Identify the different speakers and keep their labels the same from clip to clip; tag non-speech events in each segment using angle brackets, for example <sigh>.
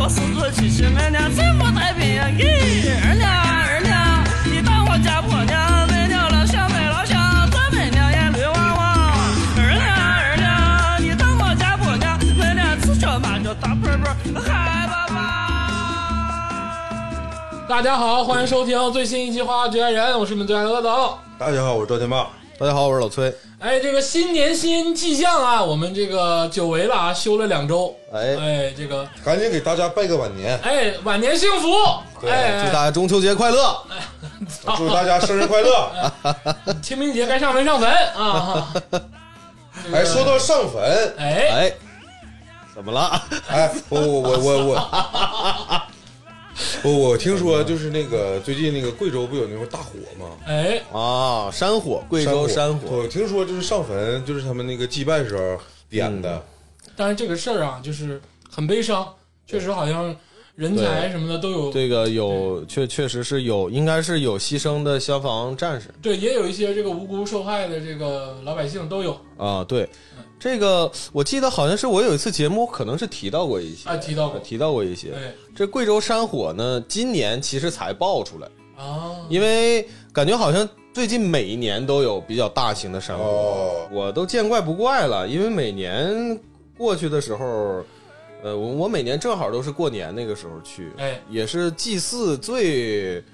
Speaker 1: 我四处去寻那娘，征服太平洋。咦，二娘二娘，你当我家婆娘，那娘了小妹老乡，这妹娘也绿汪汪。二娘二娘，你当我家婆娘，那娘只叫麻叫大盆盆，嗨吧吧。
Speaker 2: 大家好，欢迎收听最新一期《花花局爱人》，我是你们最爱的阿总。
Speaker 3: 大家好，我是赵天霸。
Speaker 4: 大家好，我是老崔。
Speaker 2: 哎，这个新年新气象啊，我们这个久违了啊，休了两周。
Speaker 4: 哎
Speaker 2: 哎，这个
Speaker 3: 赶紧给大家拜个晚年，
Speaker 2: 哎，晚年幸福。
Speaker 3: 对
Speaker 2: 哎，
Speaker 4: 祝大家中秋节快乐！
Speaker 3: 哎
Speaker 4: 哎
Speaker 3: 祝大家生日快乐！
Speaker 2: 清明节该上坟上坟啊。
Speaker 4: <laughs>
Speaker 3: 哎，说到上坟，
Speaker 2: 哎，
Speaker 4: 哎，怎么了？ <laughs>
Speaker 3: 哎，我我我我我，我我听说就是那个最近那个贵州不有那种大火吗？
Speaker 2: 哎，
Speaker 4: 啊，山火，贵州山火，
Speaker 3: 我听说就是上坟，就是他们那个祭拜时候点
Speaker 4: 嗯
Speaker 3: 的，
Speaker 2: 但是这个事儿啊，就是很悲伤，确实好像人才
Speaker 4: 对
Speaker 2: 什么的都有，
Speaker 4: 这个有确确实是有，应该是有牺牲的消防战士
Speaker 2: 对也有一些这个无辜受害的这个老百姓都有
Speaker 4: 啊。对，这个我记得好像是我有一次节目，可能是提到过一些，
Speaker 2: 啊，提到过，哎
Speaker 4: 提到过一些。
Speaker 2: 对
Speaker 4: 这贵州山火呢，今年其实才爆出来，
Speaker 2: 啊，
Speaker 4: 因为感觉好像最近每一年都有比较大型的山火。
Speaker 3: 哦，
Speaker 4: 我都见怪不怪了，因为每年过去的时候，呃，我我每年正好都是过年那个时候去，
Speaker 2: 哎
Speaker 4: 也是祭祀最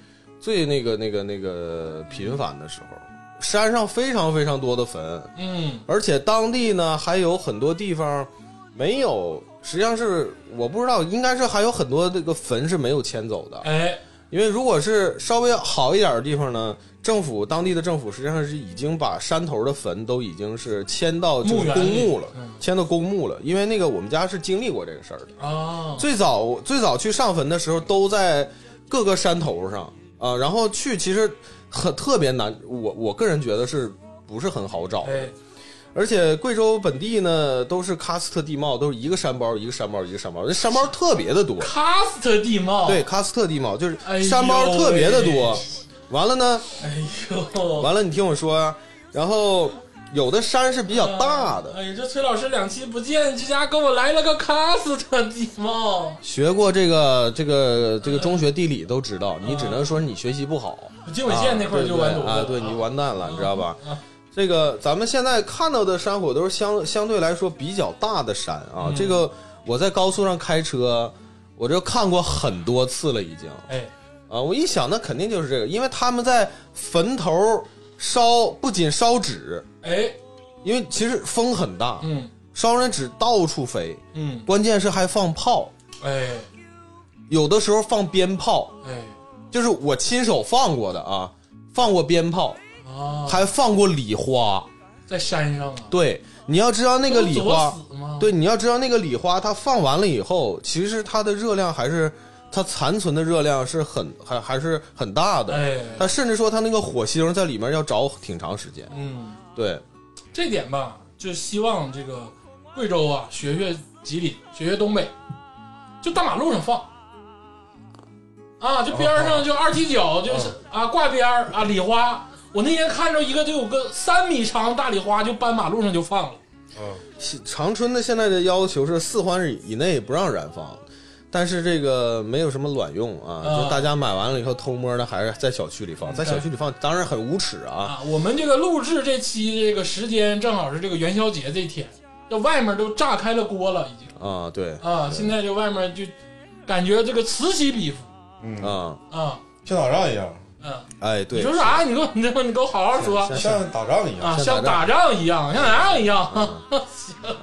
Speaker 4: 最那个那个那个频繁的时候，山上非常非常多的坟，
Speaker 2: 嗯
Speaker 4: 而且当地呢还有很多地方没有，实际上是我不知道，应该是还有很多这个坟是没有迁走的，
Speaker 2: 哎
Speaker 4: 因为如果是稍微好一点的地方呢，政府当地的政府实际上是已经把山头的坟都已经是迁到就
Speaker 2: 墓
Speaker 4: 是
Speaker 2: 园
Speaker 4: 公
Speaker 2: 里
Speaker 4: 墓了
Speaker 2: 嗯，
Speaker 4: 迁到公墓了。因为那个我们家是经历过这个事儿的，
Speaker 2: 啊，
Speaker 4: 最早最早去上坟的时候都在各个山头上啊，然后去其实很特别难，我我个人觉得是不是很好找的，
Speaker 2: 哎
Speaker 4: 而且贵州本地呢都是喀斯特地貌，都是一个山包一个山包一个山包，那山包特别的多。
Speaker 2: 喀斯特地貌，
Speaker 4: 对，，喀斯特地貌就是
Speaker 2: 哎呦
Speaker 4: 山包特别的多。
Speaker 2: 喂
Speaker 4: 完了呢，
Speaker 2: 哎呦，
Speaker 4: 完了你听我说啊，然后有的山是比较大的，
Speaker 2: 哎呀，这崔老师两期不见，这家给我来了个喀斯特地貌，
Speaker 4: 学过这个这个这个中学地理都知道，你只能说你学习不好。
Speaker 2: 经纬线那块儿就完犊子了
Speaker 4: 啊，对你就完蛋了，你知道吧
Speaker 2: 啊？
Speaker 4: 这个咱们现在看到的山火都是相相对来说比较大的山
Speaker 2: 嗯
Speaker 4: 啊。这个我在高速上开车，我这看过很多次了，已经。
Speaker 2: 哎
Speaker 4: 啊，我一想，那肯定就是这个，因为他们在坟头烧，不仅烧纸，
Speaker 2: 哎，
Speaker 4: 因为其实风很大，
Speaker 2: 嗯
Speaker 4: 烧人纸到处飞，
Speaker 2: 嗯，
Speaker 4: 关键是还放炮，
Speaker 2: 哎
Speaker 4: 有的时候放鞭炮，
Speaker 2: 哎
Speaker 4: 就是我亲手放过的啊，放过鞭炮，
Speaker 2: 啊，
Speaker 4: 还放过礼花。
Speaker 2: 在山上啊，
Speaker 4: 对，你要知道那个礼花
Speaker 2: 都作死吗，
Speaker 4: 对，你要知道那个礼花，它放完了以后，其实它的热量还是它残存的热量是很还还是很大的。
Speaker 2: 哎
Speaker 4: 他甚至说他那个火星在里面要着挺长时间。
Speaker 2: 嗯。
Speaker 4: 对，
Speaker 2: 这点吧，就希望这个贵州啊，学学吉林，学学东北，就大马路上放。啊，就边儿
Speaker 4: 哦
Speaker 2: 上就二踢脚，就是啊挂边儿啊礼花。我那天看着一个就有个三米长大礼花，就搬马路上就放了。
Speaker 3: 嗯
Speaker 4: 西长春的现在的要求是四环以内不让燃放，但是这个没有什么卵用啊，
Speaker 2: 啊
Speaker 4: 就大家买完了以后偷摸的还是在小区里放，在小区里放当然很无耻啊。
Speaker 2: 啊，我们这个录制这期这个时间正好是这个元宵节这天，这外面都炸开了锅了已经
Speaker 4: 啊，对，
Speaker 2: 啊，现在这外面就感觉这个此起彼伏
Speaker 3: 嗯，
Speaker 4: 啊，
Speaker 2: 啊，
Speaker 3: 像打仗一样，
Speaker 2: 嗯、
Speaker 4: 哎，
Speaker 2: 你
Speaker 4: 对
Speaker 2: 说，啥？你给我你给我你给我好好说。
Speaker 4: 像
Speaker 3: 像打仗一样，
Speaker 2: 啊，像
Speaker 4: 像
Speaker 2: 打
Speaker 4: 打嗯
Speaker 2: 仗一样，像打仗一样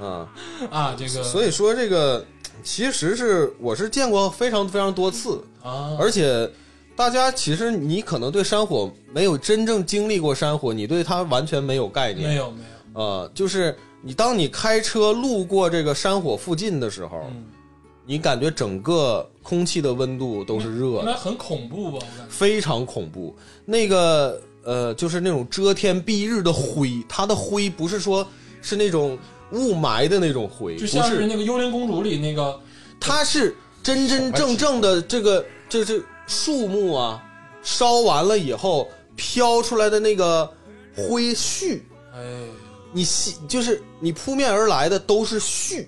Speaker 2: <laughs>
Speaker 4: 啊，
Speaker 2: 啊！这个，
Speaker 4: 所以说这个其实是我是见过非常非常多次，
Speaker 2: 啊，
Speaker 4: 而且大家其实你可能对山火没有真正经历过山火，你对它完全没有概念。
Speaker 2: 没有没有，
Speaker 4: 呃，就是你当你开车路过这个山火附近的时候，
Speaker 2: 嗯，
Speaker 4: 你感觉整个空气的温度都是热
Speaker 2: 那
Speaker 4: 的，
Speaker 2: 很恐怖吧？我感觉，
Speaker 4: 非常恐怖。那个呃，就是那种遮天蔽日的灰，它的灰不是说是那种雾霾的那种灰，
Speaker 2: 就
Speaker 4: 不
Speaker 2: 像是
Speaker 4: 是，
Speaker 2: 那个《幽灵公主》里那个，
Speaker 4: 它是真真正正的这个这这树木啊，烧完了以后飘出来的那个灰絮，
Speaker 2: 哎，
Speaker 4: 你吸就是你扑面而来的都是絮。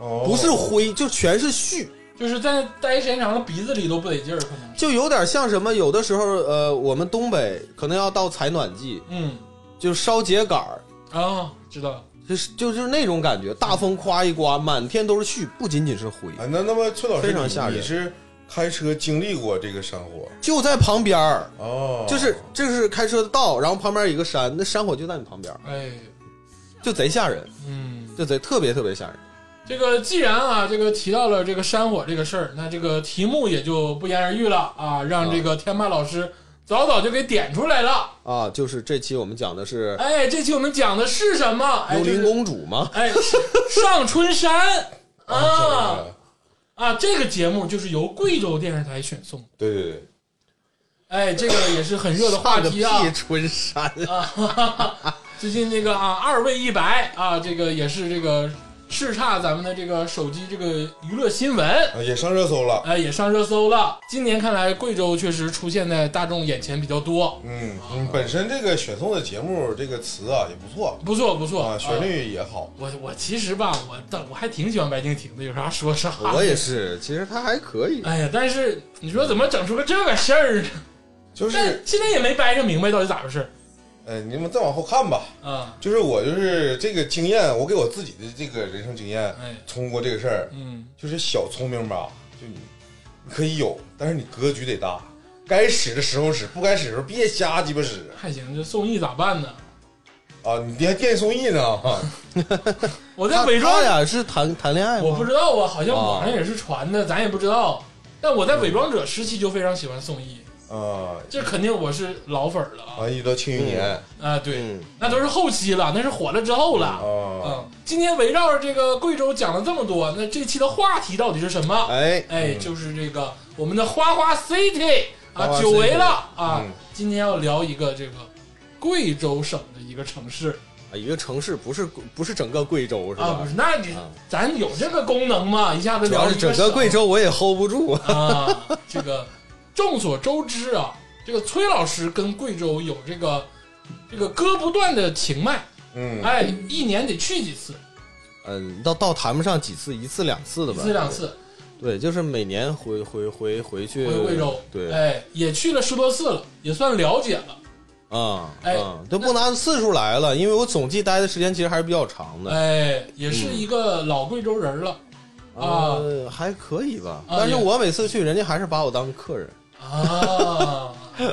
Speaker 3: 哦
Speaker 4: 不是灰，就全是絮，
Speaker 2: 就是在待时间长了，鼻子里都不得劲儿，可能。
Speaker 4: 就有点像什么，有的时候呃，我们东北可能要到采暖季，
Speaker 2: 嗯
Speaker 4: 就烧秸秆儿，
Speaker 2: 啊，知道了。
Speaker 4: 就是就是那种感觉，大风夸一刮，满天都是絮，不仅仅是灰，
Speaker 3: 啊，那那么崔老师，
Speaker 4: 非常
Speaker 3: 你
Speaker 4: 吓人
Speaker 3: 你是开车经历过这个山火
Speaker 4: 就在旁边儿，
Speaker 3: 哦？
Speaker 4: 就是这是开车的道，然后旁边有一个山，那山火就在你旁边儿，
Speaker 2: 哎，
Speaker 4: 就贼吓人，
Speaker 2: 嗯，
Speaker 4: 就贼特别特别吓人。
Speaker 2: 这个既然啊，这个提到了这个山火这个事儿，那这个题目也就不言而喻了啊，让这个天霸老师早早就给点出来了。
Speaker 4: 啊，就是这期我们讲的是
Speaker 2: 哎，这期我们讲的是什么？哎，
Speaker 4: 幽
Speaker 2: 就是
Speaker 4: 灵公主吗？
Speaker 2: 哎，上春山啊
Speaker 3: 啊，
Speaker 2: 啊！这个节目就是由贵州电视台选送的，
Speaker 3: 对对对，
Speaker 2: 哎， <laughs> 这个也是很热的话
Speaker 4: <laughs>
Speaker 2: 题啊
Speaker 4: 上个屁春山，
Speaker 2: 最近这个啊，二位一白啊，这个也是这个叱咤咱们的这个手机这个娱乐新闻，
Speaker 3: 啊也上热搜了。
Speaker 2: 哎，也上热搜了。今年看来，贵州确实出现在大众眼前比较多，
Speaker 3: 嗯，嗯本身这个选送的节目这个词啊也不错
Speaker 2: 不错不错呃
Speaker 3: 啊，旋。律也好。
Speaker 2: 我我其实吧，我但我还挺喜欢白敬亭的，有啥说啥。 <laughs>
Speaker 4: 我也是，啊其实他还可以。
Speaker 2: 哎呀，但是你说怎么整出个这个事儿呢？
Speaker 3: 就
Speaker 2: 但
Speaker 3: 是，
Speaker 2: 现在也没掰扯明白到底咋回事
Speaker 3: 呃，你们再往后看吧。
Speaker 2: 儿啊。
Speaker 3: 就是我就是这个经验，我给我自己的这个人生经验
Speaker 2: 哎，
Speaker 3: 通过这个事儿，
Speaker 2: 嗯，
Speaker 3: 就是小聪明吧，就你你可以有，但是你格局得大，该使的时候使，不该使的时候别瞎鸡巴使
Speaker 2: 还行，这宋轶咋办呢？
Speaker 3: 啊！你还电送艺呢，
Speaker 2: 我在
Speaker 4: 他
Speaker 2: 伪装
Speaker 4: 他俩是谈谈恋爱吗？
Speaker 2: 我不知道啊，好像
Speaker 4: 啊
Speaker 2: 网上也是传的，咱也不知道。但我在伪装者时期就非常喜欢宋轶，
Speaker 3: 啊
Speaker 2: 这肯定我是老粉儿了啊！
Speaker 3: 啊！一直到庆余年
Speaker 2: 啊，对，
Speaker 4: 嗯，
Speaker 2: 那都是后期了，那是火了之后了。
Speaker 3: 啊，
Speaker 2: 嗯，今天围绕着这个贵州讲了这么多，那这期的话题到底是什么？
Speaker 4: 哎，
Speaker 2: 哎，就是这个我们的花花 City
Speaker 3: 花
Speaker 2: 啊，
Speaker 3: 花 city
Speaker 2: 久违了啊
Speaker 3: 嗯！
Speaker 2: 今天要聊一个这个贵州省的一个城市
Speaker 4: 啊一个城市不是不是整个贵州是吧？
Speaker 2: 啊，不是？那你
Speaker 4: 啊
Speaker 2: 咱有这个功能吗？一下子
Speaker 4: 主要
Speaker 2: 聊
Speaker 4: 是
Speaker 2: 一
Speaker 4: 整
Speaker 2: 个
Speaker 4: 个
Speaker 2: 省
Speaker 4: 贵州我也 hold 不住。
Speaker 2: 啊，这个众所周知啊，这个崔老师跟贵州有这个这个割不断的情脉，
Speaker 3: 嗯，
Speaker 2: 哎，一年得去几次，
Speaker 4: 嗯，倒倒谈不上几次，一次两次的
Speaker 2: 一
Speaker 4: 吧。
Speaker 2: 次两次
Speaker 4: 对，就是每年回回回回去
Speaker 2: 回贵州，
Speaker 4: 对，
Speaker 2: 哎，也去了十多次了，也算了解了，
Speaker 4: 啊，
Speaker 2: 哎
Speaker 4: 嗯都不拿次数来了，因为我总计待的时间其实还是比较长的。
Speaker 2: 哎，也是一个老贵州人了啊
Speaker 4: 呃，还可以吧，
Speaker 2: 啊
Speaker 4: 但是
Speaker 2: 也
Speaker 4: 我每次去，人家还是把我当客人。
Speaker 2: 啊。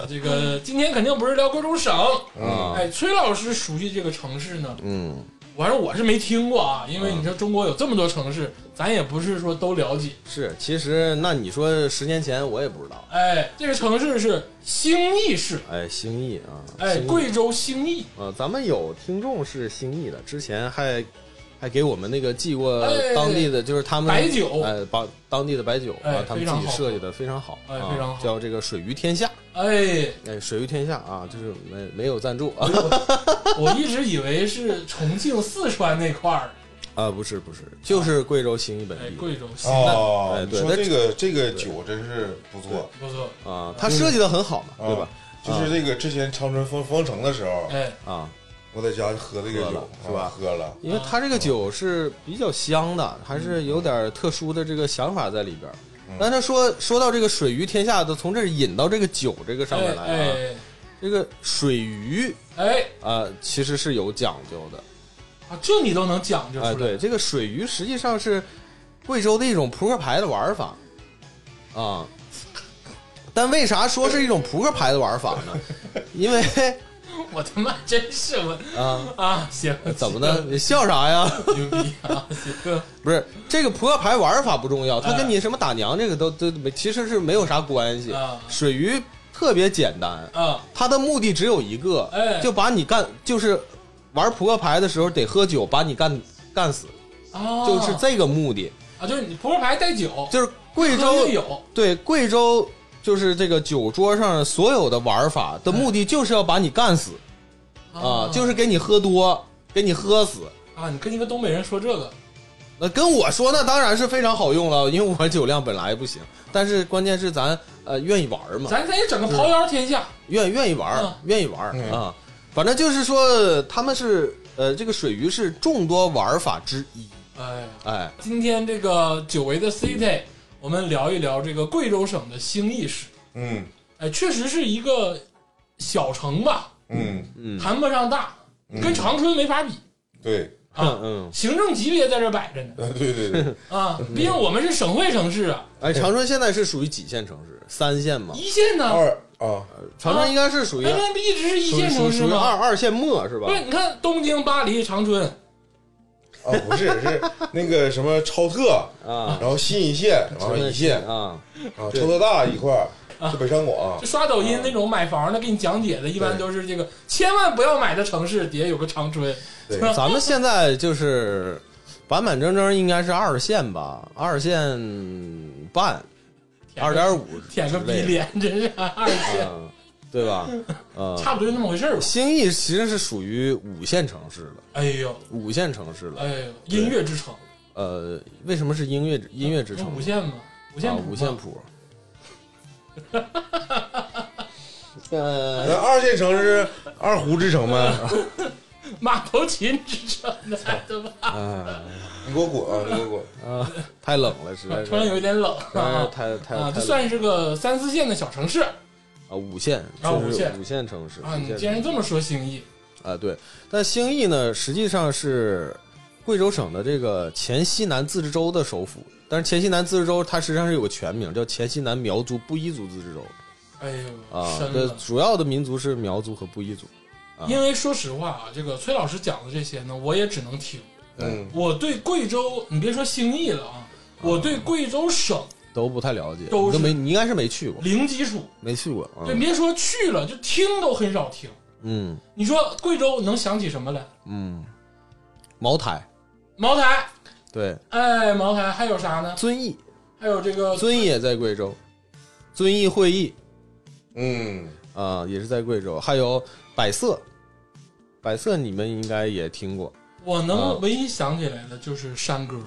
Speaker 2: 这个今天肯定不是聊贵州省，
Speaker 4: 啊
Speaker 2: 哎，崔老师熟悉这个城市呢，
Speaker 4: 嗯，
Speaker 2: 反正我是没听过啊，因为你说中国有这么多城市，咱也不是说都了解。
Speaker 4: 是，其实那你说十年前我也不知道。
Speaker 2: 哎，这个城市是兴义市，
Speaker 4: 哎，兴义啊，
Speaker 2: 哎，
Speaker 4: 兴义
Speaker 2: 贵州兴义，
Speaker 4: 呃，咱们有听众是兴义的，之前还还给我们那个寄过
Speaker 2: 哎
Speaker 4: 当地的，就是他们
Speaker 2: 白酒
Speaker 4: 哎，把当地的白酒
Speaker 2: 哎
Speaker 4: 啊，他们自
Speaker 2: 非常
Speaker 4: 己
Speaker 2: 好
Speaker 4: 设计的非常好，
Speaker 2: 哎
Speaker 4: 啊
Speaker 2: 非常好
Speaker 4: 叫这个水于天下，
Speaker 2: 哎，
Speaker 4: 哎，水于天下啊，就是没没有赞助啊， <laughs>
Speaker 2: 我一直以为是重庆、四川那块儿，
Speaker 4: 啊，不是不是，就是贵州兴义本
Speaker 2: 哎，
Speaker 4: 地
Speaker 2: 贵州兴义
Speaker 3: 哦
Speaker 4: 哎，
Speaker 3: 你
Speaker 4: 对
Speaker 3: 说
Speaker 4: 那
Speaker 3: 这个这个酒真是不错，
Speaker 2: 不错，
Speaker 4: 啊，他设计的很好嘛，
Speaker 2: 哦
Speaker 3: 啊
Speaker 4: 对吧？？
Speaker 3: 就是这个之前长春封封城的时候，
Speaker 2: 哎，
Speaker 4: 啊，
Speaker 3: 我在家喝这个
Speaker 4: 喝
Speaker 3: 酒
Speaker 4: 了是吧
Speaker 3: 啊喝了，
Speaker 4: 因
Speaker 2: 嗯
Speaker 4: 为它这个酒是比较香的，还是有点特殊的这个想法在里边儿。
Speaker 2: 嗯
Speaker 4: 但是说说到这个水于天下的，从这儿引到这个酒这个上面来啊，
Speaker 2: 哎
Speaker 4: 这个水鱼
Speaker 2: 哎哎，
Speaker 4: 啊、呃其实是有讲究的。
Speaker 2: 啊，这你都能讲究
Speaker 4: 哎、
Speaker 2: 出来
Speaker 4: 对，，这个水鱼实际上是贵州的一种扑克牌的玩法啊、但为啥说是一种扑克牌的玩法
Speaker 2: <laughs>
Speaker 4: 呢？因为
Speaker 2: <laughs> 我他妈真是我
Speaker 4: 啊、
Speaker 2: 啊，行，
Speaker 4: 怎么的？你笑啥呀？
Speaker 2: 牛逼啊，行，
Speaker 4: 不是这个扑克牌玩法不重要，它
Speaker 2: 哎
Speaker 4: 跟你什么打娘这个都都没，其实是没有啥关系
Speaker 2: 啊。
Speaker 4: 水鱼特别简单，
Speaker 2: 啊，
Speaker 4: 它的目的只有一个，
Speaker 2: 哎
Speaker 4: 就把你干，就是玩扑克牌的时候得喝酒，把你干干死，
Speaker 2: 啊，
Speaker 4: 就是这个目的。
Speaker 2: 啊，就是你扑克牌带酒，
Speaker 4: 就是贵
Speaker 2: 喝
Speaker 4: 州
Speaker 2: 就有，
Speaker 4: 对贵州就是这个酒桌上所有的玩法的目
Speaker 2: 哎
Speaker 4: 的就是要把你干死啊，
Speaker 2: 哦
Speaker 4: 就是给你喝多，给你喝死。
Speaker 2: 啊，你跟一个东北人说这个，
Speaker 4: 那跟我说，那当然是非常好用了，因为我酒量本来不行，但是关键是咱呃愿意玩嘛，
Speaker 2: 咱咱也整个刨窑天下，
Speaker 4: 愿愿意玩
Speaker 2: 嗯，
Speaker 4: 愿意玩
Speaker 3: 嗯
Speaker 4: 啊。反正就是说，他们是呃，这个水鱼是众多玩法之一。
Speaker 2: 哎。
Speaker 4: 哎，
Speaker 2: 今天这个久违的 City，我们聊一聊这个贵州省的兴义市。
Speaker 3: 嗯
Speaker 2: 哎，确实是一个小城吧，
Speaker 3: 嗯，
Speaker 4: 嗯
Speaker 2: 谈不上大，
Speaker 3: 嗯
Speaker 2: 跟长春没法比。
Speaker 4: <laughs>
Speaker 3: 对，
Speaker 2: 啊
Speaker 4: 嗯，
Speaker 2: 行政级别在这摆着呢
Speaker 3: 啊对对
Speaker 4: <laughs>
Speaker 3: 对，
Speaker 2: 啊！毕竟我们是省会城市啊，
Speaker 4: 哎，长春现在是属于几线城市？三线嘛？
Speaker 2: 一线呢，
Speaker 3: 二啊，
Speaker 4: 长春应该是属于
Speaker 2: 那那不一直是一
Speaker 4: 属于
Speaker 2: 线
Speaker 4: 属于
Speaker 2: 城
Speaker 4: 属
Speaker 2: 市
Speaker 4: 于
Speaker 2: 吗？
Speaker 4: 二二线末是吧？
Speaker 2: 对，你看东京、巴黎、长春，
Speaker 3: 啊，不是，是那个什么超特，
Speaker 4: 啊，
Speaker 3: 然后新一线，然后
Speaker 4: 长春
Speaker 3: 一线啊，
Speaker 4: 啊，
Speaker 3: 超
Speaker 4: 对啊
Speaker 3: 特大一块儿，就北上广
Speaker 2: 就，刷抖
Speaker 4: 嗯
Speaker 2: 音那种买房的给你讲解的，一般都是这个千万不要买的城市底下有个长春，
Speaker 3: 对
Speaker 2: 啊
Speaker 4: 咱们现在就是板板正正应该是二线吧，二线半，
Speaker 2: 舔
Speaker 4: 二
Speaker 2: 个
Speaker 4: 点五
Speaker 2: 舔个逼脸，真是二线，
Speaker 4: 嗯，对吧？嗯，
Speaker 2: 差不多就那么回事儿吧。
Speaker 4: 兴义其实是属于五线城市了，
Speaker 2: 哎呦，
Speaker 4: 五线城市了。
Speaker 2: 哎呦，音乐之城，
Speaker 4: 呃，为什么是音乐音乐之城？
Speaker 2: 哦五线嘛，五线
Speaker 4: 啊
Speaker 2: 谱嘛
Speaker 4: 五
Speaker 2: <laughs>
Speaker 4: 线谱。呃，
Speaker 2: 呃
Speaker 3: 那二线城市二胡之城吗？
Speaker 2: 马头琴之城来的吧？
Speaker 4: 啊
Speaker 3: 你给我滚啊！你给我滚！
Speaker 4: 啊，太冷了，实在是
Speaker 2: 突然有一点冷
Speaker 4: 哎
Speaker 2: 啊，
Speaker 4: 太太
Speaker 2: 啊，
Speaker 4: 太
Speaker 2: 这
Speaker 4: 冷
Speaker 2: 算是个三四线的小城市啊。
Speaker 4: 啊，五线
Speaker 2: 啊
Speaker 4: 就是
Speaker 2: 五线啊
Speaker 4: 五线城市五
Speaker 2: 你
Speaker 4: 线
Speaker 2: 既然
Speaker 4: 城
Speaker 2: 这么说，兴义，
Speaker 4: 市啊，对，但兴义呢，实际上是贵州省的这个黔西南自治州的首府，但是黔西南自治州它实际上是有个全名叫黔西南苗族布依族自治州
Speaker 2: 哎呦，
Speaker 4: 啊，
Speaker 2: 深
Speaker 4: 这
Speaker 2: 了。
Speaker 4: 主要的民族是苗族和布依族。啊
Speaker 2: 因为说实话啊，这个崔老师讲的这些呢，我也只能听。
Speaker 3: 嗯，
Speaker 2: 我对贵州，你别说兴义了啊，我对贵州省
Speaker 4: 都不太了解，
Speaker 2: 都
Speaker 4: 你
Speaker 2: 是
Speaker 4: 没，你应该是没去过，
Speaker 2: 零基础，
Speaker 4: 没去过。嗯
Speaker 2: 对，别说去了，就听都很少听。
Speaker 4: 嗯
Speaker 2: 你说贵州能想起什么来？
Speaker 4: 嗯，茅台，
Speaker 2: 茅台，
Speaker 4: 对，
Speaker 2: 哎，茅台还有啥呢？
Speaker 4: 遵义，
Speaker 2: 还有这个
Speaker 4: 遵义也在贵州，遵义会议
Speaker 3: 嗯，
Speaker 4: 啊、也是在贵州，还有百色，百色你们应该也听过
Speaker 2: 我
Speaker 4: 啊
Speaker 2: 能唯一想起来的就是山歌，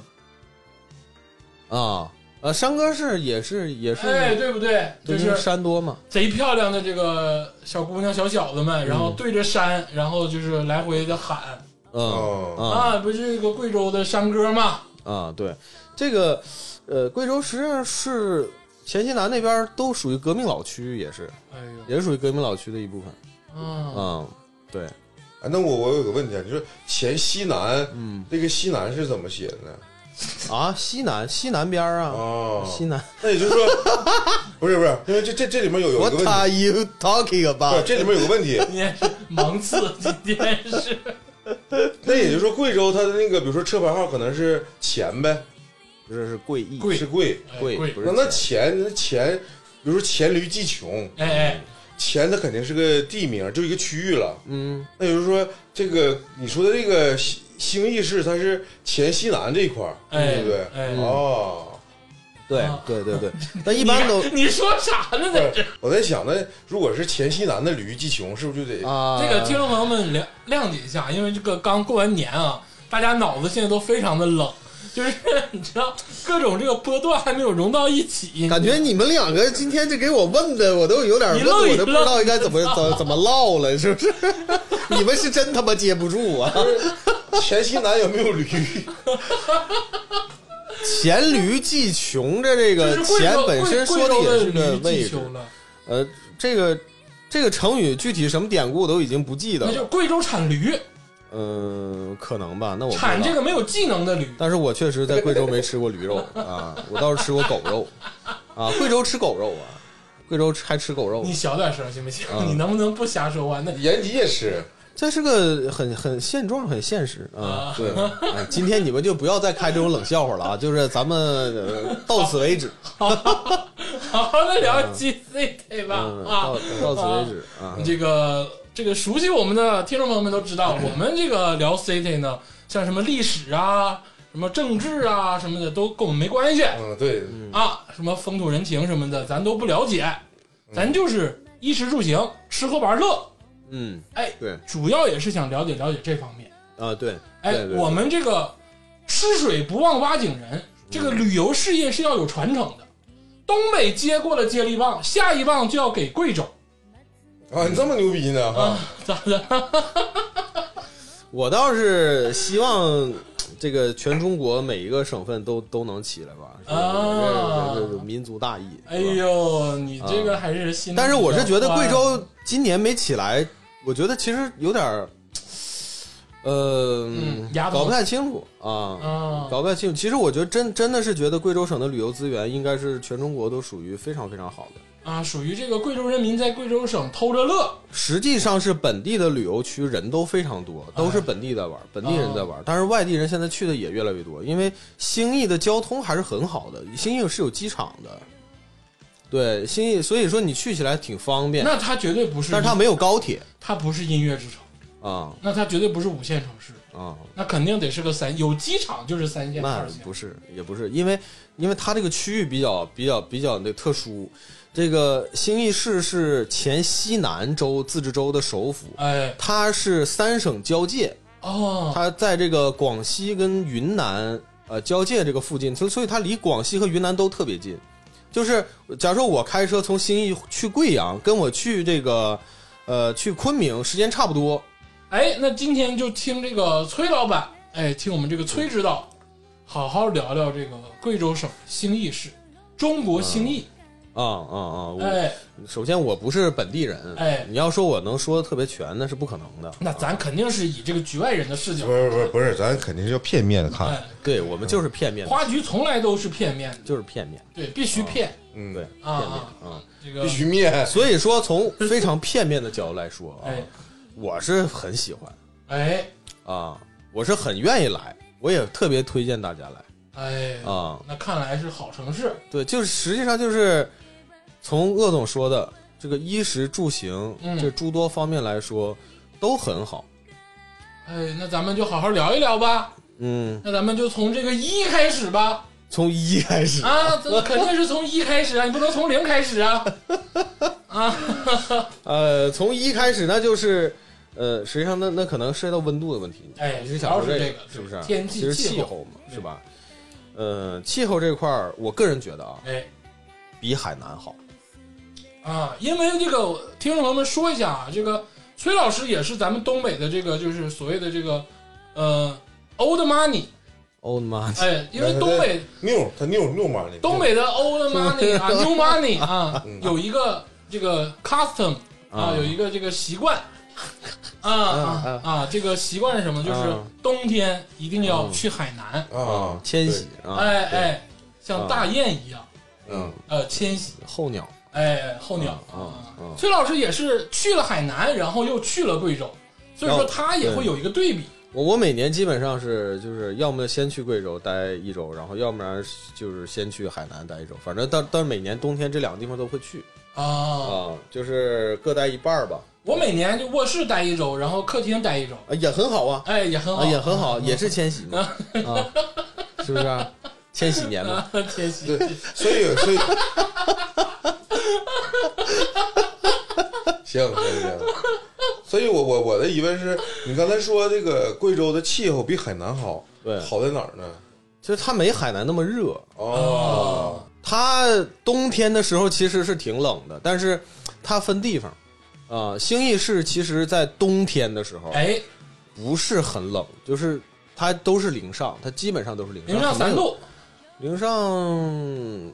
Speaker 4: 啊。呃，山歌是也是也是，
Speaker 2: 哎，对不对？
Speaker 4: 对
Speaker 2: 就
Speaker 4: 因为
Speaker 2: 是
Speaker 4: 山多嘛，
Speaker 2: 贼漂亮的这个小姑娘、小小子们，然后对着山，然后就是来回的喊
Speaker 4: 嗯
Speaker 3: 哦，
Speaker 4: 啊
Speaker 2: 啊，不是这个贵州的山歌吗？
Speaker 4: 啊，对，这个呃，贵州实际上是黔西南那边都属于革命老区，也是
Speaker 2: 哎呦，
Speaker 4: 也是属于革命老区的一部分。
Speaker 2: 啊，
Speaker 4: 嗯，对，
Speaker 3: 哎，那我我有个问题啊，你说黔西南
Speaker 4: 嗯
Speaker 3: 这个西南是怎么写的呢？
Speaker 4: 啊，西南西南边儿啊，
Speaker 3: 哦，
Speaker 4: 西南。
Speaker 3: 那也就是说， <laughs> 不是不是，因为这这这里面有有一个问
Speaker 4: What
Speaker 3: 题，
Speaker 4: are you talking
Speaker 3: 不是
Speaker 4: about？
Speaker 3: 这里面有个问题，
Speaker 2: 今天是盲刺，今天是
Speaker 3: 那也就是说贵州它的那个，比如说车牌号可能是黔呗，
Speaker 4: 不是是贵义
Speaker 2: 贵
Speaker 3: 是贵，
Speaker 2: 哎
Speaker 4: 贵不
Speaker 2: 贵，
Speaker 4: 是
Speaker 3: 那那黔那黔，比如说黔驴技穷，
Speaker 2: 哎哎，
Speaker 3: 黔它肯定是个地名，就一个区域了。
Speaker 4: 嗯，
Speaker 3: 那也就是说，这个你说的这个兴兴义市，它是黔西南这一块儿，
Speaker 2: 哎
Speaker 3: 对不对？
Speaker 2: 哎
Speaker 3: 哦，
Speaker 4: 对
Speaker 2: 啊
Speaker 4: 对对
Speaker 2: <laughs>
Speaker 4: 对，但一般都
Speaker 2: 你你说啥呢？
Speaker 3: 不
Speaker 2: 在
Speaker 3: 是，我在想，那如果是黔西南的驴技穷，是不是就得？
Speaker 4: 啊，
Speaker 2: 这个听众朋友们谅谅解一下，因为这个刚过完年啊，大家脑子现在都非常的冷，就是你知道各种这个波段还没有融到一起，
Speaker 4: 感觉你们两个今天这给我问的，我都有点
Speaker 2: 你
Speaker 4: 问，
Speaker 2: 愣一
Speaker 4: 我都不知
Speaker 2: 愣
Speaker 4: 道应该怎么怎怎么唠了，是
Speaker 2: <laughs>
Speaker 4: 不是？你们是真他妈接不住啊！
Speaker 3: 黔西南有没有驴？ <laughs>
Speaker 4: 黔驴技穷的这
Speaker 2: 就
Speaker 4: 个
Speaker 2: 是贵
Speaker 4: 黔
Speaker 2: 州
Speaker 4: 本
Speaker 2: 贵
Speaker 4: 身说
Speaker 2: 贵州
Speaker 4: 也
Speaker 2: 的
Speaker 4: 是个
Speaker 2: 驴
Speaker 4: 位
Speaker 2: 技
Speaker 4: 置
Speaker 2: 穷，了，
Speaker 4: 呃，这个这个成语具体什么典故我都已经不记得
Speaker 2: 那就
Speaker 4: 了，
Speaker 2: 贵州产驴，
Speaker 4: 嗯，可能吧，那我不知道
Speaker 2: 产这个没有技能的驴，
Speaker 4: 但是我确实在贵州没吃过
Speaker 2: <laughs>
Speaker 4: 驴肉啊，我倒是吃过狗肉啊，贵州吃狗肉啊，贵州还吃狗肉
Speaker 2: 你，小点声行不行？
Speaker 4: 哦嗯
Speaker 2: 你能不能不瞎说话？那
Speaker 3: 延吉也吃，
Speaker 4: 这是个很很现状，很现实啊
Speaker 2: 啊。
Speaker 4: <laughs> 对、啊今天你们就不要再开这种冷笑话了啊，就是咱们、呃到此为止，
Speaker 2: 好好的聊 G C 对吧？
Speaker 4: 嗯，
Speaker 2: 啊
Speaker 4: 到，到此为止啊。
Speaker 2: 这个这个熟悉我们的听众朋友们都知道，我们这个聊 City 呢，
Speaker 4: 嗯
Speaker 2: 像什么历史啊、什么政治啊什么的，都跟我们没关系
Speaker 3: 嗯，对，
Speaker 2: 啊。什么风土人情什么的，咱都不了解，咱就是衣食住行、吃喝玩乐，
Speaker 4: 嗯，
Speaker 2: 哎，
Speaker 4: 对
Speaker 2: 主要也是想了解了解这方面。
Speaker 4: 啊，对，
Speaker 2: 哎，
Speaker 4: 对对对嗯
Speaker 2: 我们这个吃水不忘挖井人，这个旅游事业是要有传承的。东北接过了接力棒，下一棒就要给贵州
Speaker 3: 啊，你这么牛逼呢？哈
Speaker 2: 啊，咋的？
Speaker 4: 我倒是希望这个全中国每一个省份都都能起来吧？是吧
Speaker 2: 啊
Speaker 4: 这这这这民族大义。
Speaker 2: 哎
Speaker 4: 是吧，
Speaker 2: 呦，你这个还是新，
Speaker 4: 啊但是我是觉得贵州今年没起来，我觉得其实有点儿，呃，
Speaker 2: 嗯牙疼
Speaker 4: 搞不太清楚啊。
Speaker 2: 啊，
Speaker 4: 搞不太清楚。其实我觉得真真的是觉得贵州省的旅游资源应该是全中国都属于非常非常好的。
Speaker 2: 啊，属于这个贵州人民在贵州省偷着乐，
Speaker 4: 实际上是本地的旅游区人都非常多，都是本地在玩，本地人在玩。但是外地人现在去的也越来越多，因为兴义的交通还是很好的，兴义是有机场的，对兴义，所以说你去起来挺方便。
Speaker 2: 那它绝对不是，
Speaker 4: 但是它没有高铁
Speaker 2: 它不是音乐之城，
Speaker 4: 啊
Speaker 2: 那它绝对不是五线城市，
Speaker 4: 啊，
Speaker 2: 那肯定得是个三，有机场就是三线、
Speaker 4: 那
Speaker 2: 二线
Speaker 4: 不是也不是，因为因为它这个区域比较比较比较那特殊。这个兴义市是前西南州自治州的首府，
Speaker 2: 哎，
Speaker 4: 它是三省交界，
Speaker 2: 哦，
Speaker 4: 它在这个广西跟云南呃交界这个附近，所以所以它离广西和云南都特别近。就是假如说我开车从兴义去贵阳，跟我去这个呃去昆明时间差不多，
Speaker 2: 哎，那今天就听这个崔老板，哎，听我们这个崔指导，好好聊聊这个贵州省兴义市，中国兴义，
Speaker 4: 啊啊啊！我
Speaker 2: 哎，
Speaker 4: 首先我不是本地人，
Speaker 2: 哎
Speaker 4: 你要说我能说的特别全，那是不可能的。
Speaker 2: 那咱肯定是以这个局外人的视角
Speaker 3: 不，是不是不是，咱肯定是要片面的看。
Speaker 2: 哎，
Speaker 4: 对我们就是片面的，
Speaker 2: 花局从来都是片面的，
Speaker 4: 就是片面，
Speaker 2: 对，必须骗
Speaker 3: 嗯，
Speaker 4: 对，，
Speaker 2: 啊
Speaker 4: 片面
Speaker 2: 啊，
Speaker 4: 啊。
Speaker 2: 这
Speaker 3: 必
Speaker 2: 个，
Speaker 3: 须面。
Speaker 4: 所以说，从非常片面的角度来说啊
Speaker 2: 哎，
Speaker 4: 我是很喜欢。
Speaker 2: 哎，
Speaker 4: 啊，我是很愿意来，我也特别推荐大家来
Speaker 2: 哎，
Speaker 4: 啊。
Speaker 2: 那看来是好城市，
Speaker 4: 对，就是实际上就是从鄂总说的这个衣食住行、
Speaker 2: 嗯
Speaker 4: 这诸多方面来说都很好。
Speaker 2: 哎，那咱们就好好聊一聊吧，
Speaker 4: 嗯，
Speaker 2: 那咱们就从这个一开始吧，
Speaker 4: 从一开始，
Speaker 2: 啊，咱肯定是从一开始啊，你不能从零开始啊，啊，
Speaker 4: 呃，从一开始那就是。呃，实际上那那可能涉及到温度的问题，
Speaker 2: 哎
Speaker 4: 你是想说
Speaker 2: 主要是
Speaker 4: 这
Speaker 2: 这个
Speaker 4: 是不是？
Speaker 2: 天气
Speaker 4: 其实
Speaker 2: 气
Speaker 4: 气
Speaker 2: 候
Speaker 4: 候嘛，
Speaker 2: 对
Speaker 4: 是吧？呃，气候这块儿，我个人觉得啊，
Speaker 2: 哎。
Speaker 4: 比海南好。
Speaker 2: 啊，因为这个听众朋友们说一下啊，这个崔老师也是咱们东北的这个就是所谓的这个呃 old money，
Speaker 4: Old man，
Speaker 2: 哎，因为东北
Speaker 3: 妞，他妞妞嘛那个
Speaker 2: 东北的 old money 啊 new money 啊
Speaker 3: 嗯，
Speaker 2: 有一个这个 custom 啊，
Speaker 4: 啊
Speaker 2: 有一个这个习惯。啊啊啊！这个习惯是什么？就是
Speaker 4: 啊
Speaker 2: 冬天一定要去海南，
Speaker 3: 啊，
Speaker 4: 迁徙啊，
Speaker 2: 哎
Speaker 4: 对，
Speaker 2: 哎，像大雁一样，
Speaker 4: 嗯，
Speaker 2: 呃，迁徙，
Speaker 4: 候鸟
Speaker 2: 哎，候鸟
Speaker 4: 啊啊啊
Speaker 2: 崔老师也是去了海南，然后又去了贵州，所以说他也会有一个对比。
Speaker 4: 我我每年基本上是就是要么先去贵州待一周，然后要不然就是先去海南待一周，反正但但是每年冬天这两个地方都会去啊、
Speaker 2: 啊，
Speaker 4: 就是各待一半儿吧，
Speaker 2: 我每年就卧室待一周，然后客厅待一周，
Speaker 4: 啊也很好啊，
Speaker 2: 哎，也很好，
Speaker 4: 啊
Speaker 2: <laughs>
Speaker 4: 也很好，也是迁徙嘛，啊是不是、啊？千禧年嘛，
Speaker 2: <laughs> 啊，天喜
Speaker 3: 对，所以所以， <laughs> 行行行，所以我我我的疑问是，你刚才说这个贵州的气候比海南好，
Speaker 4: 对
Speaker 3: 好在哪儿呢？
Speaker 4: 就是它没海南那么热，
Speaker 3: 哦，
Speaker 4: 它冬天的时候其实是挺冷的，但是它分地方，啊、兴义市其实在冬天的时候，
Speaker 2: 哎，
Speaker 4: 不是很冷，就是它都是零上，它基本上都是零上，
Speaker 2: 零上三度，
Speaker 4: 零上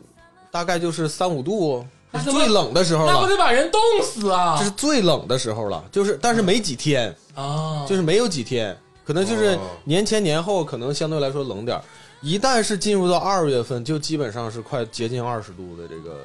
Speaker 4: 大概就是三五度，哦
Speaker 2: 那
Speaker 4: 是
Speaker 2: 他妈
Speaker 4: 最冷的时候
Speaker 2: 那不
Speaker 4: 了，
Speaker 2: 得把人冻死啊
Speaker 4: 这是！最冷的时候了，就是但是没几天，
Speaker 2: 啊，
Speaker 4: 就是没有几天，可能就是
Speaker 3: 哦
Speaker 4: 年前年后可能相对来说冷点儿一旦是进入到二月份，就基本上是快接近二十度的这个，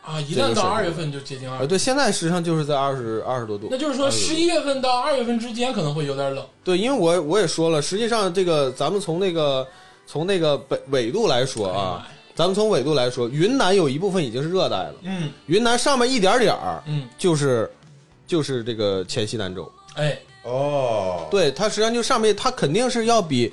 Speaker 2: 啊，一旦
Speaker 4: 这个
Speaker 2: 到
Speaker 4: 是
Speaker 2: 二月份就接近二
Speaker 4: 呃，，对，现在实际上就是在二十二十多度
Speaker 2: 那。就是说十一月份到二月份之间可能会有点冷。
Speaker 4: 对，因为我我也说了，实际上这个咱们从那个从那个北纬度来说啊
Speaker 2: 哎，
Speaker 4: 咱们从纬度来说，云南有一部分已经是热带了，
Speaker 2: 嗯
Speaker 4: 云南上面一点点儿，
Speaker 2: 嗯，
Speaker 4: 就是就是这个黔西南州，
Speaker 2: 哎，
Speaker 3: 哦，
Speaker 4: 啊对它实际上就上面它肯定是要比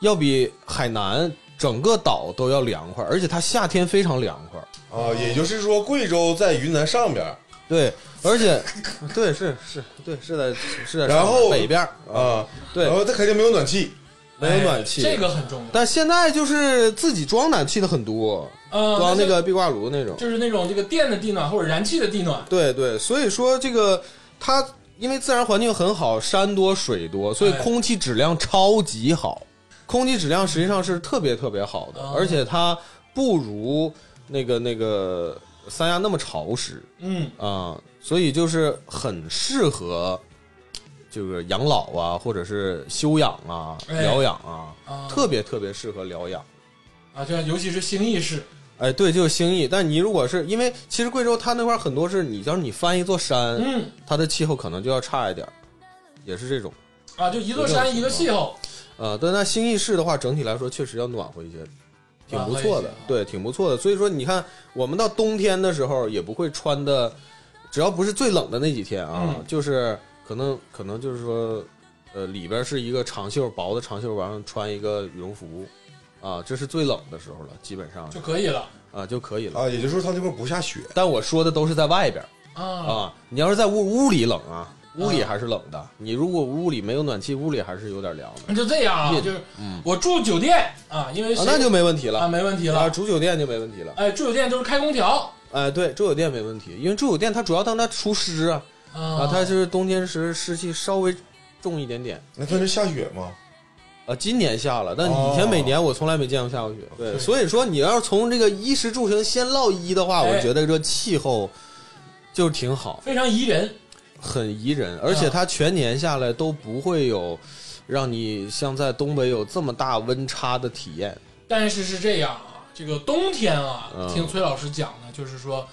Speaker 4: 要比海南整个岛都要凉快，而且它夏天非常凉快，
Speaker 3: 啊，也就是说，贵州在云南上边儿
Speaker 4: 对，而且 <laughs> 对是是对是在是在
Speaker 3: 然后
Speaker 4: 北边儿
Speaker 3: 啊，
Speaker 4: 对
Speaker 3: 然后它肯定没有暖气，
Speaker 4: 没有暖气，
Speaker 2: 哎这。个很重要。
Speaker 4: 但现在就是自己装暖气的很多，
Speaker 2: 呃，
Speaker 4: 装啊那
Speaker 2: 就
Speaker 4: 个壁挂炉那种。
Speaker 2: 就是那种这个电的地暖或者燃气的地暖，
Speaker 4: 对对，所以说这个它因为自然环境很好，山多水多，所以
Speaker 2: 哎
Speaker 4: 空气质量超级好。空气质量实际上是特别特别好的，
Speaker 2: 哦
Speaker 4: 而且它不如那个那个三亚那么潮湿
Speaker 2: 嗯，
Speaker 4: 啊、所以就是很适合这个养老啊，或者是休养啊、
Speaker 2: 哎
Speaker 4: 疗养啊，
Speaker 2: 啊
Speaker 4: 特别特别适合疗养。
Speaker 2: 啊，对，尤其是兴义市，
Speaker 4: 哎，对，就是兴义。但你如果是因为其实贵州它那块儿很多是你，要是你翻一座山，
Speaker 2: 嗯
Speaker 4: 它的气候可能就要差一点儿，也是这种。
Speaker 2: 啊，就一座山一个气候，
Speaker 4: 呃，但那兴义市的话，整体来说确实要暖和一些，挺
Speaker 2: 暖
Speaker 4: 不
Speaker 2: 和
Speaker 4: 错
Speaker 2: 一些
Speaker 4: 的
Speaker 2: 啊，
Speaker 4: 对，挺不错的。所以说，你看我们到冬天的时候也不会穿的，只要不是最冷的那几天啊，
Speaker 2: 嗯
Speaker 4: 就是可能可能就是说，呃，里边是一个长袖薄的长袖，完了穿一个羽绒服，啊，这是最冷的时候了，基本上
Speaker 2: 就可以了
Speaker 4: 啊就可以了。
Speaker 3: 啊，也就是说它那块不下雪，
Speaker 4: 但我说的都是在外边儿
Speaker 2: 啊
Speaker 4: 啊，你要是在屋屋里冷啊，屋里还是冷的。你如果屋里没有暖气，屋里还是有点凉的。
Speaker 2: 就这样啊，
Speaker 4: 嗯
Speaker 2: 就是我住酒店啊，因为谁，
Speaker 4: 啊那就没问题了
Speaker 2: 啊没问题
Speaker 4: 啊，
Speaker 2: 了，
Speaker 4: 住酒店就没问题了。
Speaker 2: 哎，住酒店就是开空调
Speaker 4: 哎，对，住酒店没问题，因为住酒店它主要当它除湿啊，啊，
Speaker 2: 啊
Speaker 4: 它就是冬天时湿气稍微重一点点。
Speaker 3: 那它是下雪吗？
Speaker 4: 啊，今年下了，但
Speaker 2: 哦
Speaker 4: 以前每年我从来没见过下过雪。对，所以说你要是从这个衣食住行先唠衣的话，
Speaker 2: 哎
Speaker 4: 我觉得这气候就是挺好，
Speaker 2: 非常宜人，
Speaker 4: 很宜人，而
Speaker 2: 啊
Speaker 4: 且它全年下来都不会有让你像在东北有这么大温差的体验。
Speaker 2: 但是是这样啊，这个冬天啊，
Speaker 4: 嗯
Speaker 2: 听崔老师讲的，就是说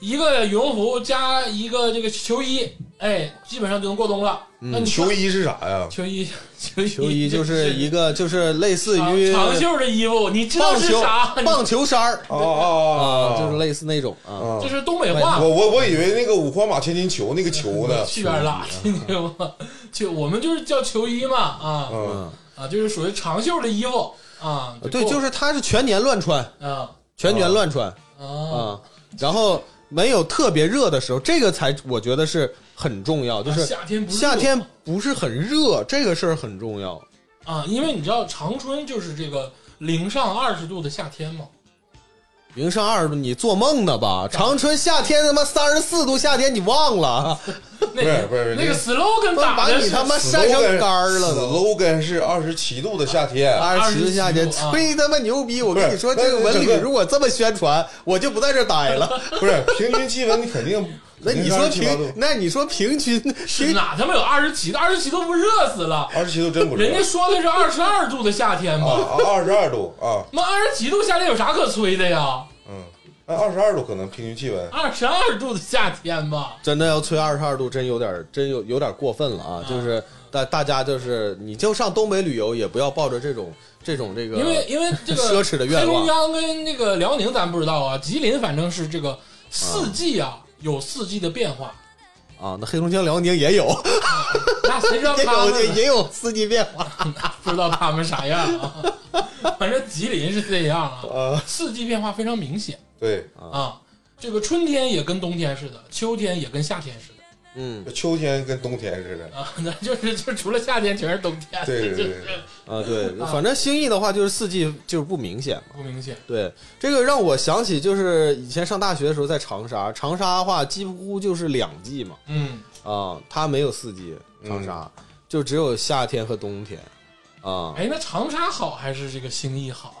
Speaker 2: 一个羽绒服加一个这个球衣，哎，基本上就能过冬了。
Speaker 4: 嗯
Speaker 2: 那你
Speaker 3: 球衣是啥呀？
Speaker 2: 球衣球衣
Speaker 4: 秋衣就是一个就是类似
Speaker 2: 长
Speaker 4: 于
Speaker 2: 长袖的衣服，你知道
Speaker 4: 棒
Speaker 2: 是
Speaker 4: 球
Speaker 2: 啥？你
Speaker 4: 棒球衫儿
Speaker 3: 哦哦
Speaker 4: 啊，就是类似那种啊。
Speaker 2: 这
Speaker 3: 啊！
Speaker 2: 是东北话
Speaker 3: 我，我我以为那个五花马千金球那个球
Speaker 4: 嗯
Speaker 3: 呢，
Speaker 2: 去边儿拉，听见吗？就我们就是叫球衣嘛，啊
Speaker 3: 嗯，
Speaker 4: 嗯，
Speaker 2: 啊，就是属于长袖的衣服啊。
Speaker 4: 对，就是它是全年乱穿，
Speaker 2: 啊
Speaker 4: 全年乱穿
Speaker 2: 啊，
Speaker 4: 啊。然后没有特别热的时候，这个才我觉得是很重要，就是
Speaker 2: 啊夏天不是
Speaker 4: 夏天不是很热，这个事儿很重要。
Speaker 2: 啊，因为你知道长春就是这个零上二十度的夏天嘛。
Speaker 4: 零上二十度，你做梦呢吧？长春夏天他妈三十四度，夏天你忘了？
Speaker 2: 那
Speaker 3: 不是不是
Speaker 2: 那个 slogan 打
Speaker 4: 把
Speaker 2: 的
Speaker 4: 你
Speaker 2: 是
Speaker 4: 他妈晒成
Speaker 3: slogan
Speaker 4: 干儿了都。哎
Speaker 3: slogan 是二十七度的夏天，
Speaker 4: 二十
Speaker 2: 度
Speaker 4: 度夏天
Speaker 2: 啊
Speaker 4: 吹他妈牛逼！我
Speaker 3: 不是
Speaker 4: 跟你说，
Speaker 3: 那
Speaker 4: 这个文
Speaker 3: 整
Speaker 4: 旅
Speaker 3: 个
Speaker 4: 如果这么宣传，我就不在这儿待了。
Speaker 3: 不是平均气温，你肯定。
Speaker 4: <laughs> 那你说
Speaker 3: 平
Speaker 4: 平，那你说平均
Speaker 2: 是
Speaker 4: 平
Speaker 2: 哪他妈有二十七度？二十七度不热死了？
Speaker 3: 二十七度真不热
Speaker 2: 人家说的是二十二度的夏天
Speaker 3: 啊
Speaker 2: 嘛，
Speaker 3: 啊，二十二度啊，
Speaker 2: 妈二十七度夏天有啥可吹的呀？
Speaker 3: 嗯，那二十二度可能平均气温。
Speaker 2: 二十二度的夏天吧，
Speaker 4: 真的要吹二十二度，真有点真有有点过分了啊！就是大大家就是你就上东北旅游，也不要抱着这种这种这个，
Speaker 2: 因为因为这个
Speaker 4: <laughs> 奢侈的愿望
Speaker 2: 黑龙江跟那个辽宁咱不知道啊，吉林反正是这个四季啊有四季的变化，
Speaker 4: 啊，那黑龙江、辽宁也有
Speaker 2: 那谁知道
Speaker 4: 也
Speaker 2: 他
Speaker 4: <laughs> 有
Speaker 2: 们呢
Speaker 4: 也有四季变化。
Speaker 2: 不知道他们啥样啊？ <laughs> 反正吉林是这样啊，四季变化非常明显。
Speaker 3: 对，
Speaker 2: 啊，这个春天也跟冬天似的，秋天也跟夏天似的
Speaker 4: 嗯
Speaker 3: 秋天跟冬天似的，
Speaker 2: 啊，那 <laughs> 就是就除了夏天全是冬天，
Speaker 3: 对对对
Speaker 2: <laughs> 就是
Speaker 4: 啊，对，反正兴义的话就是四季就是不明显嘛。
Speaker 2: 不明显。
Speaker 4: 对，这个让我想起就是以前上大学的时候在长沙，长沙的话几乎就是两季嘛，
Speaker 2: 嗯，
Speaker 4: 啊，它没有四季，长沙、就只有夏天和冬天，啊，
Speaker 2: 哎，那长沙好还是这个兴义好啊？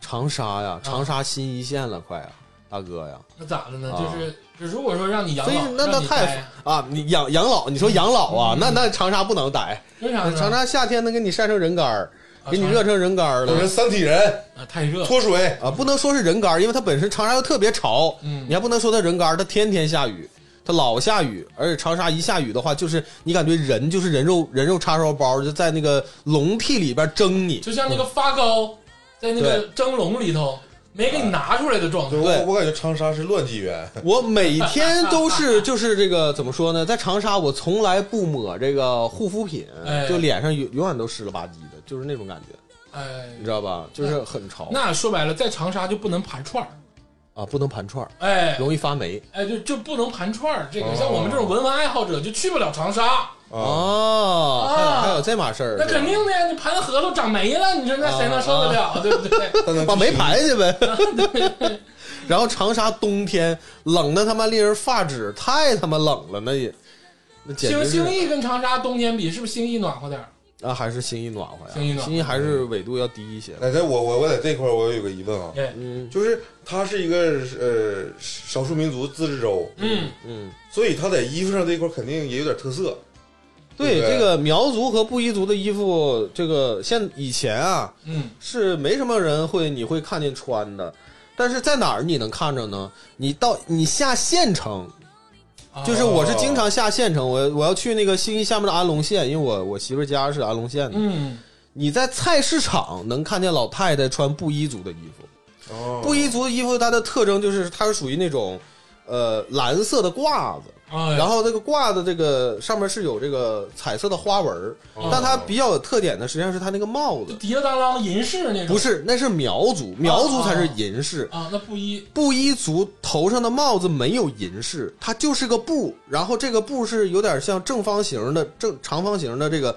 Speaker 4: 长沙呀，长沙新一线了，快呀，大哥呀，
Speaker 2: 那咋的呢？
Speaker 4: 啊
Speaker 2: 就是就如果说让你养
Speaker 4: 非
Speaker 2: 老，
Speaker 4: 那那
Speaker 2: 让你
Speaker 4: 太
Speaker 2: 待
Speaker 4: 啊，你养养老，你说养老啊，那那长沙不能待，
Speaker 2: 为啥呢？
Speaker 4: 长沙夏天能给你晒成人干儿，
Speaker 2: 嗯啊
Speaker 4: 给你热成人干儿
Speaker 3: 都是
Speaker 4: 了。
Speaker 3: 三体人
Speaker 2: 啊太热
Speaker 3: 脱水，
Speaker 4: 啊，不能说是人干儿，因为它本身长沙又特别潮，
Speaker 2: 嗯
Speaker 4: 你还不能说它人干儿，它天天下雨，它老下雨，而且长沙一下雨的话，就是你感觉人就是人肉人肉叉烧包，就在那个笼屉里边蒸你，
Speaker 2: 就像那个发糕在那个蒸笼里头没
Speaker 3: 哎
Speaker 2: 给你拿出来的状态
Speaker 3: 对，我
Speaker 4: 对
Speaker 3: 我感觉长沙是乱纪元，
Speaker 4: 我每天都是就是这个怎么说呢，在长沙我从来不抹这个护肤品，
Speaker 2: 哎
Speaker 4: 就脸上永永远都湿了吧唧的，就是那种感觉，
Speaker 2: 哎
Speaker 4: 你，知道吧？就是很潮
Speaker 2: 那说白了，在长沙就不能盘串儿，
Speaker 4: 啊，不能盘串儿，
Speaker 2: 哎
Speaker 4: 容易发霉
Speaker 2: 哎，就就不能盘串儿。这个
Speaker 3: 哦
Speaker 2: 像我们这种文玩爱好者就去不了长沙。
Speaker 3: 啊，
Speaker 4: 哦，还有
Speaker 2: 啊
Speaker 4: 还有这啊码事儿，
Speaker 2: 那肯定的呀，你盘核桃长霉了，你说那谁能受得了，对不对？
Speaker 3: 但能
Speaker 4: 把
Speaker 3: 去
Speaker 4: 煤盘去呗。 <laughs> 然后长沙冬天冷的他妈令人发指， <laughs> 太他妈冷了，那也那简
Speaker 2: 兴
Speaker 4: 直
Speaker 2: 兴
Speaker 4: 是
Speaker 2: 义跟长沙冬天比，是不是兴义暖和点儿？
Speaker 4: 啊，还是兴义暖和呀，
Speaker 2: 兴义暖和
Speaker 4: 还是纬度要低一些。
Speaker 3: 奶奶，我我我在这块儿我有个疑问啊，
Speaker 2: 哎，
Speaker 4: 嗯
Speaker 3: 就是它是一个呃少数民族自治州，
Speaker 2: 嗯，
Speaker 4: 嗯，
Speaker 3: 所以它在衣服上这一块儿肯定也有点特色。
Speaker 4: 对，
Speaker 3: 对
Speaker 4: 这个苗族和布依族的衣服，这个现以前啊
Speaker 2: 嗯，
Speaker 4: 是没什么人会你会看见穿的，但是在哪儿你能看着呢？你到你下县城，
Speaker 2: 啊
Speaker 4: 就是我是经常下县城，我我要去那个兴义下面的安龙县，因为我我媳妇儿家是安龙县的。
Speaker 2: 嗯，
Speaker 4: 你在菜市场能看见老太太穿布依族的衣服，
Speaker 3: 哦
Speaker 4: 布依族的衣服它的特征就是它是属于那种，呃，蓝色的褂子，
Speaker 2: 哎，
Speaker 4: 然后这个褂子这个上面是有这个彩色的花纹儿，
Speaker 3: 哦
Speaker 4: 但它比较有特点的实际上是它那个帽
Speaker 2: 就
Speaker 4: 子，
Speaker 2: 滴了当啷银饰那种，
Speaker 4: 不是，那是苗族，苗族才是银饰。
Speaker 2: 啊，那布衣
Speaker 4: 布依族头上的帽子没有银饰，它就是个布，然后这个布是有点像正方形的、正长方形的这个，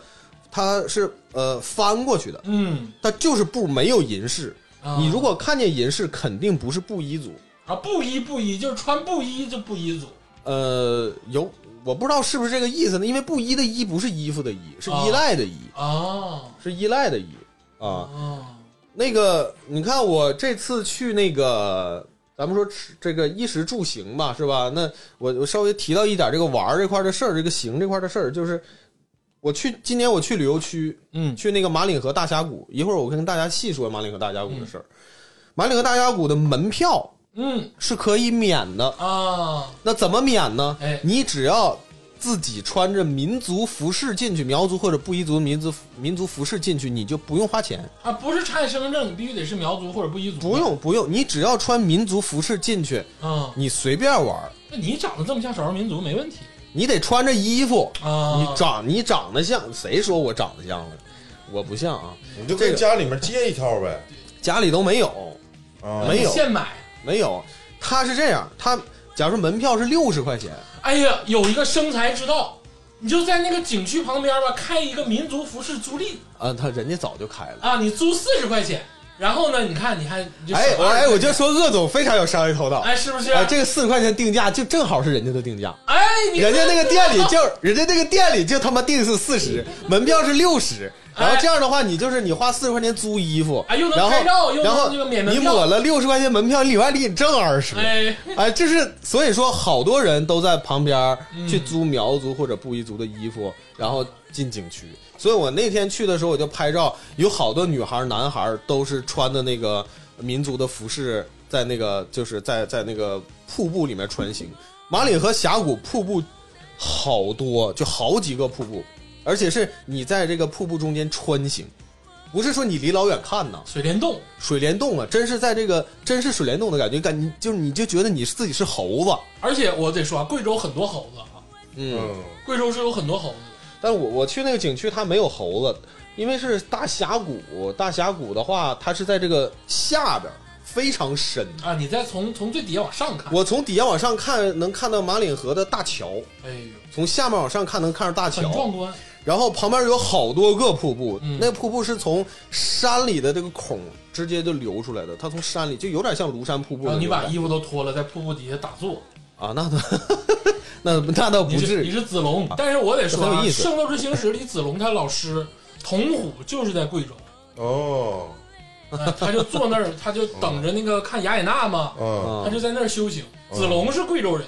Speaker 4: 它是呃翻过去的，
Speaker 2: 嗯，
Speaker 4: 它就是布，没有银饰。
Speaker 2: 啊
Speaker 4: 你如果看见银饰，肯定不是布依族。
Speaker 2: 啊布衣布衣就是穿布衣就布衣族，
Speaker 4: 呃，有我不知道是不是这个意思呢？因为布依的依不是衣服的依，是
Speaker 2: 啊
Speaker 4: 依赖的依，
Speaker 2: 啊
Speaker 4: 是依赖的依啊。
Speaker 2: 啊，
Speaker 4: 那个，你看我这次去那个，咱们说吃这个衣食住行吧，是吧？那我我稍微提到一点这个玩儿这块儿的事儿，这个行这块儿的事儿，就是我去今年我去旅游区，
Speaker 2: 嗯
Speaker 4: 去那个马岭河大峡谷，一会儿我跟大家细说马岭河大峡谷的事儿。马岭河大峡谷的门票
Speaker 2: 嗯
Speaker 4: 是可以免的，
Speaker 2: 啊，
Speaker 4: 那怎么免呢？
Speaker 2: 哎
Speaker 4: 你只要自己穿着民族服饰进去，苗族或者布依族民族民族服饰进去，你就不用花钱，
Speaker 2: 啊，不是查你身份证，你必须得是苗族或者布依族，
Speaker 4: 不，用不用，你只要穿民族服饰进去，
Speaker 2: 啊，
Speaker 4: 你随便玩儿，
Speaker 2: 那你长得这么像少数民族没问题
Speaker 4: 你得穿着衣服，
Speaker 2: 啊，
Speaker 4: 你长你长得像，谁说我长得像了？我不像啊，
Speaker 3: 你就
Speaker 4: 这
Speaker 3: 跟
Speaker 4: 个
Speaker 3: 家里面借一套呗。
Speaker 4: 家里都没有
Speaker 3: 啊，
Speaker 4: 没有
Speaker 2: 现买。
Speaker 4: 没有，他是这样，他假如说门票是六十块钱，
Speaker 2: 哎呀，有一个生财之道，你就在那个景区旁边吧，开一个民族服饰租赁
Speaker 4: 啊，他人家早就开了。
Speaker 2: 啊，你租四十块钱，然后呢，你看，你看，你就
Speaker 4: 哎，
Speaker 2: 省
Speaker 4: 我
Speaker 2: 了
Speaker 4: 哎，
Speaker 2: 20
Speaker 4: 我就说鄂总非常有商业头脑，
Speaker 2: 哎，是不是？
Speaker 4: 啊，这个四十块钱定价就正好是人家的定价，
Speaker 2: 哎，你
Speaker 4: 人家那个店
Speaker 2: <laughs>
Speaker 4: 里就人家那个店里就他妈定是四十，
Speaker 2: 哎
Speaker 4: 门票是六十，然后这样的话你就是你花四十块钱租衣服，
Speaker 2: 哎又能
Speaker 4: 然后
Speaker 2: 拍照又能
Speaker 4: 然后
Speaker 2: 这个免门
Speaker 4: 你
Speaker 2: 票
Speaker 4: 抹了六十块钱门票里外里你挣二十，
Speaker 2: 哎，
Speaker 4: <laughs> 哎，这是所以说好多人都在旁边去租苗族或者布依族的衣服，然后进景区。所以我那天去的时候我就拍照，有好多女孩儿、男孩儿都是穿的那个民族的服饰，在那个就是在在那个瀑布里面穿行。马里河峡谷瀑布好多，就好几个瀑布，而且是你在这个瀑布中间穿行，不是说你离老远看呐。
Speaker 2: 水帘洞
Speaker 4: 水帘洞啊，真是在这个真是水帘洞的感觉，感你就你就觉得你自己是猴子，
Speaker 2: 而且我得说啊，贵州很多猴子啊，
Speaker 4: 嗯，
Speaker 3: 嗯，
Speaker 2: 贵州是有很多猴子。
Speaker 4: 但我我去那个景区，它没有猴子，因为是大峡谷，大峡谷的话，它是在这个下边儿非常深，
Speaker 2: 啊，你再从从最底下往上看，
Speaker 4: 我从底下往上看能看到马岭河的大桥，
Speaker 2: 哎呦，
Speaker 4: 从下面往上看能看着大
Speaker 2: 很壮
Speaker 4: 桥，
Speaker 2: 观。
Speaker 4: 然后旁边有好多个瀑布，
Speaker 2: 嗯
Speaker 4: 那瀑布是从山里的这个孔直接就流出来的，它从山里就有点像庐山瀑布
Speaker 2: 然后哦
Speaker 4: 的那
Speaker 2: 你
Speaker 4: 种感觉。
Speaker 2: 把衣服都脱了，在瀑布底下打坐，
Speaker 4: 啊，那倒那那倒 <laughs>
Speaker 2: 你
Speaker 4: 不
Speaker 2: 是
Speaker 4: 至于
Speaker 2: 你。是子龙。但是我得说
Speaker 4: 很
Speaker 2: 啊，
Speaker 4: 有意
Speaker 2: 《
Speaker 4: 思
Speaker 2: 圣斗士星矢》里子龙他老师童虎就是在
Speaker 4: <laughs>
Speaker 2: 贵州。
Speaker 3: 哦，
Speaker 2: 哎他就坐那儿，他就等着那个看雅典娜嘛，
Speaker 4: 啊
Speaker 3: 嗯，
Speaker 2: 他就在那儿修行。
Speaker 3: 嗯
Speaker 2: 子龙是贵州人，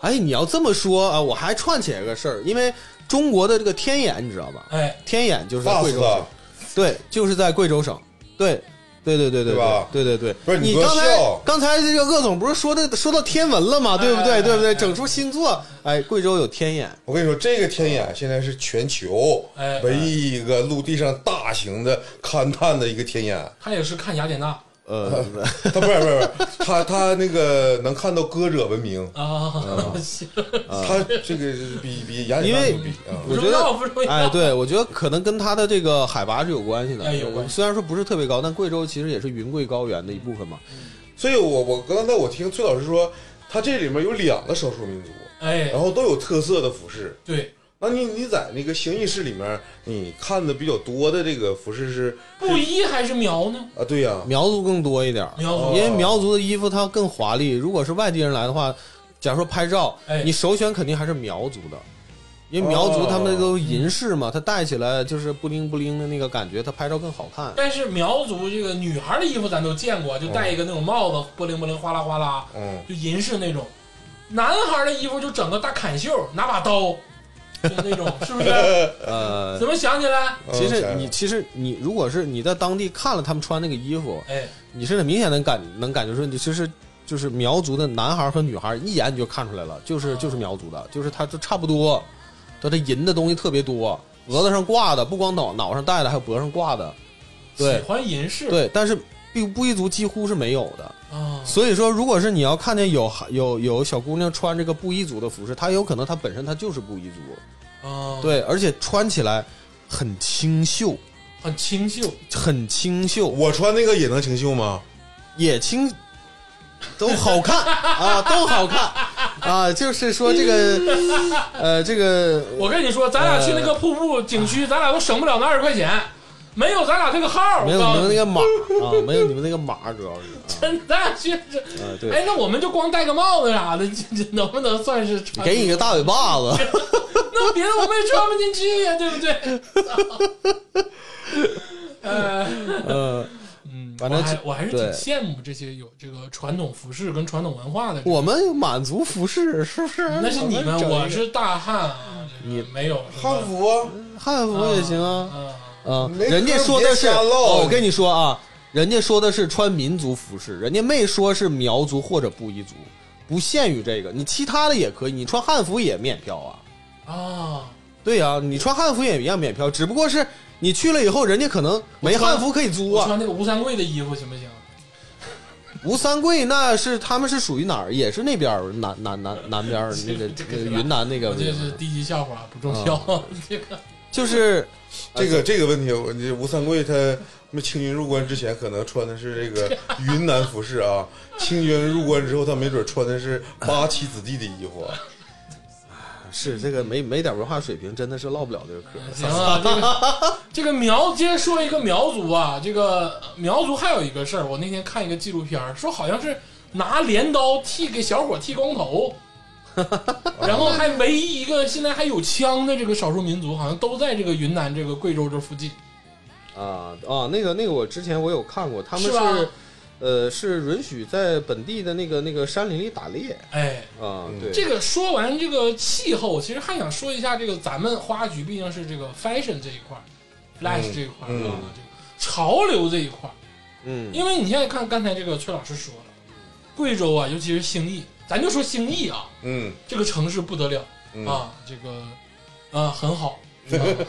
Speaker 4: 哎，你要这么说啊，我还串起来个事儿，因为中国的这个天眼你知道吧？
Speaker 2: 哎，
Speaker 4: 天眼就是在
Speaker 3: 大啊
Speaker 4: 贵
Speaker 3: 死
Speaker 4: 州省
Speaker 3: 了，，
Speaker 4: 对，就是在贵州省，对。对对对对
Speaker 3: 对吧
Speaker 4: 对对对，
Speaker 3: 不是
Speaker 4: 你
Speaker 3: 你不要
Speaker 4: 刚才
Speaker 3: 笑
Speaker 4: 刚才这个鄂总不是说的说到天文了吗？对不
Speaker 2: 哎哎
Speaker 4: 对？对不
Speaker 2: 哎
Speaker 4: 对？整出新作，哎，贵州有天眼，
Speaker 3: 我跟你说，这个天眼现在是全球
Speaker 2: 哎
Speaker 3: 唯一一个陆地上大型的勘探的一个天眼，
Speaker 2: 他也是看雅典娜
Speaker 4: 呃，
Speaker 3: 它不是不是不是，它它那个能看到歌者文
Speaker 4: <laughs>
Speaker 3: 明，
Speaker 2: 啊，行
Speaker 3: 它这个比比雅典娜
Speaker 4: 因为
Speaker 3: 牛逼啊！
Speaker 2: 不
Speaker 4: 我
Speaker 2: 重
Speaker 4: 觉
Speaker 2: 要，
Speaker 4: 得，
Speaker 2: 不重
Speaker 4: 哎，
Speaker 2: 要。
Speaker 4: 对，我觉得可能跟它的这个海拔是有关系的
Speaker 2: 哎有关，系
Speaker 4: 虽然说不是特别高，但贵州其实也是云贵高原的一部分嘛。
Speaker 3: 所以我我刚才我听崔老师说，它这里面有两个少数民族，
Speaker 2: <laughs> 哎
Speaker 3: 然，后都有特色的服饰。
Speaker 2: 对，
Speaker 3: 那你你在那个形意室里面，你看的比较多的这个服饰是
Speaker 2: 布衣还是苗呢？
Speaker 3: 啊，对呀、
Speaker 4: 苗族更多一点儿，
Speaker 2: 苗族
Speaker 3: 哦
Speaker 4: 因为苗族的衣服它更华丽。如果是外地人来的话，假如说拍照，
Speaker 2: 哎
Speaker 4: 你首选肯定还是苗族的，因为苗族他们都银饰嘛，它戴起来就是布灵布灵的那个感觉，它拍照更好看。
Speaker 2: 但是苗族这个女孩的衣服咱都见过，就
Speaker 4: 哦
Speaker 2: 戴一个那种帽子，波灵波灵哗啦哗啦，
Speaker 3: 嗯，
Speaker 2: 就银饰那种。男孩的衣服就整个大砍袖，拿把刀，就那种，是不是？ <laughs>
Speaker 4: 呃，
Speaker 2: 怎么想起来？
Speaker 3: 嗯
Speaker 4: 其实
Speaker 3: 想
Speaker 4: 你其实你如果是你在当地看了他们穿那个衣服，
Speaker 2: 哎，
Speaker 4: 你是明显能感能感觉出，你其实就是苗族的男孩和女孩，一眼你就看出来了，就是
Speaker 2: 啊
Speaker 4: 就是苗族的，就是他就差不多，他这银的东西特别多，额头上挂的不光脑脑上戴的，还有脖上挂的，对
Speaker 2: 喜欢银饰，
Speaker 4: 对，但是布布依族几乎是没有的。
Speaker 2: 啊，
Speaker 4: 所以说，如果是你要看见有有有小姑娘穿这个布依族的服饰，她有可能她本身她就是布依族，
Speaker 2: 啊，，
Speaker 4: 对，而且穿起来很清秀，
Speaker 2: 很清秀，
Speaker 4: 很清秀，
Speaker 3: 我穿那个也能清秀吗？
Speaker 4: 也清，都
Speaker 2: <laughs>
Speaker 4: 好看啊，都好看啊，就是说这个
Speaker 2: <laughs>
Speaker 4: 呃，这个
Speaker 2: 我跟你说，咱俩去那个
Speaker 4: 呃
Speaker 2: 瀑布景区，咱俩都省不了那二十块钱，没有咱俩这个号儿，
Speaker 4: 没有你
Speaker 2: 我告诉
Speaker 4: 们
Speaker 2: 你
Speaker 4: 那个码啊，没有你们那个码，主要是啊，
Speaker 2: 真的去这，
Speaker 4: 呃对，
Speaker 2: 哎，那我们就光戴个帽子啥的，这这能不能算是穿？
Speaker 4: 给你个大尾巴子。
Speaker 2: <laughs> 那别的我们也穿不进去呀，对不对？ <laughs> 呃，
Speaker 4: 呃，
Speaker 2: 嗯，
Speaker 4: 反正
Speaker 2: 我还
Speaker 4: 就
Speaker 2: 我还是挺
Speaker 4: 对
Speaker 2: 羡慕这些有这个传统服饰跟传统文化的人。
Speaker 4: 我们满族服饰是不是？
Speaker 2: 那是你们，
Speaker 4: 整一个
Speaker 2: 我是大汉啊，这个
Speaker 4: 你
Speaker 2: 没有是吧
Speaker 3: 汉服啊，
Speaker 4: 汉服也行啊。
Speaker 2: 嗯，
Speaker 4: 啊，
Speaker 3: 没
Speaker 4: 人家说的是，
Speaker 3: 别瞎唠
Speaker 4: 哦我跟你说啊，人家说的是穿民族服饰，人家没说是苗族或者布依族，不限于这个，你其他的也可以，你穿汉服也免票啊。
Speaker 2: 啊，
Speaker 4: 对呀、你穿汉服也一样免票，只不过是你去了以后，人家可能没汉服可以租
Speaker 2: 我
Speaker 4: 啊。
Speaker 2: 穿那个吴三桂的衣服行不行？
Speaker 4: 吴三桂那是他们是属于哪儿？也是那边儿南南南南边儿那个
Speaker 2: 这个
Speaker 4: 那个云南那个
Speaker 2: 我这
Speaker 4: 位
Speaker 2: 是
Speaker 4: 置，
Speaker 2: 低级笑话，不重
Speaker 4: 啊
Speaker 2: 要。 <laughs> 这个
Speaker 4: 就是
Speaker 3: 这个这个问题，我这吴三桂他那清军入关之前可能穿的是这个云南服饰啊，清军入关之后，他没准穿的是八旗子弟的衣服啊。
Speaker 4: 是这个没没点文化水平，真的是唠不了这个嗑。
Speaker 2: 行啊，这个 <laughs> 这个苗，接着说一个苗族啊，这个苗族还有一个事儿，我那天看一个纪录片儿，说好像是拿镰刀剃给小伙剃光
Speaker 4: <laughs>
Speaker 2: 头，然后还唯一一个现在还有枪的这个少数民族，好像都在这个云南这个贵州这附近。
Speaker 4: 啊啊，那个那个，我之前我有看过，他们
Speaker 2: 是吧
Speaker 4: 呃是允许在本地的那个那个山林里打猎
Speaker 2: 哎，
Speaker 4: 啊，
Speaker 3: 嗯
Speaker 4: 对，
Speaker 2: 这个说完这个气候，其实还想说一下这个咱们花局毕竟是这个 fashion 这一块儿，flash 这一块儿
Speaker 3: 嗯
Speaker 2: 啊，这个潮流这一块儿。
Speaker 4: 嗯
Speaker 2: <laughs> 因为你现在看刚才这个崔老师说了，贵州啊，尤其是兴义，咱就说兴义啊，
Speaker 3: 嗯
Speaker 2: 这个城市不得了
Speaker 3: 嗯，
Speaker 2: 啊，这个啊很好
Speaker 4: <laughs> 很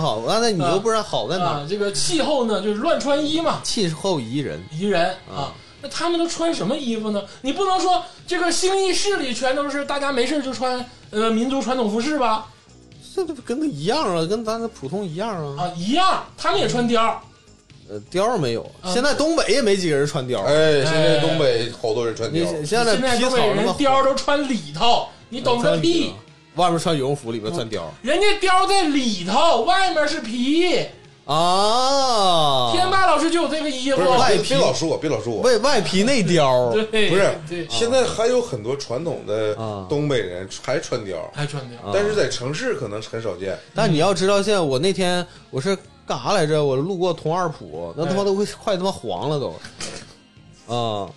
Speaker 4: 好。啊，嗯 <laughs> 那你又不知道好在哪儿，
Speaker 2: 啊，这个气候呢就是乱穿衣嘛，
Speaker 4: 气候宜人
Speaker 2: 宜人啊
Speaker 4: 啊。
Speaker 2: 那他们都穿什么衣服呢？你不能说这个兴义市里全都是大家没事就穿呃民族传统服饰吧？
Speaker 4: 这这不跟他一样啊，跟咱的普通一样啊。
Speaker 2: 啊，一样，他们也穿貂儿，
Speaker 4: 呃，貂儿没有，
Speaker 2: 啊
Speaker 4: 现在东北也没几个人穿貂儿。
Speaker 3: 哎，现在东北好多人穿
Speaker 4: 你
Speaker 3: 貂，
Speaker 4: 现在
Speaker 2: 现在
Speaker 4: 皮
Speaker 2: 东
Speaker 4: 草
Speaker 2: 北
Speaker 4: 那
Speaker 2: 人
Speaker 4: 么
Speaker 2: 貂儿
Speaker 4: 都
Speaker 2: 都穿里头，你懂个屁！！
Speaker 4: 外面穿羽绒服，里面穿貂
Speaker 2: 人家貂在里头，外面是皮。
Speaker 4: 儿啊，
Speaker 2: 嗯天霸老师就有这个衣服
Speaker 3: 不，是
Speaker 4: 外
Speaker 3: 别
Speaker 4: 皮
Speaker 3: 别老说我，别老说我，
Speaker 4: 外外皮内貂儿
Speaker 2: <laughs> 对，
Speaker 3: 不是
Speaker 2: 对，
Speaker 3: 现在还有很多传统的
Speaker 4: 啊
Speaker 3: 东北人还穿貂，
Speaker 2: 还穿貂，
Speaker 4: 啊
Speaker 3: 但是在城市可能很少见。
Speaker 4: 但你要知道，现在我那天我是干啥来着？我路过同二铺，那他
Speaker 2: 哎
Speaker 4: 妈都快快他妈黄了都。啊，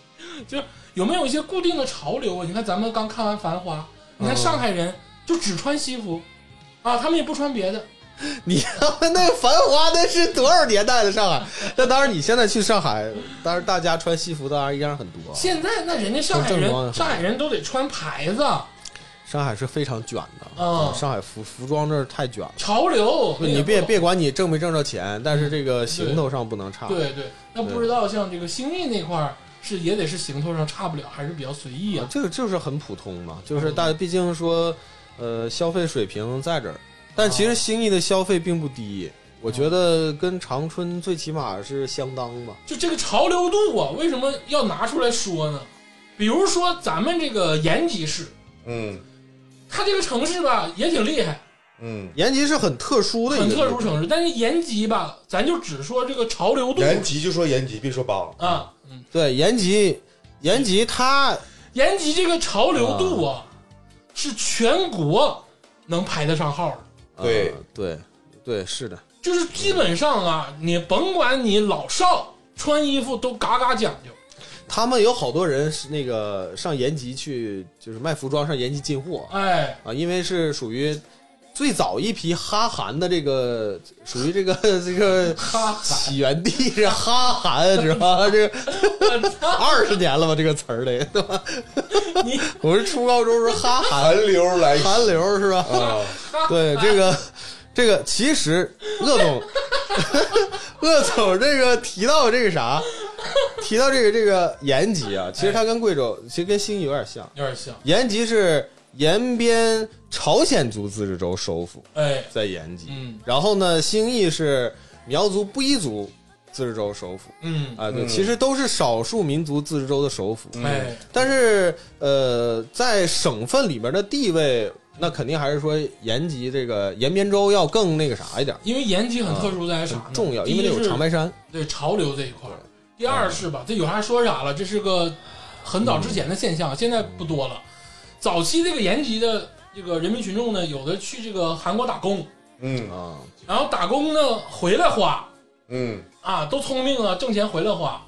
Speaker 2: 就是有没有一些固定的潮流啊？你看咱们刚看完《繁花》，你看上海人就只穿西服。啊，他们也不穿别的，
Speaker 4: 哦你他妈那繁华那是多少年代的上海？ <laughs> 那当然，你现在去上海，当然大家穿西服当然一样很多。
Speaker 2: 现在那人家上海
Speaker 4: 都正啊装
Speaker 2: 人，上海人都得穿牌子，啊
Speaker 4: 上海是非常卷的，
Speaker 2: 嗯
Speaker 4: 上海服服装这儿太卷了。
Speaker 2: 潮流。哎
Speaker 4: 你别别管你挣没挣着钱，但是这个行头上不能差。
Speaker 2: 对对，那不知道像这个兴义那块儿是也得是行头上差不了，还是比较随意啊。
Speaker 4: 啊这个就是很普通嘛，就是大，毕竟说，呃，消费水平在这儿，但其实兴义的消费并不低，我觉得跟长春最起码是相当吧。
Speaker 2: 就这个潮流度啊，为什么要拿出来说呢？比如说咱们这个延吉市，
Speaker 3: 嗯
Speaker 2: 它这个城市吧也挺厉害，
Speaker 3: 嗯，
Speaker 4: 延吉是很特殊的一个
Speaker 2: 很
Speaker 4: 地方，
Speaker 2: 特殊城市，但是延吉吧，咱就只说这个潮流度
Speaker 3: 延吉就说延吉，别说八。
Speaker 2: 啊，嗯，
Speaker 4: 对，延吉，延吉它
Speaker 2: 延吉这个潮流度啊，是全国能排得上号的。
Speaker 3: 对
Speaker 4: 啊对对，是的，
Speaker 2: 就是基本上啊，你甭管你老少，穿衣服都嘎嘎讲究。
Speaker 4: 他们有好多人是那个上延吉去，就是卖服装上延吉进货
Speaker 2: 哎，
Speaker 4: 啊，因为是属于最早一批哈韩的这个，属于这个 <laughs> 这个
Speaker 2: 哈哈，
Speaker 4: 起源地是哈韩，是吧？ <laughs> 这二十年了吧，这个词儿得，对吧？
Speaker 2: 你
Speaker 4: 我是初高中时候哈韩
Speaker 3: 韩流来袭
Speaker 4: 韩流是吧？
Speaker 3: 啊，
Speaker 4: 对这个，这个其实鄂总， <laughs> 鄂总这个提到这个啥，提到这个这个延吉啊，其实它跟贵州，其实跟兴义有点像。
Speaker 2: 有点像。
Speaker 4: 延吉是延边朝鲜族自治州首府，
Speaker 2: 哎，
Speaker 4: 在延吉。
Speaker 2: 嗯
Speaker 4: 然后呢，兴义是苗族布依族自治州首府。
Speaker 2: 嗯，
Speaker 4: 啊，对，
Speaker 3: 嗯
Speaker 4: 其实都是少数民族自治州的首府。
Speaker 2: 哎，
Speaker 4: 但是呃，在省份里面的地位，那肯定还是说延吉这个延边州要更那个啥一点，
Speaker 2: 因为延吉很特殊在于啥呢？
Speaker 4: 嗯重要，
Speaker 2: 第
Speaker 4: 因为
Speaker 2: 一
Speaker 4: 那有
Speaker 2: 是
Speaker 4: 长白嗯山。
Speaker 2: 对潮流这一块儿。第二是吧，这有啥说啥了，这是个很早之前的现象，现在不多了。早期这个延吉的这个人民群众呢，有的去这个韩国打工，
Speaker 3: 嗯
Speaker 4: 啊，
Speaker 2: 然后打工呢回来花
Speaker 3: 嗯，
Speaker 2: 啊，都聪明啊，挣钱回来花，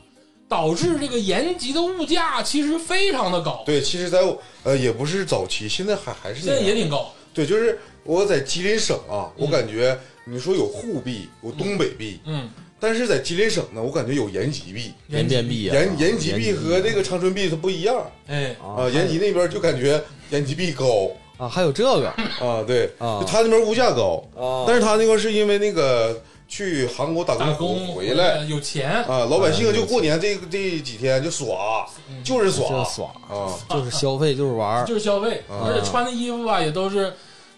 Speaker 2: 导致这个延吉的物价其实非常的高，
Speaker 3: 对，其实在我呃也不是早期，现在还还是
Speaker 2: 现在
Speaker 3: 那
Speaker 2: 也
Speaker 3: 样
Speaker 2: 挺高。
Speaker 3: 对，就是我在吉林省啊，我
Speaker 2: 嗯
Speaker 3: 感觉你说有沪币，有东北币，
Speaker 2: 嗯，
Speaker 3: 但是在吉林省呢，我感觉有延吉币，
Speaker 4: 延边币啊，
Speaker 3: 延延吉币和这个长春币它不一样
Speaker 2: 哎，
Speaker 4: 啊
Speaker 3: 啊，延吉那边就感觉延吉币高
Speaker 4: 啊，还有这个
Speaker 3: 啊，对，
Speaker 4: 啊
Speaker 3: 就他那边物价高，
Speaker 4: 啊
Speaker 3: 但是他那块是因为那个去韩国打
Speaker 2: 打
Speaker 3: 工
Speaker 2: 工
Speaker 3: 回来
Speaker 2: 有钱，
Speaker 3: 啊，老百
Speaker 4: 哎
Speaker 3: 姓就过年这这几天就耍，
Speaker 2: 嗯
Speaker 3: 就是
Speaker 4: 就
Speaker 3: 耍
Speaker 4: 是耍，
Speaker 3: 啊，
Speaker 4: 就是消费，就是玩儿，
Speaker 2: 就是消费，
Speaker 3: 啊
Speaker 2: 而且穿的衣服吧也都是，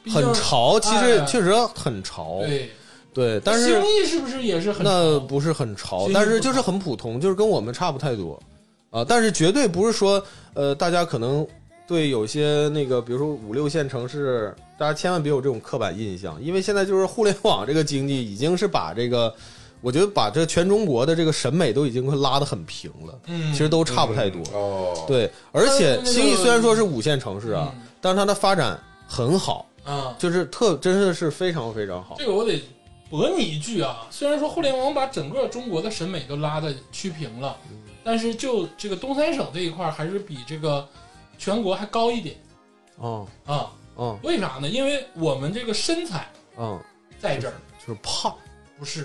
Speaker 2: 毕竟
Speaker 4: 很潮。其实
Speaker 2: 哎
Speaker 4: 确实很潮，
Speaker 2: 对，
Speaker 4: 对，但
Speaker 2: 兴
Speaker 4: 是
Speaker 2: 义是不是也是很
Speaker 4: 那不是很潮
Speaker 2: 兴，义
Speaker 4: 但
Speaker 2: 不
Speaker 4: 是
Speaker 2: 潮
Speaker 4: 就是很普通，就是跟我们差不太多啊。但是绝对不是说呃，大家可能对有些那个，比如说五六线城市，大家千万别有这种刻板印象，因为现在就是互联网这个经济已经是把这个，我觉得把这全中国的这个审美都已经快拉得很平了，
Speaker 2: 嗯，
Speaker 4: 其实都差不太多。
Speaker 3: 嗯哦，
Speaker 4: 对，而且
Speaker 2: 但是那个
Speaker 4: 兴义虽然说是五线城市啊，
Speaker 2: 嗯
Speaker 4: 但是它的发展很好，
Speaker 2: 啊，
Speaker 4: 就是特真的是非常非常好
Speaker 2: 这。个我得驳你一句啊，虽然说互联网把整个中国的审美都拉的趋平了，
Speaker 4: 嗯
Speaker 2: 但是就这个东三省这一块儿还是比这个全国还高一点
Speaker 4: 哦，
Speaker 2: 啊。
Speaker 4: 嗯
Speaker 2: 为啥呢？因为我们这个身材
Speaker 4: 嗯，
Speaker 2: 在这儿
Speaker 4: 就是胖
Speaker 2: 不是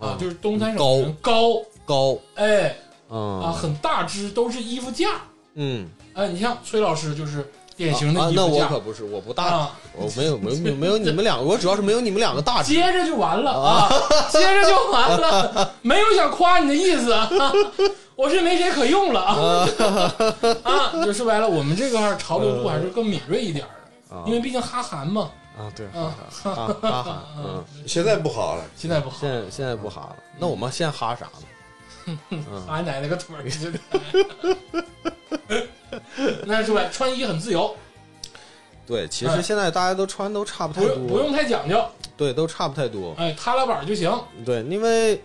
Speaker 2: 啊，
Speaker 4: 嗯
Speaker 2: 就是东三省人高，
Speaker 4: 高，
Speaker 2: 哎
Speaker 4: 嗯
Speaker 2: 啊，很大只，都是衣服架。
Speaker 4: 嗯，
Speaker 2: 哎，你像崔老师就是典型
Speaker 4: 啊
Speaker 2: 的
Speaker 4: 啊
Speaker 2: 衣
Speaker 4: 那
Speaker 2: 服
Speaker 4: 我
Speaker 2: 架
Speaker 4: 可不是，我不大，
Speaker 2: 啊，
Speaker 4: 我没有没有没有没有你们两个，我主要是没有你们两个大只。
Speaker 2: 接着就完了啊，接着就完
Speaker 4: <laughs>
Speaker 2: 了，没有想夸你的意思啊，我是没谁可用了啊 <laughs> 啊！就说白了，我们这个潮流度还是更敏锐一点儿
Speaker 4: 啊
Speaker 2: 的，因为毕竟哈韩嘛
Speaker 4: 啊，对，哈
Speaker 2: 啊，
Speaker 4: 哈哈哈，嗯，
Speaker 3: 现在不哈了，
Speaker 2: 现在不好
Speaker 4: 现，在现在不哈了，那我们现在哈啥呢？嗯
Speaker 2: 哈啊你奶奶个腿
Speaker 4: <laughs>
Speaker 2: 儿！真的 <laughs> 那说白了，穿衣很自由，
Speaker 4: 对，其实现在大家都穿都差不
Speaker 2: 哎不
Speaker 4: 太
Speaker 2: 用不
Speaker 4: 多，哦
Speaker 2: 用太讲究，
Speaker 4: 对，都差不太多。
Speaker 2: 哎，塌拉板儿就行。
Speaker 4: 对，因为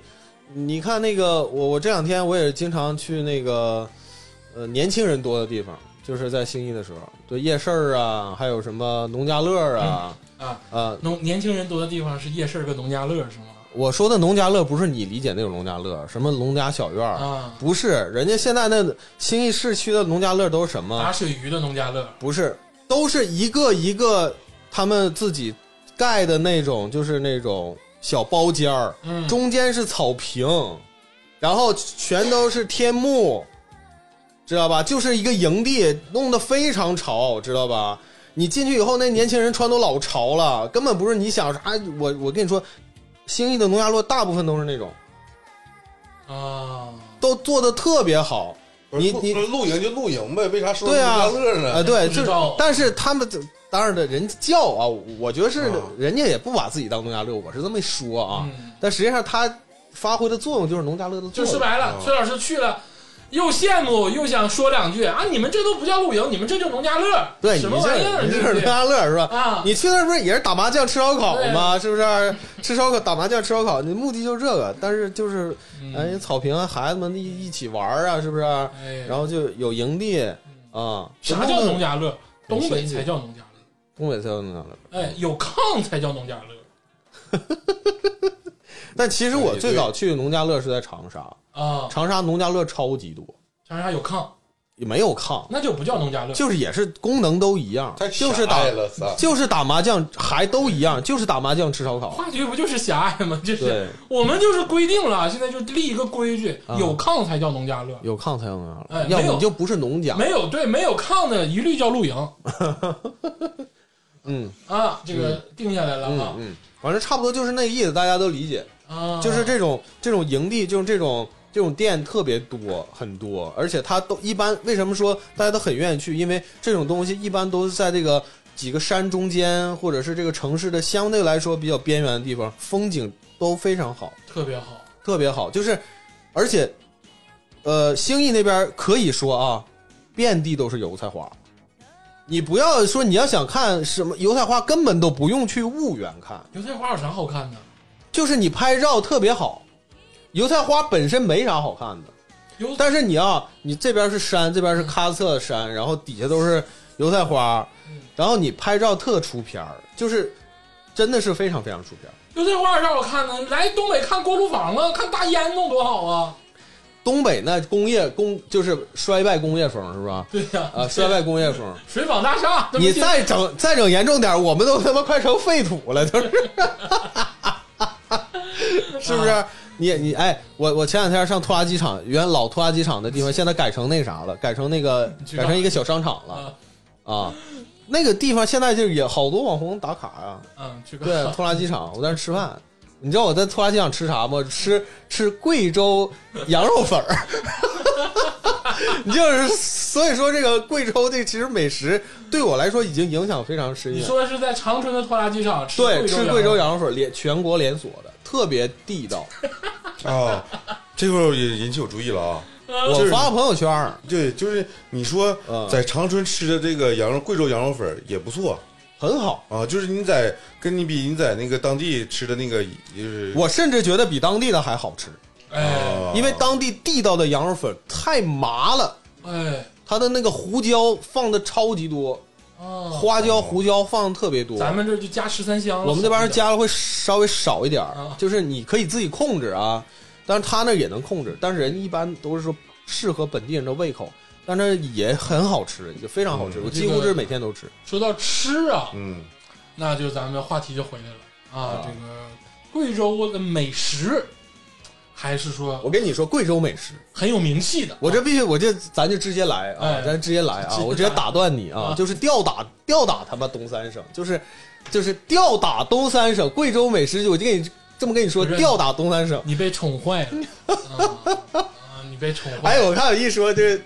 Speaker 4: 你看那个，我我这两天我也经常去那个，呃，年轻人多的地方，就是在兴义的时候，对夜市儿啊，还有什么农家乐儿啊，
Speaker 2: 嗯啊
Speaker 4: 呃，
Speaker 2: 农年轻人多的地方是夜市跟农家乐是吗？
Speaker 4: 我说的农家乐不是你理解那种农家乐，什么农家小院儿，
Speaker 2: 啊，
Speaker 4: 不是，人家现在那兴义市区的农家乐都是什么
Speaker 2: 打？水鱼的农家乐，
Speaker 4: 不是，都是一个一个他们自己盖的那种，就是那种小包间儿，
Speaker 2: 嗯，
Speaker 4: 中间是草坪，然后全都是天幕，知道吧？就是一个营地，弄得非常潮，知道吧？你进去以后，那年轻人穿都老潮了，根本不是你想啥。我我跟你说，兴义的农家乐大部分都是那种，
Speaker 2: 啊。
Speaker 4: 都做的特别好。
Speaker 3: 不是
Speaker 4: 你
Speaker 3: 露
Speaker 4: 你
Speaker 3: 露营就露营呗，为啥说农
Speaker 4: 对啊
Speaker 3: 家乐
Speaker 4: 啊，
Speaker 3: 呢？
Speaker 4: 对，
Speaker 2: 不
Speaker 4: 就
Speaker 2: 知
Speaker 4: 是
Speaker 2: 道，
Speaker 4: 但是他们这当然的，人家叫啊，我觉得是
Speaker 3: 啊
Speaker 4: 人家也不把自己当农家乐，我是这么一说啊。
Speaker 2: 嗯
Speaker 4: 但实际上，他发挥的作用就是哦农家乐的作
Speaker 2: 就
Speaker 4: 用
Speaker 2: 说。白了
Speaker 3: 嗯，
Speaker 2: 崔老师去了，又羡慕又想说两句啊！你们这都不叫露营，你们这叫农家乐，
Speaker 4: 对，你
Speaker 2: 什
Speaker 4: 这
Speaker 2: 么玩意儿？
Speaker 4: 你这
Speaker 2: 对
Speaker 4: 是
Speaker 2: 不
Speaker 4: 农
Speaker 2: 对
Speaker 4: 家乐是吧？
Speaker 2: 啊？
Speaker 4: <laughs> 你去那儿不是也是打麻将、吃烧烤吗？是不是？吃烧烤、打 <laughs> 麻将、吃烧烤，你目的就是这个。但是就是，
Speaker 2: 嗯
Speaker 4: 哎，草坪啊孩子们一一起玩儿啊，是不是？
Speaker 2: 哎
Speaker 4: 然后就有营地啊。
Speaker 2: 啥叫农家乐？东北才叫农家乐，
Speaker 4: 东北才有农家乐。
Speaker 2: 哎，有炕才叫农家乐
Speaker 4: 但其实我最早去农家乐是在长沙，
Speaker 2: 啊！
Speaker 4: 长沙农家乐超级多，
Speaker 2: 长沙有炕，
Speaker 4: 也没有炕，
Speaker 2: 那就不叫农家乐。
Speaker 4: 就是也是功能都一样
Speaker 3: 太，
Speaker 4: 就是
Speaker 3: 狭
Speaker 4: 打
Speaker 3: 隘了，操！
Speaker 4: <laughs> 就是打麻将还都一样，就是打麻将吃烧烤。
Speaker 2: 话剧不就是狭隘吗？就是
Speaker 4: 对，
Speaker 2: 我们就是规定了，现在就立一个规矩，
Speaker 4: 啊
Speaker 2: 有炕才叫农家乐，
Speaker 4: 有炕才有农家
Speaker 2: 哎
Speaker 4: 乐，要
Speaker 2: 没
Speaker 4: 不
Speaker 2: 有
Speaker 4: 你就不是农家。
Speaker 2: 没有对没有炕的一律叫露营
Speaker 4: <laughs> 嗯
Speaker 2: 啊！这个定下来了
Speaker 4: 嗯
Speaker 2: 啊
Speaker 4: 嗯，反正差不多就是那意思，大家都理解。
Speaker 2: 啊！
Speaker 4: 就是这种这种营地，就是这种这种店特别多，很多，而且它都一般。为什么说大家都很愿意去？因为这种东西一般都是在这个几个山中间，或者是这个城市的相对来说比较边缘的地方，风景都非常好，
Speaker 2: 特别好，
Speaker 4: 特别好。就是而且，呃，兴义那边可以说啊，遍地都是油菜花。你不要说你要想看什么油菜花，根本都不用去婺源看。
Speaker 2: 油菜花有啥好看的？
Speaker 4: 就是你拍照特别好，油菜花本身没啥好看的，
Speaker 2: 油
Speaker 4: 但是你啊，你这边是山，这边是喀斯特的山，然后底下都是油菜花
Speaker 2: 嗯，
Speaker 4: 然后你拍照特出片儿，就是真的是非常非常出片儿。
Speaker 2: 油菜花有啥好看的？来东北看锅炉房啊，看大烟囱多好啊！
Speaker 4: 东北那工业工就是衰败工业风是吧？
Speaker 2: 对呀、
Speaker 4: 啊，衰败工业风，
Speaker 2: 水坊大厦，这不
Speaker 4: 你
Speaker 2: 就
Speaker 4: 再整再整严重点儿，我们都他妈快成废土了，就是， <laughs> 是不是？你你哎，我我前两天上拖拉机厂，原老拖拉机厂的地方，现在改成那啥了，改成那 <laughs> 个
Speaker 2: 你去哪
Speaker 4: 改
Speaker 2: 儿
Speaker 4: 成一个小商场了
Speaker 2: 啊
Speaker 4: 啊。那个地方现在就是也好多网红打卡啊，
Speaker 2: 嗯 <laughs> 去
Speaker 4: 对，
Speaker 2: 看
Speaker 4: 拖拉机厂，我在那吃饭。你知道我在拖拉机厂吃啥吗？吃吃贵州羊肉粉儿。 <laughs> 你就是，所以说这个贵州这其实美食对我来说已经影响非常深
Speaker 2: 你
Speaker 4: 远。
Speaker 2: 说的是在长春的拖拉机上吃
Speaker 4: 对，吃贵
Speaker 2: 羊
Speaker 4: 州
Speaker 2: 肉
Speaker 4: 羊肉粉儿连全国连锁的，特别地道。
Speaker 3: 啊，这块儿也引起我注意了啊。
Speaker 4: 我发朋友圈儿，
Speaker 3: 对，就是你说
Speaker 4: 嗯
Speaker 3: 在长春吃的这个羊肉，贵州羊肉粉儿也不错
Speaker 4: 很好，
Speaker 3: 啊。就是你在跟你比，你在那个当地吃的那个，就是
Speaker 4: 我甚至觉得比当地的还好吃，
Speaker 2: 哎
Speaker 3: 啊
Speaker 4: 因为当地地道的羊肉粉儿太麻了，
Speaker 2: 哎
Speaker 4: 它的那个胡椒放的超级多，
Speaker 2: 哦，
Speaker 4: 花椒、胡椒放的特别多。
Speaker 2: 咱们这就加十三香了，
Speaker 4: 我们这边
Speaker 2: 边
Speaker 4: 儿加了会稍微少一点儿
Speaker 2: 啊，
Speaker 4: 就是你可以自己控制啊，但是他那儿也能控制，但是人一般都是说适合本地人的胃口，但是也很好吃，就非常好吃，
Speaker 3: 嗯
Speaker 4: 我几乎是每天都吃。
Speaker 2: 说到吃啊，
Speaker 3: 嗯，
Speaker 2: 那就咱们话题就回来了啊
Speaker 4: 啊，
Speaker 2: 这个贵州的美食还是说
Speaker 4: 我跟你说，贵州美食，
Speaker 2: 很有名气的，
Speaker 4: 我这必须，我这咱就直接来啊
Speaker 2: 哎，
Speaker 4: 咱直接来啊
Speaker 2: 直接，来
Speaker 4: 我直接打断你啊
Speaker 2: 啊，
Speaker 4: 就是吊打吊打他妈东三省，就是就是吊打东三省，贵州美食，我就跟你这么跟你说，
Speaker 2: 不是
Speaker 4: 吊打东三省。
Speaker 2: 你被宠坏
Speaker 4: <laughs>
Speaker 2: 了，啊啊你被宠坏
Speaker 4: 哎，
Speaker 2: 了，
Speaker 4: 我看我一说这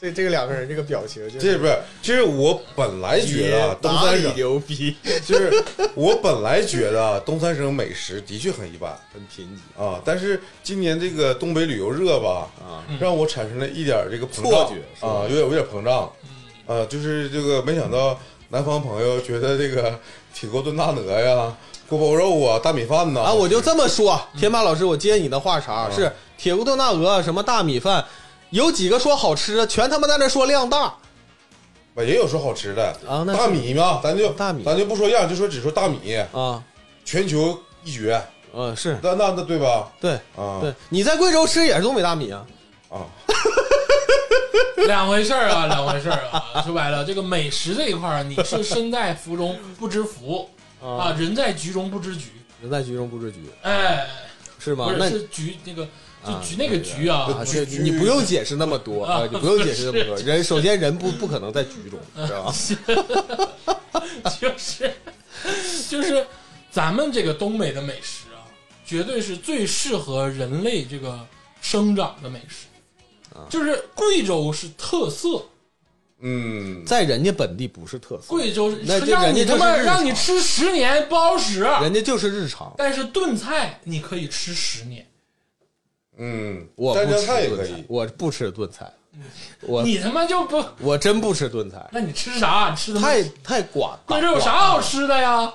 Speaker 4: 这这个两个人这个表情，就是
Speaker 3: 这不是，其实我本来觉得啊东
Speaker 4: 哪
Speaker 3: 三
Speaker 4: 里
Speaker 3: 省，
Speaker 4: <laughs> 牛逼，
Speaker 3: 就是我本来觉得啊东三省美食的确很一般
Speaker 4: 很贫瘠
Speaker 3: 啊，但是今年这个东北旅游热吧，
Speaker 4: 啊！
Speaker 2: 嗯
Speaker 3: 让我产生了一点儿这个膨
Speaker 4: 错
Speaker 3: 胀
Speaker 4: 觉是吧
Speaker 3: 啊，有点有点膨胀，
Speaker 2: 嗯
Speaker 3: 啊，就是这个没想到南方朋友觉得这个 <laughs> 铁锅炖大鹅呀、锅包肉啊、大米饭呐
Speaker 4: 啊，我就这么说，天霸老师，我接你的话茬儿
Speaker 2: 啊
Speaker 3: 嗯
Speaker 4: 是铁锅炖大鹅，什么大米饭，有几个说好吃的，全他妈在那说量大
Speaker 3: 也有说好吃的
Speaker 4: 啊那是
Speaker 3: 大米嘛，咱就
Speaker 4: 大米
Speaker 3: 咱就不说样，就说只说大米，
Speaker 4: 啊，
Speaker 3: 全球一绝，
Speaker 4: 呃，是
Speaker 3: 那那那对吧？
Speaker 4: 对
Speaker 3: 啊，
Speaker 4: 对，你在贵州吃也是东北大米啊，
Speaker 3: 啊，
Speaker 2: 两回事儿啊，两回事儿啊， <laughs> 说白了，这个美食这一块儿，你是身在福中不知福啊，
Speaker 4: 啊，
Speaker 2: 人在局中不知局，
Speaker 4: 人在局中不知局
Speaker 2: 哎，
Speaker 4: 是吗
Speaker 2: 不？
Speaker 4: 啊那
Speaker 2: 是
Speaker 4: 你
Speaker 2: 是局那个就
Speaker 4: 啊
Speaker 2: 局那个局 <laughs> 啊，
Speaker 4: 啊，这
Speaker 3: 局
Speaker 4: 你不用解释那么多啊，你不用解释那么
Speaker 2: <laughs>
Speaker 4: 多。人首先人不不可能在局中，
Speaker 2: 嗯
Speaker 4: 知 <laughs> 道吧？
Speaker 2: 就是就是咱们这个东北的美食啊，绝对是最适合人类这个生长的美食。
Speaker 4: 啊
Speaker 2: 就是贵州是特色，
Speaker 3: 嗯，
Speaker 4: 在人家本地不是特色，
Speaker 2: 贵州是
Speaker 4: 那这
Speaker 2: 让
Speaker 4: 人
Speaker 2: 你
Speaker 4: 家
Speaker 2: 他
Speaker 4: 就是
Speaker 2: 妈
Speaker 4: 日常
Speaker 2: 让你吃十年不好使，
Speaker 4: 人家就是日常。
Speaker 2: 但是炖菜你可以吃十年。
Speaker 3: 嗯，
Speaker 4: 我
Speaker 3: 蘸
Speaker 4: 不
Speaker 3: 酱
Speaker 4: 吃
Speaker 3: 菜也可
Speaker 4: 炖菜
Speaker 3: 以，，
Speaker 4: 我不吃炖菜，我
Speaker 2: 嗯你他妈就不，
Speaker 4: 我真不吃炖菜，
Speaker 2: 那你吃啥？你吃的
Speaker 4: 太太寡。
Speaker 2: 贵州有啥好吃的呀？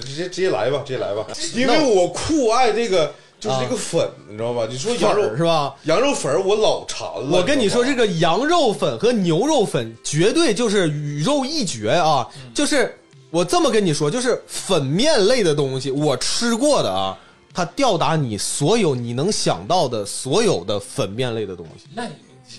Speaker 3: 直接直接来吧，直接来吧，因为我酷爱这个就是这个粉，你知道吧？你说
Speaker 4: 啊粉
Speaker 3: 羊
Speaker 4: 儿
Speaker 3: 肉
Speaker 4: 是吧？
Speaker 3: 羊肉粉儿我老馋了，
Speaker 4: 我跟你说，
Speaker 3: 知
Speaker 4: 这
Speaker 3: 道吧
Speaker 2: 嗯
Speaker 4: 个羊肉粉和牛肉粉绝对就是宇宙一绝啊！就是我这么跟你说，就是粉面类的东西，我吃过的啊，它吊打你所有你能想到的所有的粉面类的东西，
Speaker 2: 那你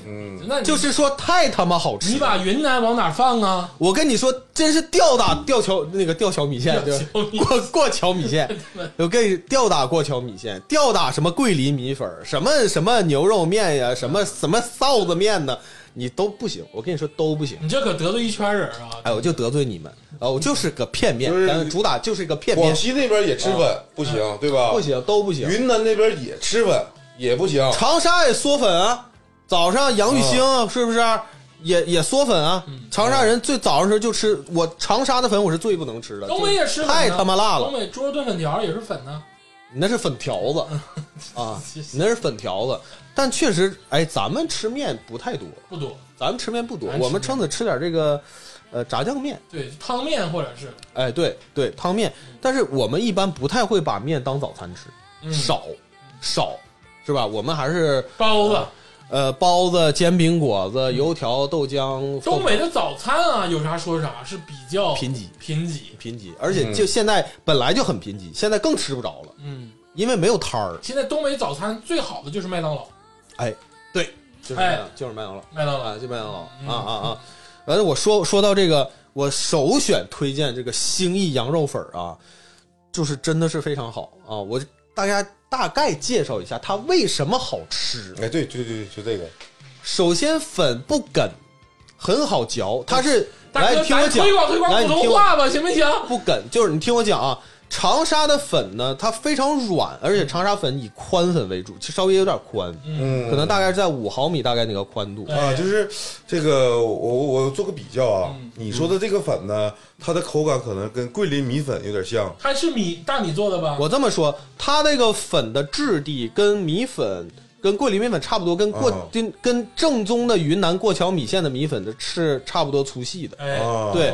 Speaker 3: 嗯
Speaker 2: 那你
Speaker 4: 就是说太他妈好吃
Speaker 2: 你
Speaker 4: 了。
Speaker 2: 把云南往哪放啊？
Speaker 4: 我跟你说，真是吊打吊桥那个吊桥米线，对吧
Speaker 2: 吊桥米线
Speaker 4: 过过桥
Speaker 2: <laughs>
Speaker 4: 米线，我跟你吊打过桥米线，吊打什么桂林米粉儿，什么什么牛肉面呀，什么什么臊子面呢，你都不行。我跟你说都不行。
Speaker 2: 你这可得罪一圈人啊！
Speaker 4: 哎，我就得罪你们啊！我就是个片面
Speaker 3: 就是，
Speaker 4: 咱们主打就是一个片面
Speaker 3: 广，西那边也吃粉，不行，对吧？
Speaker 4: 啊不。行都不行。
Speaker 3: 云南那边也吃粉，也不行。
Speaker 4: 长沙也嗦粉啊，早上杨玉兴啊是不是也也嗦粉啊？
Speaker 2: 嗯
Speaker 4: 长沙人最早的时候就吃我长沙的粉，我是最不能吃的，
Speaker 2: 东北也吃粉啊
Speaker 4: 太他妈辣了
Speaker 2: 东。北猪肉炖粉条也是粉呢。
Speaker 4: 你那是粉条子
Speaker 2: <laughs>
Speaker 4: 啊，你那是粉条子。但确实，哎，咱们吃面不太多，
Speaker 2: 不多，
Speaker 4: 咱们吃面不多
Speaker 2: 咱，吃
Speaker 4: 我们撑死吃点这个，呃，炸酱面。
Speaker 2: 对汤面或者是
Speaker 4: 哎，对对，汤面。但是我们一般不太会把面当早餐吃，
Speaker 2: 嗯
Speaker 4: 少少是吧？我们还是
Speaker 2: 包子。
Speaker 4: 呃包子、煎饼果子、
Speaker 2: 嗯
Speaker 4: 油条、豆浆。
Speaker 2: 东北的早餐啊，有啥说啥，是比较
Speaker 4: 贫瘠
Speaker 2: 贫瘠。
Speaker 4: 贫瘠，而且就现在本来就很贫瘠，现在更吃不着了，
Speaker 2: 嗯，
Speaker 4: 因为没有摊儿。
Speaker 2: 现在东北早餐最好的就是麦当劳，
Speaker 4: 哎，对，就是
Speaker 2: 哎
Speaker 4: 麦当就是麦当劳。
Speaker 2: 麦当劳
Speaker 4: 啊，就麦当劳啊啊啊！完了，我说说到这个，我首选推荐这个兴义羊肉粉儿啊，就是真的是非常好啊！我大家大概介绍一下它为什么好吃。
Speaker 3: 哎，对对对，就这个，
Speaker 4: 首先，粉不梗，很好嚼，它是
Speaker 2: 嗯大
Speaker 4: 来
Speaker 2: 哥，
Speaker 4: 你听我
Speaker 2: 咱
Speaker 4: 讲，
Speaker 2: 推广推广
Speaker 4: 来
Speaker 2: 普
Speaker 4: 你听
Speaker 2: 通
Speaker 4: 我
Speaker 2: 话吧，行不行？
Speaker 4: 不梗，就是你听我讲啊。长沙的粉呢，它非常软，而且长沙粉以宽粉为主，就稍微有点宽，
Speaker 3: 嗯，
Speaker 4: 可能大概在五毫米大概那个宽度。
Speaker 3: 啊，就是这个，我我我做个比较啊
Speaker 2: 嗯，
Speaker 3: 你说的这个粉呢，它的口感可能跟桂林米粉有点像，
Speaker 2: 它是米大米做的吧？
Speaker 4: 我这么说，它那个粉的质地跟米粉、跟桂林米粉差不多，跟过、
Speaker 3: 哦
Speaker 4: 跟跟正宗的云南过桥米线的米粉的是差不多粗细的，
Speaker 2: 哎，
Speaker 3: 啊，
Speaker 4: 对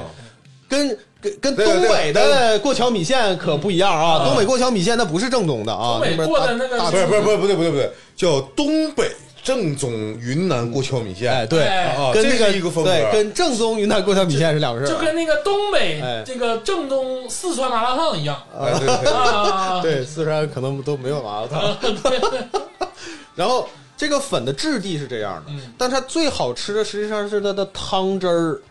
Speaker 4: 跟跟跟
Speaker 3: 对
Speaker 4: 东
Speaker 3: 对
Speaker 4: 北的过桥米线可不一样啊！
Speaker 2: 嗯
Speaker 4: 东北过桥米线那不是正宗的啊，
Speaker 2: 东北
Speaker 4: 那边
Speaker 2: 过的
Speaker 4: 大
Speaker 2: 那个
Speaker 4: 大
Speaker 3: 不是不是不是不对不对不对，叫东北正宗云南过桥米线，
Speaker 4: 哎对，
Speaker 2: 哎
Speaker 3: 啊，
Speaker 4: 跟
Speaker 3: 这
Speaker 4: 那个
Speaker 3: 是一个风格，
Speaker 4: 对跟正宗云南过桥米线是两个事
Speaker 2: 就
Speaker 4: 儿啊。
Speaker 2: 跟那个东北
Speaker 4: 哎
Speaker 2: 这个正宗四川麻辣烫
Speaker 4: <laughs>
Speaker 2: 一样
Speaker 3: 哎对对对
Speaker 2: 啊。
Speaker 4: 对，四川可能都没有麻辣
Speaker 2: <laughs>
Speaker 4: 烫。然后这个粉的质地是这样的，
Speaker 2: 嗯
Speaker 4: 但它最好吃的实际上是它的汤汁儿，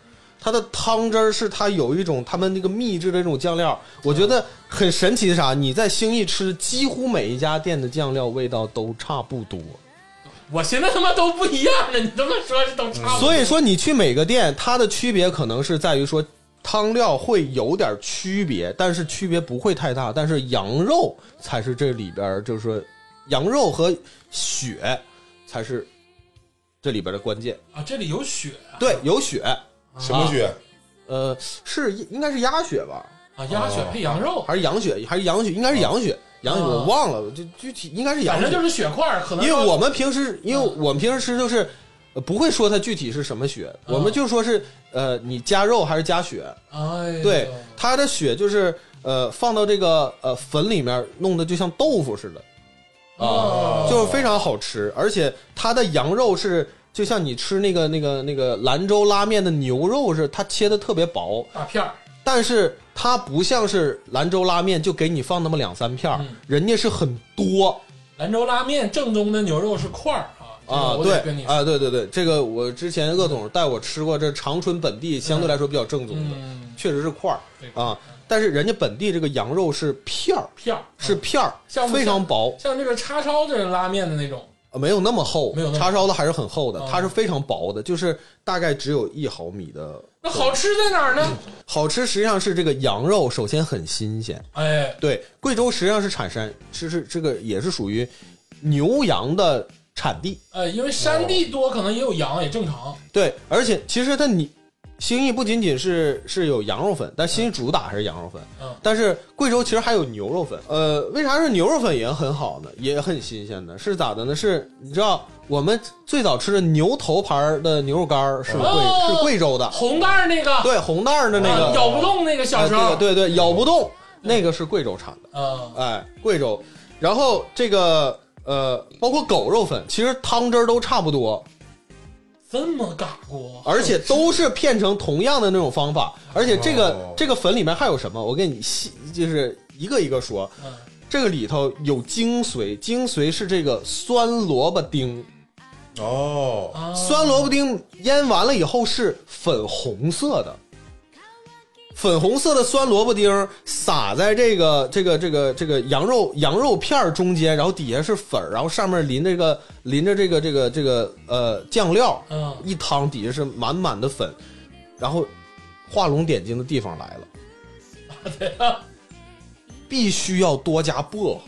Speaker 4: 它的汤汁儿是它有一种他们那个秘制的这种酱料，我觉得很神奇的啥，你在兴义吃，几乎每一家店的酱料味道都差不多，
Speaker 2: <laughs> 我现在他妈都不一样了，你这么说都差不多。
Speaker 4: 所以说你去每个店，它的区别可能是在于说。汤料会有点区别，但是区别不会太大。但是羊肉才是这里边儿，就是说，羊肉和血才是这里边的关键。
Speaker 2: 啊，这里有啊雪啊
Speaker 4: 对，有血，
Speaker 3: 什么
Speaker 4: 啊
Speaker 3: 啊血？
Speaker 4: 呃，是应该是鸭血吧，
Speaker 2: 啊，鸭血配羊肉，
Speaker 4: 哦还是羊血？还是羊血？应该是羊血，羊血
Speaker 2: 啊
Speaker 4: 我忘了，就具体应该是羊
Speaker 2: 反
Speaker 4: 血
Speaker 2: 正，就是血块儿，可能
Speaker 4: 因为我们平时，因为我们平时吃就是。呃不会说它具体是什么血，
Speaker 2: 嗯
Speaker 4: 我们就说是呃，你加肉还是加血？
Speaker 2: 哎呦
Speaker 4: 对，它的血就是呃，放到这个呃粉里面弄的就像豆腐似的，
Speaker 2: 哦
Speaker 4: 就是非常好吃，而且它的羊肉是就像你吃那个那个那个兰州拉面的牛肉是，它切的特别薄，
Speaker 2: 大片儿，
Speaker 4: 但是它不像是兰州拉面，就给你放那么两三片儿，
Speaker 2: 嗯
Speaker 4: 人家是很多
Speaker 2: 兰州拉面正宗的牛肉是块儿啊这个
Speaker 4: 啊，
Speaker 2: 我
Speaker 4: 对
Speaker 2: 得跟你说，
Speaker 4: 啊，对对对，这个我之前鄂总带我吃过，这长春本地相对来说比较正宗的，
Speaker 2: 嗯，
Speaker 4: 确实是块儿
Speaker 2: 对
Speaker 4: 啊，但是人家本地这个羊肉是片儿，
Speaker 2: 片儿
Speaker 4: 是
Speaker 2: 啊
Speaker 4: 片儿，
Speaker 2: 像不像
Speaker 4: 非常薄，
Speaker 2: 像这个叉烧这种拉面的那种，
Speaker 4: 呃没有那么厚，
Speaker 2: 没有那么厚
Speaker 4: 叉烧的还是很厚的
Speaker 2: 啊，
Speaker 4: 它是非常薄的，就是大概只有一毫米的。
Speaker 2: 那好吃在哪儿呢？
Speaker 4: 好吃实际上是这个羊肉首先很新鲜，
Speaker 2: 哎，
Speaker 4: 对，贵州实际上是产山，是是这个也是属于牛羊的产地。
Speaker 2: 呃，因为
Speaker 4: 哦
Speaker 2: 山地多，可能也有羊，也正常。
Speaker 4: 对，而且其实它你兴义不仅仅是是有羊肉粉，但兴义主打还是羊肉粉。
Speaker 2: 嗯
Speaker 4: 但是贵州其实还有牛肉粉。呃，为啥是牛肉粉也很好呢？也很新鲜的，是咋的呢？是你知道我们最早吃的牛头牌儿的牛肉干儿是贵、
Speaker 2: 哦
Speaker 4: 是贵州的，
Speaker 2: 红袋儿那个，
Speaker 4: 对，红袋儿的那
Speaker 2: 啊
Speaker 4: 个，
Speaker 2: 咬不动那个小时
Speaker 4: 啊
Speaker 2: 候，
Speaker 4: 这个对对，咬不动，那个是贵州产的。
Speaker 2: 嗯，
Speaker 4: 哎，贵州，然后这个呃，包括狗肉粉，其实汤汁儿都差不多，
Speaker 2: 这么嘎过，
Speaker 4: 而且都是骗成同样的那种方法，而且这个、
Speaker 3: 哦
Speaker 4: 这个坟里面还有什么？我给你细就是一个一个说，
Speaker 2: 嗯，
Speaker 4: 这个里头有精髓，精髓是这个酸萝卜丁，
Speaker 3: 哦，
Speaker 2: 啊
Speaker 4: 酸萝卜丁腌完了以后是粉红色的，粉红色的酸萝卜丁撒在这个这个这个这个羊肉羊肉片儿中间，然后底下是粉儿，然后上面淋这个淋着这个这个这个呃酱料，
Speaker 2: 嗯
Speaker 4: 一汤底下是满满的粉，然后画龙点睛的地方来了，必须要多加薄荷。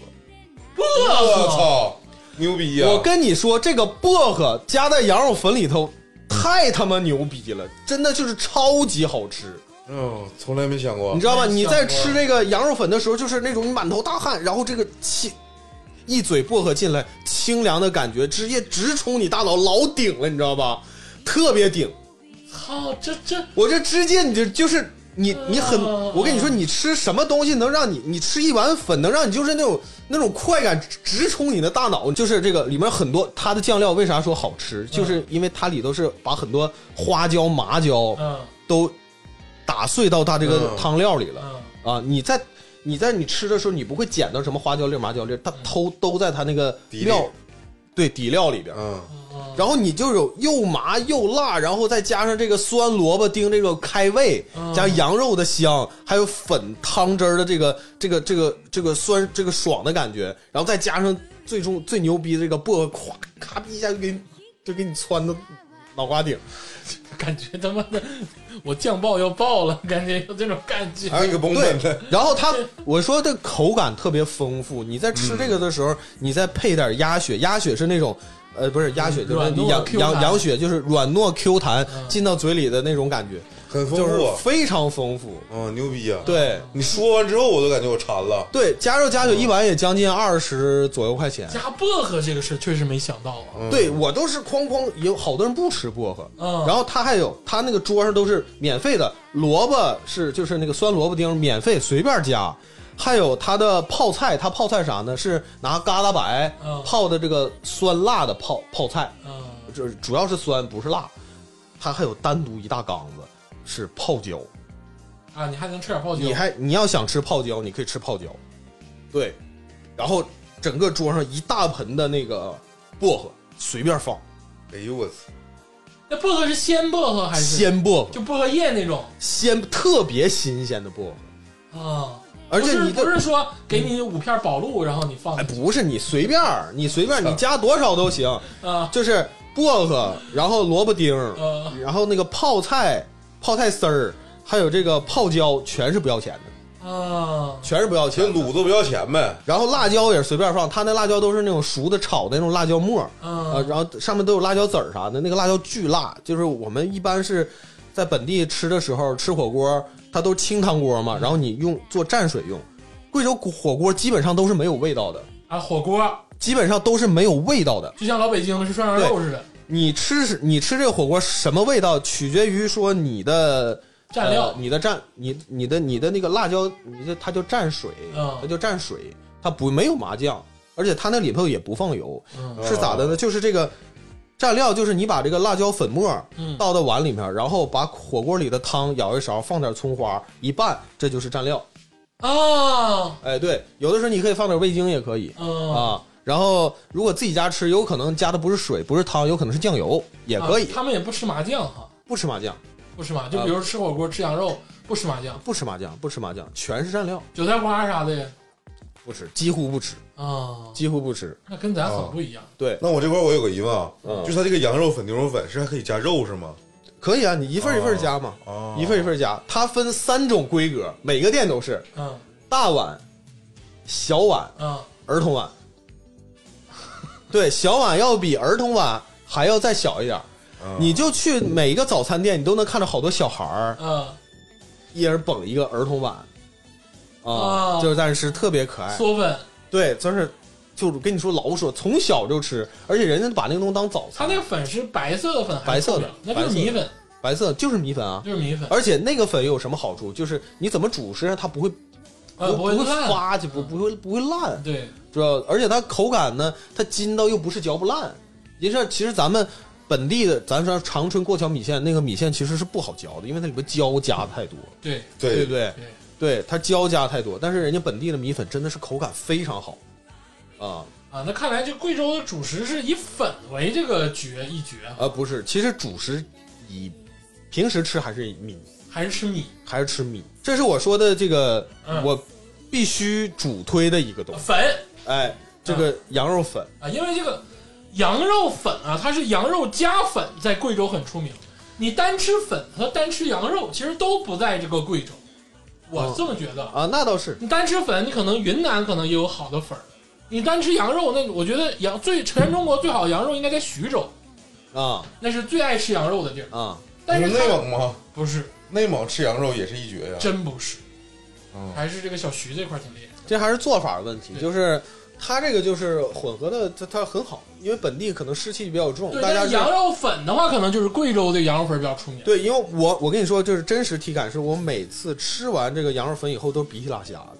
Speaker 3: 我操，牛逼呀！
Speaker 4: 我跟你说，这个薄荷加在羊肉粉里头，太他妈牛逼了，真的就是超级好吃，
Speaker 3: 嗯，从来没想过
Speaker 4: 你知道吧？
Speaker 2: 太香
Speaker 4: 你在
Speaker 2: 了
Speaker 4: 吃这个羊肉粉的时候，就是那种你满头大汗，然后这个气。一嘴薄荷进来，清凉的感觉直接直冲你大脑，老顶了，你知道吧？特别顶，
Speaker 2: 操，这这
Speaker 4: 我这直接你就就是你你很，
Speaker 2: 哦
Speaker 4: 我跟你说，你吃什么东西能让你你吃一碗粉能让你就是那种那种快感直直冲你的大脑，就是这个里面很多它的酱料为啥说好吃，就是因为它里头是把很多花椒麻椒
Speaker 2: 嗯
Speaker 4: 都打碎到它这个
Speaker 3: 嗯
Speaker 4: 汤料里了
Speaker 2: 嗯
Speaker 4: 啊，你在。你在你吃的时候，你不会捡到什么花椒粒、麻椒粒，它偷都在它那个
Speaker 3: 底
Speaker 4: 料
Speaker 3: 里，
Speaker 4: 对底料里边。
Speaker 3: 嗯，
Speaker 2: 嗯， <laughs>
Speaker 4: 然后你就有又麻又辣，然后再加上这个酸萝卜丁这个开胃
Speaker 2: 嗯，
Speaker 4: 加羊肉的香，还有粉汤汁儿的这个这个这个这个酸这个爽的感觉，然后再加上最终最牛逼的这个薄荷，咵咔一下就给你就给你窜到脑瓜顶，
Speaker 2: 感觉他妈的我酱爆要爆了，感觉有这种感
Speaker 4: 哎
Speaker 2: 觉。
Speaker 3: 还有一个崩本的，
Speaker 4: 然后它我说这口感特别丰富，你在吃这
Speaker 2: 嗯
Speaker 4: 个的时候，你再配点鸭血，鸭血是那种。呃，不是鸭血，就是
Speaker 2: 软糯
Speaker 4: 羊
Speaker 2: Q
Speaker 4: 羊
Speaker 2: 弹
Speaker 4: 羊血，就是软糯 Q 弹，
Speaker 2: 嗯
Speaker 4: 进到嘴里的那种感觉。
Speaker 3: 很丰
Speaker 4: 就是
Speaker 3: 富，
Speaker 4: 非常丰富。
Speaker 3: 嗯，牛逼呀！，
Speaker 4: 对
Speaker 3: 你说完之后，我都感觉我馋了。
Speaker 4: 对，加肉加酒一碗也将近二十左右块钱。
Speaker 2: 加薄荷这个事儿确实没想到啊，
Speaker 3: 嗯
Speaker 4: 对我都是哐哐，有好多人不吃薄荷，
Speaker 2: 嗯
Speaker 4: 然后他还有他那个桌上都是免费的，萝卜是就是那个酸萝卜丁免费随便加，还有他的泡菜，他泡菜啥呢？是拿疙瘩白
Speaker 2: 嗯
Speaker 4: 泡的这个酸辣的泡泡菜，
Speaker 2: 嗯，
Speaker 4: 就是主要是酸不是辣，他还有单独一大缸子是泡椒，
Speaker 2: 啊，你还能吃点泡椒
Speaker 4: 你，还你要想吃泡椒，你可以吃泡椒，对，然后整个桌上一大盆的那个薄荷，随便放，
Speaker 3: 哎呦我操，
Speaker 2: 那薄荷是鲜薄荷还是
Speaker 4: 鲜薄荷，
Speaker 2: 就薄荷叶那种
Speaker 4: 鲜特别新鲜的薄荷，
Speaker 2: 啊？
Speaker 4: 而且
Speaker 2: 不
Speaker 4: 你
Speaker 2: 是不
Speaker 4: 这
Speaker 2: 是说给你五片宝路，然后你放
Speaker 4: 哎
Speaker 2: 进去
Speaker 4: 不是你随便儿你随便儿你加多少都行，
Speaker 2: 啊？
Speaker 4: 就是薄荷，然后萝卜丁儿，
Speaker 2: 呃，
Speaker 4: 然后那个泡菜泡菜丝儿，还有这个泡椒全是不要钱的，
Speaker 2: 啊，
Speaker 4: 全是不要
Speaker 3: 这
Speaker 4: 钱的。
Speaker 3: 卤子不要钱呗？
Speaker 4: 然后辣椒也是随便放，他那辣椒都是那种熟的炒的那种辣椒末儿，呃，
Speaker 2: 嗯，
Speaker 4: 然后上面都有辣椒籽儿啥的，那个辣椒巨辣，就是我们一般是在本地吃的时候吃火锅，它都清汤锅嘛，然后你用做蘸水用。贵州火锅基本上都是没有味道的，
Speaker 2: 啊，火锅
Speaker 4: 基本上都是没有味道的。
Speaker 2: 就像老北京是涮羊肉似的，
Speaker 4: 你吃是你吃这个火锅什么味道，取决于说你的
Speaker 2: 蘸料
Speaker 4: 呃你的蘸你你的你的那个辣椒，你这它就蘸水，
Speaker 2: 嗯
Speaker 4: 它就蘸水，它不没有麻酱，而且它那里头也不放油，
Speaker 2: 嗯
Speaker 4: 是咋的呢？就是这个蘸料，就是你把这个辣椒粉末
Speaker 2: 嗯
Speaker 4: 倒到碗里面，然后把火锅里的汤舀一勺，放点葱花一拌，这就是蘸料。
Speaker 2: 啊，
Speaker 4: 哎，对，有的时候你可以放点味精，也可以
Speaker 2: 嗯，
Speaker 4: 啊。然后如果自己家吃，有可能加的不是水，不是汤，有可能是酱油，也可以啊
Speaker 2: 啊他们也不吃麻酱哈，
Speaker 4: 不吃麻酱，
Speaker 2: 不吃麻，就比如吃火锅吃羊肉不吃麻酱，
Speaker 4: 不吃麻酱，不吃麻酱，全是蘸料，
Speaker 2: 韭菜花啥的
Speaker 4: 不吃，几乎不吃，
Speaker 2: 啊，
Speaker 4: 几乎不吃。
Speaker 2: 那跟咱
Speaker 4: 哦
Speaker 2: 很不一样。
Speaker 4: 对，
Speaker 3: 那我这块我有个疑问啊，
Speaker 4: 嗯
Speaker 3: 就是它这个羊肉粉、牛肉粉是还可以加肉是吗？
Speaker 4: 可以啊，你一份一份加嘛，
Speaker 3: 哦，
Speaker 4: 一份一份加。它分三种规格，每个店都是
Speaker 2: 嗯
Speaker 4: 大碗、小碗
Speaker 2: 嗯，
Speaker 4: 儿童碗。对，小碗要比儿童碗还要再小一点儿。
Speaker 3: 嗯
Speaker 4: 你就去每一个早餐店，你都能看到好多小孩儿
Speaker 2: 嗯，
Speaker 4: 一人捧一个儿童碗，啊、
Speaker 2: 啊
Speaker 4: 就是但是特别可爱。
Speaker 2: 嗦粉，
Speaker 4: 对，就是就是跟你说老说从小就吃，而且人家把那个东西当早
Speaker 2: 它
Speaker 4: 餐
Speaker 2: 那，个粉是白色的粉还是
Speaker 4: 白色的
Speaker 2: 透明那就是米粉，
Speaker 4: 白色就是米粉啊。
Speaker 2: 就是米粉，
Speaker 4: 而且那个粉有什么好处？就是你怎么煮，实际上它不会
Speaker 2: 呃，
Speaker 4: 不
Speaker 2: 会
Speaker 4: 会
Speaker 2: 烂。
Speaker 4: 发，就不不会不会烂。
Speaker 2: 对，
Speaker 4: 知道，而且它口感呢，它筋道又不是嚼不烂。您说，其实咱们本地的，咱说长春过桥米线，那个米线其实是不好嚼的，因为它里边胶加太多，
Speaker 2: 对
Speaker 4: 对
Speaker 3: 对
Speaker 4: 不对？
Speaker 2: 对，
Speaker 4: 对，它胶加太多，但是人家本地的米粉真的是口感非常好，啊
Speaker 2: 啊，那看来这贵州的主食是以粉为这个绝一绝啊，
Speaker 4: 啊不是，其实主食以平时吃还是以米，
Speaker 2: 还是吃米
Speaker 4: 还是吃米，这是我说的这个、
Speaker 2: 嗯
Speaker 4: 我必须主推的一个东西，
Speaker 2: 粉
Speaker 4: 哎，这个羊肉粉，
Speaker 2: 啊，因为这个羊肉粉啊，它是羊肉加粉，在贵州很出名。你单吃粉和单吃羊肉，其实都不在这个贵州，我
Speaker 4: 哦
Speaker 2: 这么觉得啊。
Speaker 4: 啊，那倒是，
Speaker 2: 你单吃粉，你可能云南可能也有好的粉儿。你单吃羊肉，那我觉得羊最全中国最好的羊肉应该在徐州，
Speaker 4: 啊
Speaker 2: 那是最爱吃羊肉的地儿。
Speaker 4: 啊，
Speaker 2: 但
Speaker 3: 你
Speaker 2: 是
Speaker 3: 说内
Speaker 2: 它
Speaker 3: 蒙吗？
Speaker 2: 不是，
Speaker 3: 内蒙吃羊肉也是一绝呀、
Speaker 2: 真不是，
Speaker 3: 嗯
Speaker 2: 还是这个小徐这块儿挺厉害。
Speaker 4: 这还是做法问题，
Speaker 2: 对
Speaker 4: 就是它这个就是混合的，它它很好，因为本地可能湿气比较重，
Speaker 2: 对，
Speaker 4: 大家
Speaker 2: 但
Speaker 4: 就是
Speaker 2: 羊肉粉的话，可能就是贵州的羊肉粉比较出名。
Speaker 4: 对，因为我我跟你说，就是真实体感是我每次吃完这个羊肉粉以后都是鼻涕拉瞎的，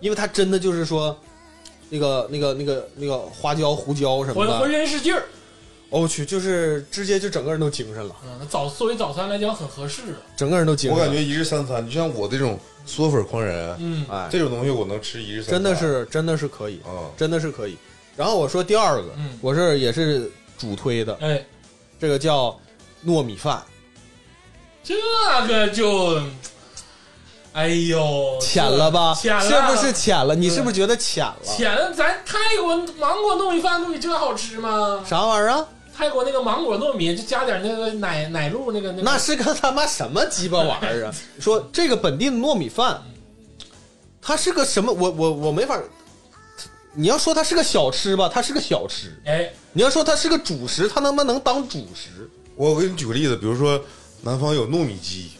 Speaker 4: 因为它真的就是说，那个那个那个那个花椒、胡椒什么
Speaker 2: 浑浑
Speaker 4: 的，
Speaker 2: 身是劲儿，
Speaker 4: 哦我去，就是直接就整个人都精神了，
Speaker 2: 嗯，早作为早餐来讲很合适啊的。
Speaker 4: 整个人都精
Speaker 3: 我
Speaker 4: 神了。
Speaker 3: 感觉一日三餐，就像我这种嗦粉狂人，
Speaker 2: 嗯，
Speaker 4: 哎，
Speaker 3: 这种东西我能吃一日三餐，
Speaker 4: 真的是真的是可以，
Speaker 3: 嗯，
Speaker 4: 真的是可以。然后我说第二个，
Speaker 2: 嗯
Speaker 4: 我是也是主推的，
Speaker 2: 哎，
Speaker 4: 这个叫糯米饭，
Speaker 2: 这个就，哎呦，
Speaker 4: 浅了吧？
Speaker 2: 浅了
Speaker 4: 是不是浅了？你是不是觉得浅了？
Speaker 2: 这浅，咱泰国芒果糯米饭不比这好吃吗？
Speaker 4: 啥玩意儿啊？
Speaker 2: 泰国那个芒果糯米，就加点那个奶奶露那个那个。
Speaker 4: 那是个他妈什么鸡巴玩
Speaker 2: <laughs>
Speaker 4: 意儿啊！说这个本地的糯米饭，它是个什么？我我我没法。你要说它是个小吃吧，它是个小吃；
Speaker 2: 哎，
Speaker 4: 你要说它是个主食，它他妈能当主食？
Speaker 3: 我给你举个例子，比如说南方有糯米鸡，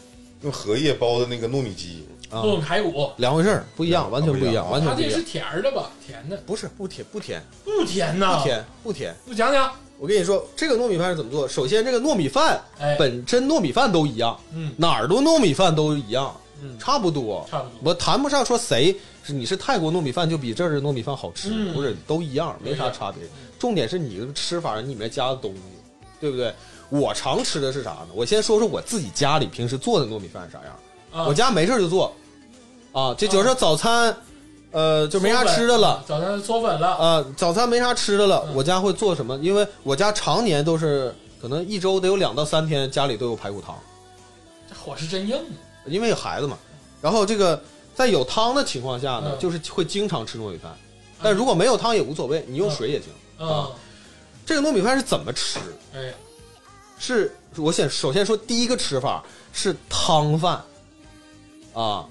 Speaker 3: 用荷叶包的那个糯米鸡，
Speaker 4: 啊
Speaker 2: 糯米排骨，
Speaker 4: 两回事儿，不一样，完全不一样，
Speaker 3: 啊
Speaker 4: 完全
Speaker 2: 它
Speaker 4: 不
Speaker 2: 这
Speaker 4: 一样
Speaker 2: 是。甜儿的吧？甜的，
Speaker 4: 不是不甜不甜
Speaker 2: 不甜呐，
Speaker 4: 不，甜不甜。
Speaker 2: 不讲讲。
Speaker 4: 我跟你说，这个糯米饭是怎么做？首先，这个糯米饭
Speaker 2: 哎，
Speaker 4: 本身糯米饭都一样，
Speaker 2: 嗯
Speaker 4: 哪儿都糯米饭都一样，
Speaker 2: 嗯，
Speaker 4: 差不多。
Speaker 2: 差不多。
Speaker 4: 我谈不上说谁是你是泰国糯米饭就比这儿的糯米饭好吃，
Speaker 2: 嗯
Speaker 4: 不是都一样，没啥差别。重点是你这个吃法，你里面加的东西，对不对？我常吃的是啥呢？我先说说我自己家里平时做的糯米饭是啥样。
Speaker 2: 啊
Speaker 4: 嗯我家没事儿就做，啊，这就是说早餐，呃，就没啥吃的了。，
Speaker 2: 早餐嗦粉了。
Speaker 4: 啊，早餐没啥吃的了，
Speaker 2: 嗯
Speaker 4: 我家会做什么？因为我家常年都是可能一周得有两到三天家里都有排骨汤，
Speaker 2: 这火是真硬啊。
Speaker 4: 因为有孩子嘛。然后这个在有汤的情况下呢，
Speaker 2: 嗯
Speaker 4: 就是会经常吃糯米饭，但如果没有汤也无所谓，你用水也行。啊
Speaker 2: 嗯，
Speaker 4: 这个糯米饭是怎么吃？
Speaker 2: 哎，
Speaker 4: 是我先首先说第一个吃法是汤饭，啊，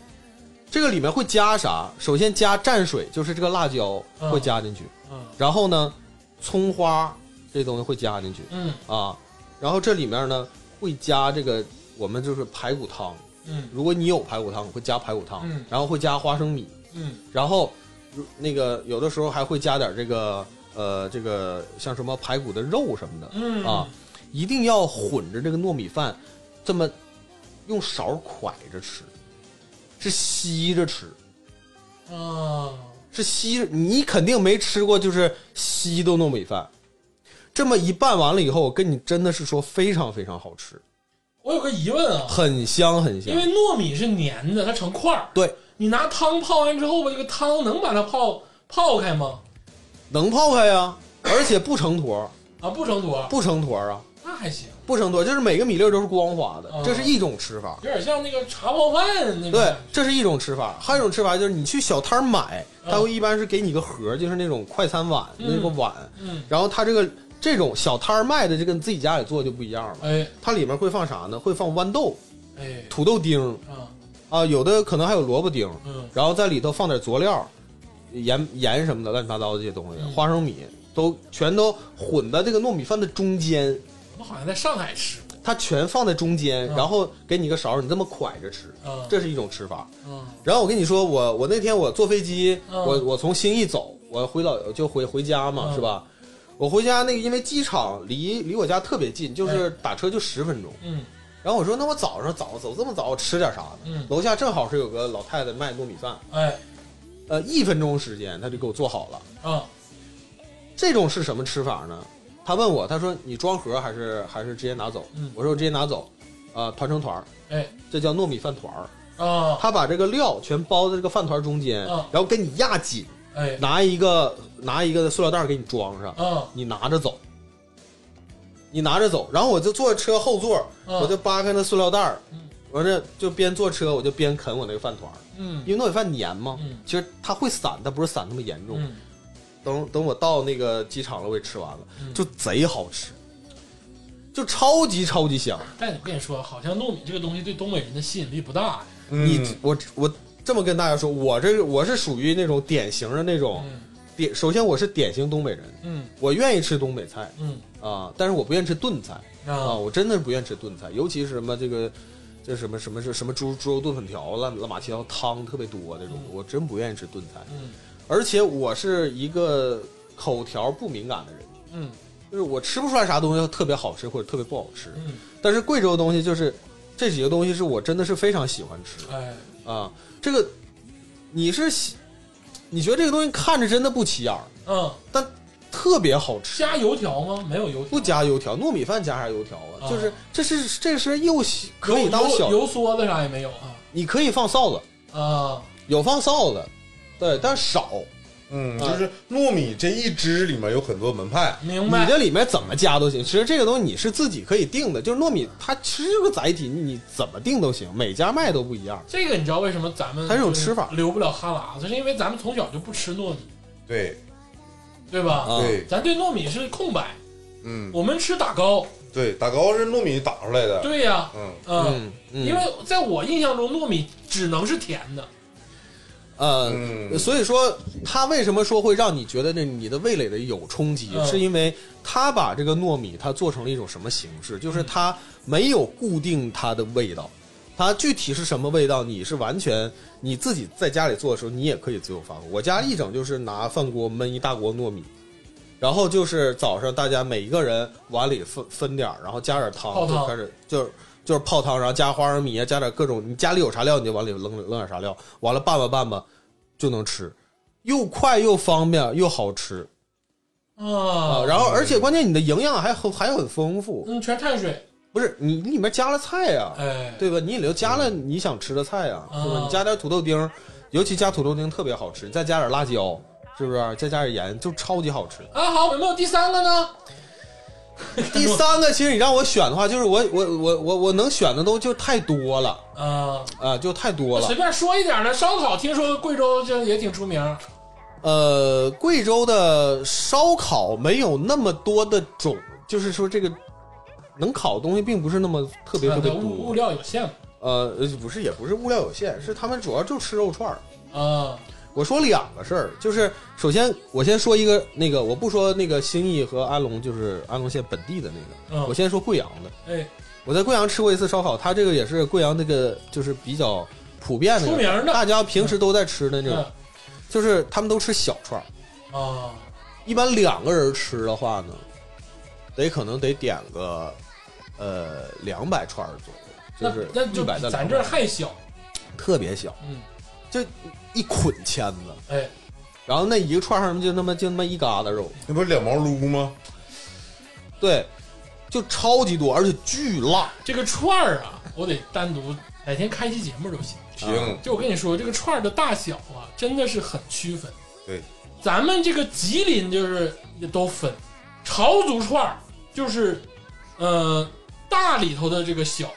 Speaker 4: 这个里面会加啥？首先加蘸水，就是这个辣椒
Speaker 2: 嗯
Speaker 4: 会加进去，
Speaker 2: 嗯
Speaker 4: 然后呢，葱花这东西会加进去
Speaker 2: 嗯
Speaker 4: 啊，然后这里面呢会加这个我们就是排骨汤，
Speaker 2: 嗯
Speaker 4: 如果你有排骨汤，会加排骨汤，
Speaker 2: 嗯
Speaker 4: 然后会加花生米，
Speaker 2: 嗯
Speaker 4: 然后如那个有的时候还会加点这个呃这个像什么排骨的肉什么的，
Speaker 2: 嗯
Speaker 4: 啊，一定要混着这个糯米饭，这么用勺蒯着吃，是吸着吃，
Speaker 2: 啊，
Speaker 4: 是吸着。你肯定没吃过，就是吸的糯米饭。这么一拌完了以后，我跟你真的是说非常非常好吃，
Speaker 2: 我有个疑问啊，
Speaker 4: 很香很香
Speaker 2: 因为。糯米是粘的，它成块儿，
Speaker 4: 对，
Speaker 2: 你拿汤泡完之后吧，这个汤能把它泡泡开吗？
Speaker 4: 能泡开呀、而且不成坨儿，
Speaker 2: 啊，不成坨，
Speaker 4: 不成坨儿啊，
Speaker 2: 那还行，
Speaker 4: 不成坨儿，就是每个米粒儿都是光滑的
Speaker 2: 哦，
Speaker 4: 这是一种吃法。
Speaker 2: 有点像那个茶泡饭那种
Speaker 4: 对
Speaker 2: 感，
Speaker 4: 这是一种吃法，还有一种吃法就是你去小摊儿买，
Speaker 2: 嗯
Speaker 4: 它会一般是给你个盒儿，就是那种快餐碗，
Speaker 2: 嗯
Speaker 4: 那个碗，
Speaker 2: 觉，嗯，
Speaker 4: 然后它这个这种小摊儿卖的，这跟自己家里做就不一样了。
Speaker 2: 哎
Speaker 4: 它里面会放啥呢？会放豌豆、
Speaker 2: 哎
Speaker 4: 土豆丁
Speaker 2: 啊
Speaker 4: 啊，有的可能还有萝卜丁，
Speaker 2: 嗯
Speaker 4: 然后在里头放点佐料，盐盐什么的，乱七八糟的这些东西，
Speaker 2: 嗯
Speaker 4: 花生米都全都混在这个糯米饭的中间，
Speaker 2: 我好像在上海吃过，
Speaker 4: 它全放在中间，
Speaker 2: 嗯
Speaker 4: 然后给你个勺儿，你这么蒯着吃，
Speaker 2: 嗯
Speaker 4: 这是一种吃法。
Speaker 2: 嗯
Speaker 4: 然后我跟你说，我我那天我坐飞机，
Speaker 2: 嗯
Speaker 4: 我我从兴义走，我回老就回回家嘛，
Speaker 2: 嗯
Speaker 4: 是吧？我回家那个，因为机场离离我家特别近，
Speaker 2: 哎
Speaker 4: 就是打车就十分钟。
Speaker 2: 嗯
Speaker 4: 然后我说，那我早上早走这么早，吃点啥呢？
Speaker 2: 嗯
Speaker 4: 楼下正好是有个老太太卖糯米饭，
Speaker 2: 哎
Speaker 4: 呃，一分钟时间她就给我做好了。
Speaker 2: 啊
Speaker 4: 这种是什么吃法呢？他问我，他说你装盒还是还是直接拿走？
Speaker 2: 嗯
Speaker 4: 我说我直接拿走，呃，团成团儿，
Speaker 2: 哎
Speaker 4: 这叫糯米饭团儿。
Speaker 2: 啊，
Speaker 4: 他把这个料全包在这个饭团中间，
Speaker 2: 啊
Speaker 4: 然后给你压紧，
Speaker 2: 哎
Speaker 4: 拿一个拿一个塑料袋儿给你装上，
Speaker 2: 啊，
Speaker 4: 你拿着走，你拿着走。然后我就坐车后座，我就扒开那塑料袋儿
Speaker 2: 啊嗯，
Speaker 4: 完了就边坐车我就边啃我那个饭团儿，
Speaker 2: 嗯
Speaker 4: 因为糯米饭粘嘛
Speaker 2: 嗯，
Speaker 4: 其实它会散，但不是散那么严重。
Speaker 2: 嗯，
Speaker 4: 等等我到那个机场了，我也吃完了，
Speaker 2: 嗯
Speaker 4: 就贼好吃，就超级超级香。
Speaker 2: 但我跟你说，好像糯米这个东西对东北人的吸引力不大呀。
Speaker 3: 嗯
Speaker 4: 你我我这么跟大家说，我这我是属于那种典型的那种
Speaker 2: 嗯
Speaker 4: 典，首先我是典型东北人，
Speaker 2: 嗯
Speaker 4: 我愿意吃东北菜
Speaker 2: 嗯
Speaker 4: 啊，但是我不愿意吃炖菜啊，
Speaker 2: 啊
Speaker 4: 我真的是不愿意吃炖菜，尤其是什么这个。这什么什么是什么猪猪肉炖粉条、烂乱马七糟汤特别多那种，我真不愿意吃炖菜。
Speaker 2: 嗯
Speaker 4: 而且我是一个口条不敏感的人，
Speaker 2: 嗯
Speaker 4: 就是我吃不出来啥东西特别好吃或者特别不好吃。
Speaker 2: 嗯，
Speaker 4: 但是贵州的东西就是这几个东西是我真的是非常喜欢吃
Speaker 2: 哎，
Speaker 4: 啊。这个你是喜你觉得这个东西看着真的不起眼儿，
Speaker 2: 嗯，
Speaker 4: 但特别好吃。
Speaker 2: 加油条吗？没有油条，
Speaker 4: 不加油条，糯米饭加啥油条啊？
Speaker 2: 啊
Speaker 4: 就是这是这是又喜可以
Speaker 2: 油
Speaker 4: 当小，
Speaker 2: 油油梭子啥也没有啊
Speaker 4: 你可以放臊子，
Speaker 2: 啊，
Speaker 4: 有放臊子，对，但少。
Speaker 3: 嗯，
Speaker 4: 啊
Speaker 3: 就是糯米这一支里面有很多门派，
Speaker 2: 明
Speaker 4: 你
Speaker 2: 白？
Speaker 4: 这里面怎么加都行。其实这个东西你是自己可以定的，就是糯米它其实就是个载体，你怎么定都行，每家卖都不一样。
Speaker 2: 这个你知道为什么咱们
Speaker 4: 它是种吃法
Speaker 2: 留不了哈喇子，是因为咱们从小就不吃糯米，
Speaker 3: 对
Speaker 2: 对吧？
Speaker 4: 啊
Speaker 3: 对，
Speaker 2: 咱对糯米是空白，
Speaker 3: 嗯，
Speaker 2: 我们吃打糕，
Speaker 3: 对，打糕是糯米打出来的，
Speaker 2: 对呀，
Speaker 3: 嗯，
Speaker 2: 嗯，
Speaker 4: 嗯
Speaker 2: 因为在我印象中，糯米只能是甜的，
Speaker 4: 呃，
Speaker 3: 嗯
Speaker 4: 所以说它为什么说会让你觉得这你的味蕾的有冲击，
Speaker 2: 嗯
Speaker 4: 是因为它把这个糯米它做成了一种什么形式，就是它没有固定它的味道。它具体是什么味道，你是完全你自己在家里做的时候，你也可以自由发挥。我家一整就是拿饭锅焖一大锅糯米，然后就是早上大家每一个人碗里分分点儿，然后加点
Speaker 2: 泡
Speaker 4: 汤，
Speaker 2: 汤
Speaker 4: 就开始就是就是泡汤，然后加花生米啊，加点各种你家里有啥料你就往里扔扔点啥料，完了拌吧拌吧就能吃，又快又方便又好吃啊！
Speaker 2: 啊，
Speaker 4: 然后而且关键你的营养还很还很丰富，
Speaker 2: 嗯，全碳水，
Speaker 4: 不是你你里面加了菜呀、
Speaker 2: 哎，
Speaker 4: 对吧？你里头加了你想吃的菜呀、
Speaker 2: 嗯
Speaker 4: 是吧？你加点土豆丁儿，尤其加土豆丁儿特别好吃，你再加点辣椒，是不是？再加点盐，就超级好吃。
Speaker 2: 啊，好，有没有第三个呢？
Speaker 4: 第三个，其实你让我选的话，就是我我我我我能选的都就太多了
Speaker 2: 啊，
Speaker 4: 啊、就太多
Speaker 2: 我
Speaker 4: 了
Speaker 2: 随。便说一点呢，烧烤听说贵州这也挺出名，
Speaker 4: 呃，贵州的烧烤没有那么多的种，就是说这个能烤的东西并不是那么特别
Speaker 2: 啊
Speaker 4: 特别
Speaker 2: 对物物
Speaker 4: 多。
Speaker 2: 料有限嘛，
Speaker 4: 呃，不是，也不是物料有限，是他们主要就吃肉串儿。
Speaker 2: 啊，
Speaker 4: 我说两个事儿，就是首先我先说一个那个，我不说那个兴义和安龙，就是安龙县本地的那个，
Speaker 2: 嗯
Speaker 4: 我先说贵阳的。
Speaker 2: 哎，
Speaker 4: 我在贵阳吃过一次烧烤，它这个也是贵阳那个就是比较普遍的，
Speaker 2: 出名的
Speaker 4: 大家平时都在吃的那种，
Speaker 2: 嗯
Speaker 4: 就是他们都吃小串儿。
Speaker 2: 啊，
Speaker 4: 一般两个人吃的话呢，得可能得点个呃两百串儿左
Speaker 2: 那
Speaker 4: 右，就是
Speaker 2: 那就
Speaker 4: 一百到
Speaker 2: 咱
Speaker 4: 两
Speaker 2: 这儿
Speaker 4: 百，
Speaker 2: 还小，
Speaker 4: 特别小，
Speaker 2: 嗯，
Speaker 4: 就一捆签子，
Speaker 2: 哎，
Speaker 4: 然后那一个串儿上就那么就那么一疙瘩肉，
Speaker 3: 那不是两毛撸吗？
Speaker 4: 对，就超级多，而且巨辣。
Speaker 2: 这个串儿啊，我得单独哪天开期节目就行。
Speaker 4: 啊
Speaker 3: 行，
Speaker 2: 就我跟你说，这个串儿的大小啊，真的是很区分。
Speaker 3: 对，
Speaker 2: 咱们这个吉林就是也都分，潮族串儿就是，呃，大里头的这个小，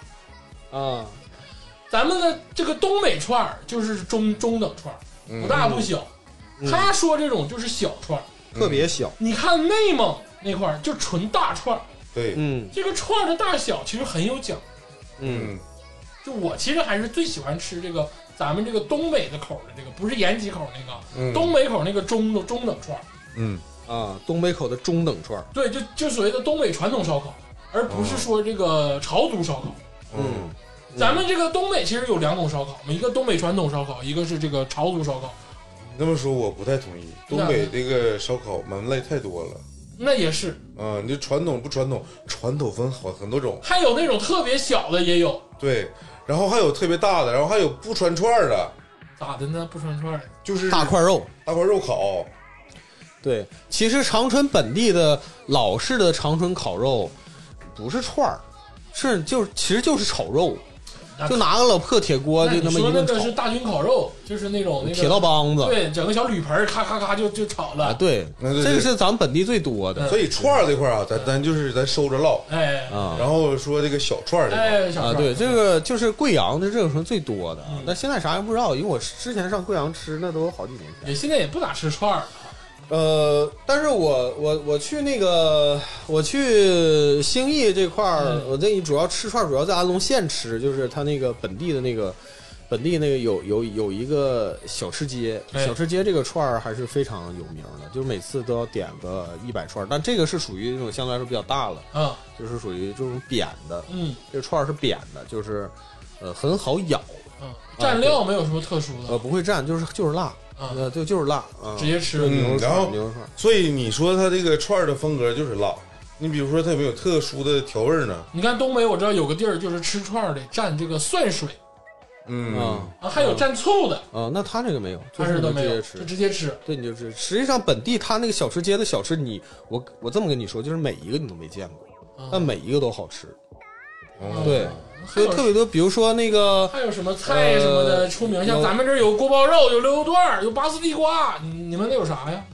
Speaker 2: 嗯
Speaker 4: 啊，
Speaker 2: 咱们的这个东北串儿就是中中等串儿，
Speaker 3: 嗯
Speaker 2: 不大不小。
Speaker 4: 嗯
Speaker 2: 他说这种就是小串儿，
Speaker 4: 特别小，
Speaker 2: 你看内蒙那块儿就纯大串儿，
Speaker 3: 对，
Speaker 4: 嗯
Speaker 2: 这个串儿的大小其实很有讲究。
Speaker 4: 嗯
Speaker 3: 嗯，
Speaker 2: 就我其实还是最喜欢吃这个咱们这个东北的口儿的这个，不是延吉口儿那个，
Speaker 3: 嗯
Speaker 2: 东北口儿那个中中等串儿，
Speaker 3: 嗯，
Speaker 4: 啊，东北口的中等串儿，
Speaker 2: 对，就就所谓的东北传统烧烤，而不是说这个潮族烧烤。
Speaker 3: 嗯，
Speaker 4: 嗯
Speaker 2: 咱们这个东北其实有两种烧烤嘛，一个东北传统烧烤，一个是这个潮族烧烤，
Speaker 3: 你这么说我不太同意，东北这个烧烤门类太多了。
Speaker 2: 那也是，
Speaker 3: 啊、你这传统不传统，传统分好很多种，
Speaker 2: 还有那种特别小的也有，
Speaker 3: 对，然后还有特别大的，然后还有不穿串儿的，
Speaker 2: 咋的呢？不穿串儿的
Speaker 3: 就是
Speaker 4: 大块肉，
Speaker 3: 大块肉烤，
Speaker 4: 对，其实长春本地的老式的长春烤肉，不是串儿，是就是其实就是炒肉，
Speaker 2: 那
Speaker 4: 就拿个老破铁锅
Speaker 2: 那
Speaker 4: 啊就
Speaker 2: 你
Speaker 4: 么
Speaker 2: 说
Speaker 4: 一
Speaker 2: 那
Speaker 4: 顿
Speaker 2: 个
Speaker 4: 炒，
Speaker 2: 是大军烤肉，就是那种那个
Speaker 4: 铁道帮子
Speaker 2: 对，啊整个小铝盆儿咔咔咔就就炒
Speaker 4: 啊，
Speaker 2: 了。
Speaker 4: 对，
Speaker 3: 嗯对
Speaker 4: 这个
Speaker 3: 对
Speaker 4: 是咱们本地最多的
Speaker 3: 所以串儿这块儿啊，咱咱就是咱收着唠，
Speaker 2: 哎
Speaker 4: 啊
Speaker 3: 然后说这个小串儿这块儿，
Speaker 2: 哎，小
Speaker 4: 啊，
Speaker 2: 串儿
Speaker 4: 对，这个就是贵阳的这个时候最多的，
Speaker 2: 嗯
Speaker 4: 但现在啥也不知道，因为我之前上贵阳吃那都好几年前。
Speaker 2: 也现在也不咋吃串儿了。
Speaker 4: 呃，但是我我我去那个我去兴义这块儿，
Speaker 2: 嗯
Speaker 4: 我这主要吃串儿主要在安龙县吃，就是它那个本地的那个本地那个有有有一个小吃街，
Speaker 2: 哎
Speaker 4: 小吃街这个串儿还是非常有名的，就是每次都要点个一百串儿，但这个是属于那种相对来说比较大了，
Speaker 2: 啊，
Speaker 4: 就是属于这种扁的，
Speaker 2: 嗯
Speaker 4: 这个串儿是扁的，就是呃很好咬，
Speaker 2: 嗯，蘸料没有什么特殊
Speaker 4: 啊呃
Speaker 2: 的，
Speaker 4: 不会蘸，就是就是辣，
Speaker 2: 啊
Speaker 4: 呃就就是辣啊，
Speaker 2: 直接吃。
Speaker 4: 牛肉
Speaker 3: 嗯然
Speaker 4: 串
Speaker 3: 后
Speaker 4: 儿牛肉串儿。
Speaker 3: 所以你说它这个串儿的风格就是辣。你比如说，它有没有特殊的调味儿呢？
Speaker 2: 你看东北，我知道有个地儿就是吃串儿得蘸这个蒜水
Speaker 3: 嗯
Speaker 4: 啊，
Speaker 2: 啊，还有蘸醋的，
Speaker 4: 啊、那他这个没有，就
Speaker 2: 但
Speaker 4: 是
Speaker 2: 是都
Speaker 4: 你直
Speaker 2: 没有，
Speaker 4: 接
Speaker 2: 就
Speaker 4: 吃。
Speaker 2: 直接吃。
Speaker 4: 对，你就吃。实际上，本地他那个小吃街的小吃你，我我这么跟你说，就是每一个你都没见过，
Speaker 2: 啊
Speaker 4: 但每一个都好吃。
Speaker 3: 嗯
Speaker 4: 对，
Speaker 2: 还
Speaker 4: 所以
Speaker 2: 有
Speaker 4: 特别多，比如说那个
Speaker 2: 还有什么菜什么的
Speaker 4: 呃
Speaker 2: 出名？
Speaker 4: 有
Speaker 2: 像咱们这儿有锅包肉，有溜肉段儿，有拔丝地瓜，你你们那有啥呀？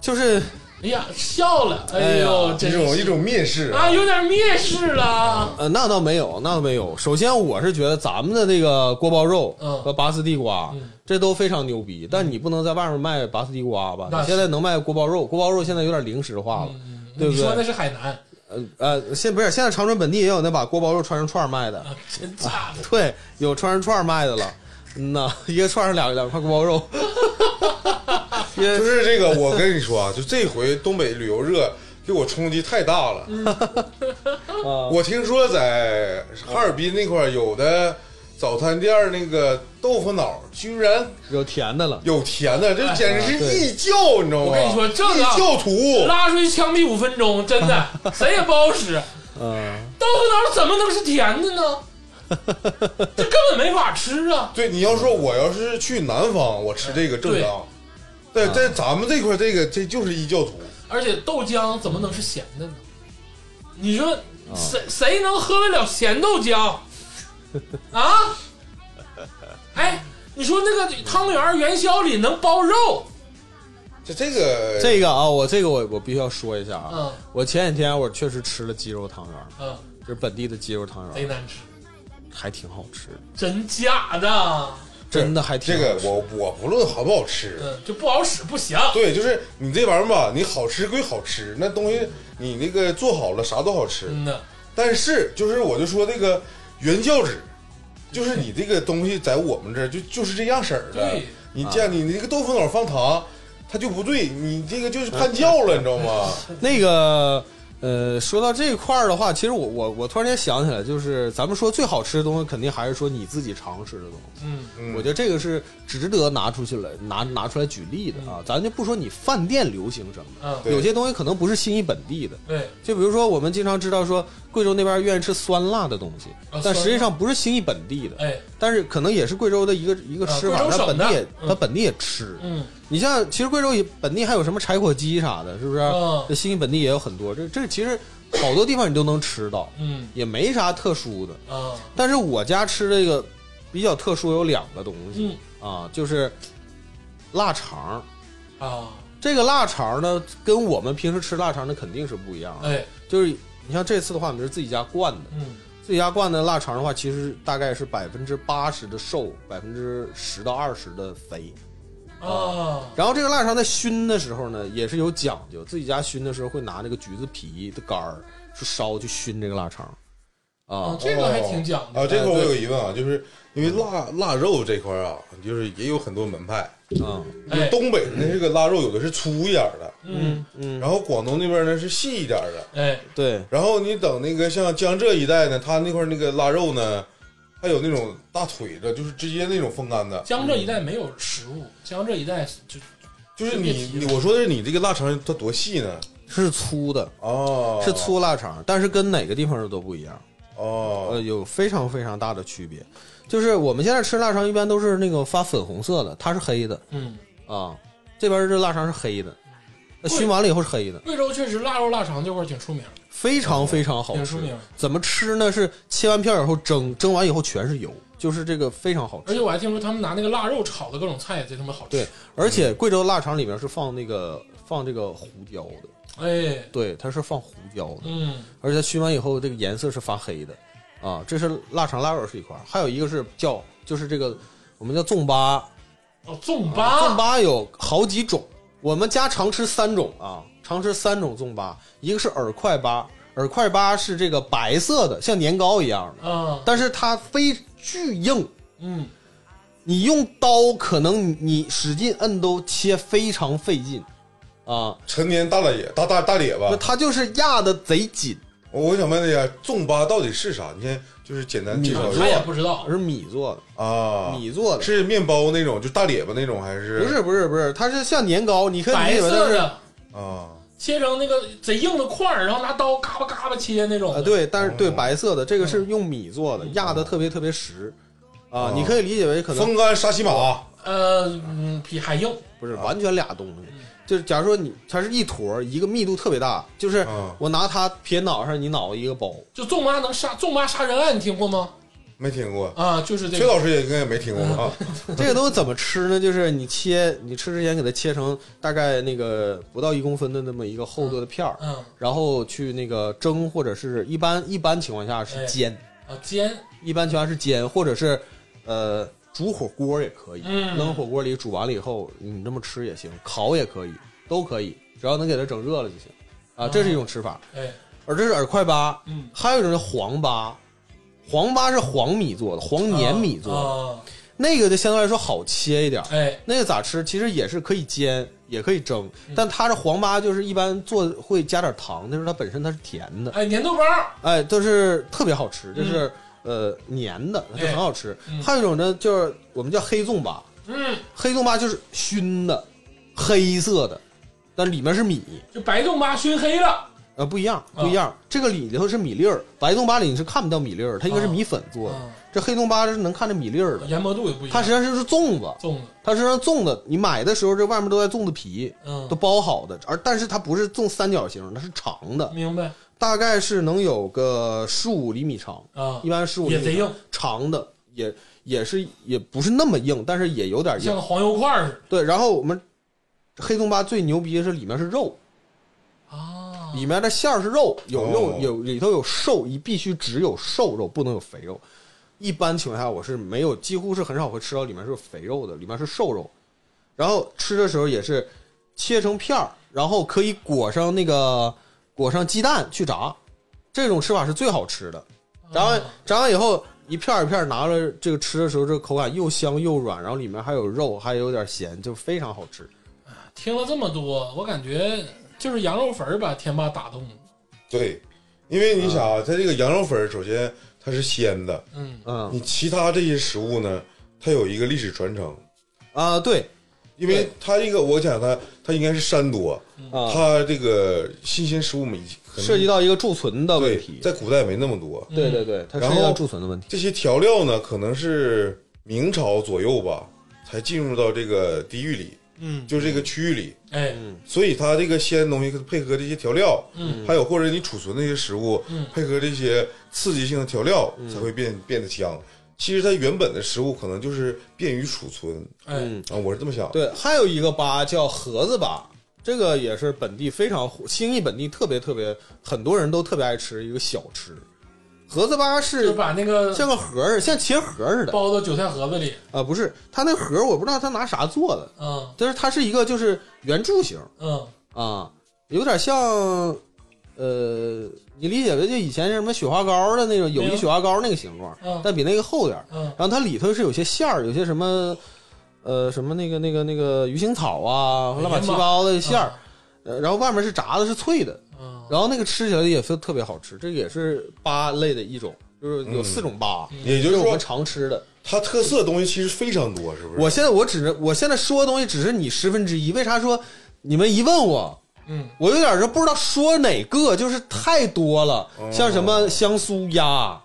Speaker 4: 就是
Speaker 2: 哎呀，笑了，哎
Speaker 4: 哎
Speaker 2: 呦，
Speaker 4: 呀
Speaker 2: 真
Speaker 3: 一种一
Speaker 2: 是
Speaker 3: 种面试
Speaker 2: 啊，有点蔑视了。
Speaker 4: 呃，那倒没有，那倒没有。首先，我是觉得咱们的那个锅包肉
Speaker 2: 嗯
Speaker 4: 和拔丝地瓜，
Speaker 2: 嗯
Speaker 4: 这都非常牛逼，但你不能在外面卖拔丝地瓜吧？
Speaker 2: 那
Speaker 4: 你
Speaker 2: 是
Speaker 4: 现在能卖锅包肉，锅包肉现在有点零食化了。
Speaker 2: 嗯
Speaker 4: 对不
Speaker 2: 你
Speaker 4: 对
Speaker 2: 说那是海南，
Speaker 4: 呃呃，现不是现在长春本地也有那把锅包肉串成串儿卖的，
Speaker 2: 啊真假的？
Speaker 4: <laughs> 对，有串成串儿卖的了。嗯呐，一个串上两两块锅包肉， <laughs> 因为
Speaker 3: 就是这个，我跟你说啊，就 <laughs> 这回东北旅游热给我冲击太大了。
Speaker 2: 嗯
Speaker 4: 啊
Speaker 3: <laughs> 我听说在哈尔滨那块儿有的早餐店儿那个豆腐脑儿居然
Speaker 4: 有甜的了。
Speaker 3: 有甜的，这简直是异教，你知道吗？
Speaker 2: 哎我跟你说这个啊
Speaker 3: 异教徒，
Speaker 2: 拉出去枪毙五分钟，真
Speaker 4: <laughs>
Speaker 2: 的，谁也不好使。
Speaker 4: 嗯，
Speaker 2: 豆腐脑怎么能是甜的
Speaker 4: <laughs>
Speaker 2: 呢？这根本没法吃啊！
Speaker 3: 对你要说我要是去南方，我吃这个正常，但在咱们这块儿这个这就是异教徒，
Speaker 2: 而且豆浆怎么能是咸的呢？你说
Speaker 3: 啊
Speaker 2: 谁谁能喝得了咸豆浆
Speaker 3: <laughs>
Speaker 2: 啊？哎，你说那个汤圆儿元宵里能包肉，
Speaker 3: 这这个
Speaker 4: 这个啊，我这个我我必须要说一下啊，
Speaker 2: 嗯
Speaker 4: 我前几天我确实吃了鸡肉汤圆儿，
Speaker 2: 嗯，
Speaker 4: 就是本地的鸡肉汤
Speaker 3: 哎
Speaker 2: 贼
Speaker 4: 圆儿，
Speaker 2: 难吃，
Speaker 4: 还挺好吃，
Speaker 2: 真假的，
Speaker 4: 真的还挺
Speaker 3: 这
Speaker 4: 好
Speaker 3: 个
Speaker 4: 吃
Speaker 3: 我我不论好不好吃，
Speaker 2: 嗯，就不好使，不行。
Speaker 3: 对，就是你这玩意儿吧，你好吃归好吃，那东西你那个做好了啥都好吃，
Speaker 2: 真的，
Speaker 3: 但是就是我就说这个原教旨，就是你这个东西在我们这儿就就是这样式儿的
Speaker 2: 对。啊
Speaker 3: 你这样，你那个豆腐脑放糖，它就不对，你这个就是叛教了，你知道吗？
Speaker 4: 那个呃，说到这块儿的话，其实我我我突然间想起来，就是咱们说最好吃的东西，肯定还是说你自己常吃的东西。
Speaker 2: 嗯， <laughs>
Speaker 3: 嗯
Speaker 4: 我觉得这个是值得拿出去了，拿拿出来举例的
Speaker 3: 嗯
Speaker 4: 啊。咱就不说你饭店流行什么，
Speaker 2: 嗯，
Speaker 3: 对
Speaker 4: 有些东西可能不是新义本地的。
Speaker 2: 对，
Speaker 4: 就比如说，我们经常知道说贵州那边愿意吃酸辣的东西
Speaker 2: 啊，
Speaker 4: 但
Speaker 2: 酸辣
Speaker 4: 实际上不是兴义本地的，
Speaker 2: 哎，
Speaker 4: 但是可能也是贵州的一个一个吃法
Speaker 2: 啊，贵州
Speaker 4: 它
Speaker 2: 省
Speaker 4: 本
Speaker 2: 的
Speaker 4: 地也
Speaker 2: 嗯
Speaker 4: 它本地也吃。
Speaker 2: 嗯，
Speaker 4: 你像其实贵州也本地还有什么柴火鸡啥的，是不是
Speaker 3: 啊
Speaker 2: 嗯？
Speaker 4: 这兴义本地也有很多，这这其实好多地方你都能吃到，
Speaker 2: 嗯，
Speaker 4: 也没啥特殊的。
Speaker 2: 啊，
Speaker 4: 但是我家吃这个比较特殊有两个东西
Speaker 2: 嗯，
Speaker 4: 啊，就是腊肠儿。
Speaker 2: 啊，
Speaker 4: 这个腊肠儿呢，跟我们平时吃腊肠儿那肯定是不一样的。啊
Speaker 2: 哎，
Speaker 4: 就是你像这次的话，我们是自己家灌的，
Speaker 2: 嗯，
Speaker 4: 自己家灌的腊肠的话，其实大概是百分之八十的瘦，百分之十到二十的肥。
Speaker 2: 啊，
Speaker 4: 然后这个腊肠在熏的时候呢，也是有讲究，自己家熏的时候会拿这个橘子皮的干儿去烧去熏这个腊肠，啊
Speaker 2: 啊，这个还挺讲究
Speaker 3: 啊，这块儿我有疑问啊，就是因为腊腊肉这块儿啊，就是也有很多门派，
Speaker 4: 啊
Speaker 3: 就是
Speaker 2: 哎，
Speaker 3: 东北那这个腊肉有的是粗一点儿的，
Speaker 2: 嗯，
Speaker 4: 嗯，
Speaker 3: 然后广东那边呢是细一点儿的，
Speaker 2: 哎，
Speaker 4: 对，
Speaker 3: 然后你等那个像江浙一带呢，它那块儿那个腊肉呢，还有那种大腿的，就是直接那种风干的，
Speaker 2: 江浙一带没有食物，江浙一带就
Speaker 3: 就是
Speaker 2: 别
Speaker 3: 你
Speaker 2: 提
Speaker 3: 你我说的是你这个腊肠它多细呢？
Speaker 4: 是粗的，
Speaker 3: 哦，
Speaker 4: 是粗腊肠，但是跟哪个地方都不一样，呃，
Speaker 3: 哦，
Speaker 4: 有非常非常大的区别。就是我们现在吃腊肠一般都是那个发粉红色的，它是黑的
Speaker 2: 嗯
Speaker 4: 啊，这边这腊肠是黑的，那熏完了以后是黑的，
Speaker 2: 贵州确实腊肉腊肠这块儿挺出名，
Speaker 4: 非
Speaker 2: 哦
Speaker 4: 常非常好
Speaker 2: 挺出
Speaker 4: 吃。
Speaker 2: 名。
Speaker 4: 怎么吃呢？是切完片儿以后蒸，蒸完以后全是油，就是这个非常好
Speaker 2: 而且
Speaker 4: 吃。
Speaker 2: 我还听说他们拿那个腊肉炒的各种菜也贼他妈好
Speaker 4: 对
Speaker 2: 吃。，
Speaker 4: 而且贵州腊肠里面是放那个放这个胡椒的，
Speaker 2: 哎，
Speaker 4: 对，它是放胡椒的，
Speaker 2: 嗯，
Speaker 4: 而且它熏完以后这个颜色是发黑的，啊，这是腊肠腊肉是一块儿，还有一个是叫就是这个我们叫粽粑，
Speaker 2: 哦，粽
Speaker 4: 啊粽
Speaker 2: 粑，
Speaker 4: 粑有好几种，我们家常吃三种啊，常吃三种粽粑，一个是饵块粑，饵块粑是这个白色的，像年糕一样的，
Speaker 2: 啊，
Speaker 4: 但是它非常巨硬，
Speaker 2: 嗯，
Speaker 4: 你用刀可能你使劲摁都切非常费劲啊，
Speaker 3: 陈年大大爷，大大大列
Speaker 4: 那
Speaker 3: 巴。
Speaker 4: 它就是压的贼紧，
Speaker 3: 我想问一下，粽粑到底是啥？你先就是简单介
Speaker 4: 啊
Speaker 3: 绍一
Speaker 2: 他也
Speaker 3: 下
Speaker 2: 不知道，
Speaker 4: 是米做的，
Speaker 3: 啊。
Speaker 4: 米做的，
Speaker 3: 是面包那种，就大列巴那种，还是
Speaker 4: 不是不是不是，它是像年糕，你可以
Speaker 2: 白
Speaker 4: 以为它
Speaker 2: 色
Speaker 4: 是
Speaker 2: 的，
Speaker 3: 啊？
Speaker 2: 切成那个贼硬的块儿，然后拿刀嘎巴嘎巴切那种的。
Speaker 4: 啊，对，但是对
Speaker 3: 哦
Speaker 4: 白色的这个是用米做的，压的特别特别实，啊
Speaker 3: 哦，
Speaker 4: 你可以理解为可能
Speaker 3: 风干沙琪玛
Speaker 2: 呃，嗯，比还硬。
Speaker 4: 不是完全俩东西，就是假如说你它是一坨儿，一个密度特别大，就是
Speaker 3: 嗯
Speaker 4: 我拿它撇脑上，你脑一个包，
Speaker 2: 就粽粑能杀粽粑杀人案，你听过吗？
Speaker 3: 没听过，
Speaker 2: 啊，就是这
Speaker 3: 崔
Speaker 2: 个，
Speaker 3: 老师也应该也没听过啊
Speaker 4: <laughs>
Speaker 3: 吧？
Speaker 4: 这个东西怎么吃呢？就是你切，你吃之前给它切成大概那个不到一公分的那么一个厚度的片儿，
Speaker 2: 嗯
Speaker 4: 然后去那个蒸，或者是一般一般情况下是煎，
Speaker 2: 啊，煎，
Speaker 4: 一般情况下是煎，或者是呃煮火锅也可以，
Speaker 2: 嗯
Speaker 4: 扔火锅里煮完了以后你这么吃也行，烤也可以，都可以，只要能给它整热了就行。啊，这是一种吃法，
Speaker 2: 哎，
Speaker 4: 而这是饵块粑，
Speaker 2: 嗯，
Speaker 4: 还有一种是黄粑，黄粑是黄米做的，黄粘米做的，
Speaker 2: 啊，
Speaker 4: 那个就相对来说好切一点儿。
Speaker 2: 啊哎，
Speaker 4: 那个咋吃？其实也是可以煎，也可以蒸
Speaker 2: 嗯，
Speaker 4: 但它这黄粑就是一般做会加点糖，就是它本身它是甜的，
Speaker 2: 哎，粘豆包儿，
Speaker 4: 哎，都是特别好吃，就是、呃黏的，它就很好吃。
Speaker 2: 嗯
Speaker 4: 还有一种呢，就是我们叫黑粽粑，
Speaker 2: 嗯，
Speaker 4: 黑粽粑就是熏的，黑色的，但里面是米，
Speaker 2: 就白粽粑熏黑了，
Speaker 4: 呃，不一样，不
Speaker 2: 啊
Speaker 4: 一样。这个里头是米粒儿，白粽粑里你是看不到米粒儿，它一个是米粉做的，
Speaker 2: 啊，
Speaker 4: 这黑粽粑是能看着米粒儿的。
Speaker 2: 研呃磨度也不一样。
Speaker 4: 它实际上就是粽子，
Speaker 2: 粽子，
Speaker 4: 它实际上粽子，你买的时候这外面都带粽子皮，
Speaker 2: 嗯
Speaker 4: 都，包好的，而但是它不是粽三角形，它是长的，
Speaker 2: 明白
Speaker 4: 大概是能有个十五厘米长，
Speaker 2: 啊
Speaker 4: 一，般十五厘
Speaker 2: 也贼
Speaker 4: 米
Speaker 2: 硬，
Speaker 4: 长的，也也是也不是那么硬，但是也有点
Speaker 2: 像
Speaker 4: 硬。
Speaker 2: 个黄油块儿似
Speaker 4: 对，然后我们黑粽粑最牛逼的是里面是肉，
Speaker 2: 的啊，
Speaker 4: 里面的馅儿是肉，有肉
Speaker 3: 哦
Speaker 4: 有里头有瘦，你必须只有瘦肉，不能有肥肉。一般情况下我是没有，几乎是很少会吃到里面是肥肉的，里面是瘦肉。然后吃的时候也是切成片儿，然后可以裹上那个裹上鸡蛋去炸，这种吃法是最好吃的。炸完炸完以后，一片儿一片儿拿了这个吃的时候，这个口感又香又软，然后里面还有肉，还有点咸，就非常好吃。
Speaker 2: 听了这么多，我感觉就是羊肉粉儿把天霸打动了。
Speaker 3: 对，因为你想啊，它这个羊肉粉儿首先它是鲜的，
Speaker 2: 嗯，
Speaker 4: 嗯
Speaker 3: 你其他这些食物呢，它有一个历史传承，
Speaker 4: 啊，对
Speaker 3: 因为
Speaker 4: 对
Speaker 3: 它这个我想它它应该是山多，
Speaker 4: 啊，
Speaker 3: 它这个新鲜食物没可能
Speaker 4: 涉及到一个贮存的问
Speaker 3: 对
Speaker 4: 题，。
Speaker 3: 在古代没那么多，
Speaker 2: 嗯
Speaker 4: 对对对，它
Speaker 3: 然
Speaker 4: 涉及到
Speaker 3: 后
Speaker 4: 贮存的问题。
Speaker 3: 这些调料呢可能是明朝左右吧才进入到这个地域里，
Speaker 2: 嗯，
Speaker 3: 就是这个区域里，
Speaker 2: 哎，
Speaker 4: 嗯
Speaker 3: 所以它这个鲜东西配合这些调料，
Speaker 2: 嗯，
Speaker 3: 还有或者你储存那些食物，
Speaker 2: 嗯
Speaker 3: 配合这些刺激性的调料，
Speaker 4: 嗯
Speaker 3: 才会变变得香。其实它原本的食物可能就是便于储存
Speaker 2: 哎，
Speaker 4: 嗯
Speaker 3: 啊，我是这么想。
Speaker 4: 对，还有一个粑叫盒子粑，这个也是本地非常火兴义本地特别特别很多人都特别爱吃一个小吃。盒子粑
Speaker 2: 就是把那个
Speaker 4: 像个盒儿，像茄盒似的啊、
Speaker 2: 包到韭菜盒子里，
Speaker 4: 不是它那盒儿我不知道它拿啥做的，
Speaker 2: 嗯
Speaker 4: 但是它是一个就是圆柱形
Speaker 2: 嗯，
Speaker 4: 啊，有点像呃，你理解为就以前什么雪花膏的那种有
Speaker 2: 明
Speaker 4: 机
Speaker 2: 白
Speaker 4: 雪花膏那个形状
Speaker 2: 嗯，
Speaker 4: 但比那个厚点儿。
Speaker 2: 嗯
Speaker 4: 然后它里头是有些馅儿，有些什么，呃，什么那个那个那个鱼腥草啊，
Speaker 2: 哎呀妈
Speaker 4: 乱七八糟的馅
Speaker 3: 嗯
Speaker 4: 儿，呃，然后外面是炸的，是脆的，
Speaker 2: 嗯，
Speaker 4: 然后那个吃起来也是特别好吃，这也是粑类的一种，就是有四种粑，
Speaker 3: 嗯也就是
Speaker 4: 这是我们
Speaker 3: 说，
Speaker 4: 常吃的。
Speaker 3: 它特色的东西其实非常多，是不是？
Speaker 4: 我现在我只能我现在说的东西只是你十分之一，为啥说你们一问我？
Speaker 2: 嗯，
Speaker 4: 我有点儿就不知道说哪个，就是太多了，
Speaker 3: 哦
Speaker 4: 像什么香酥鸭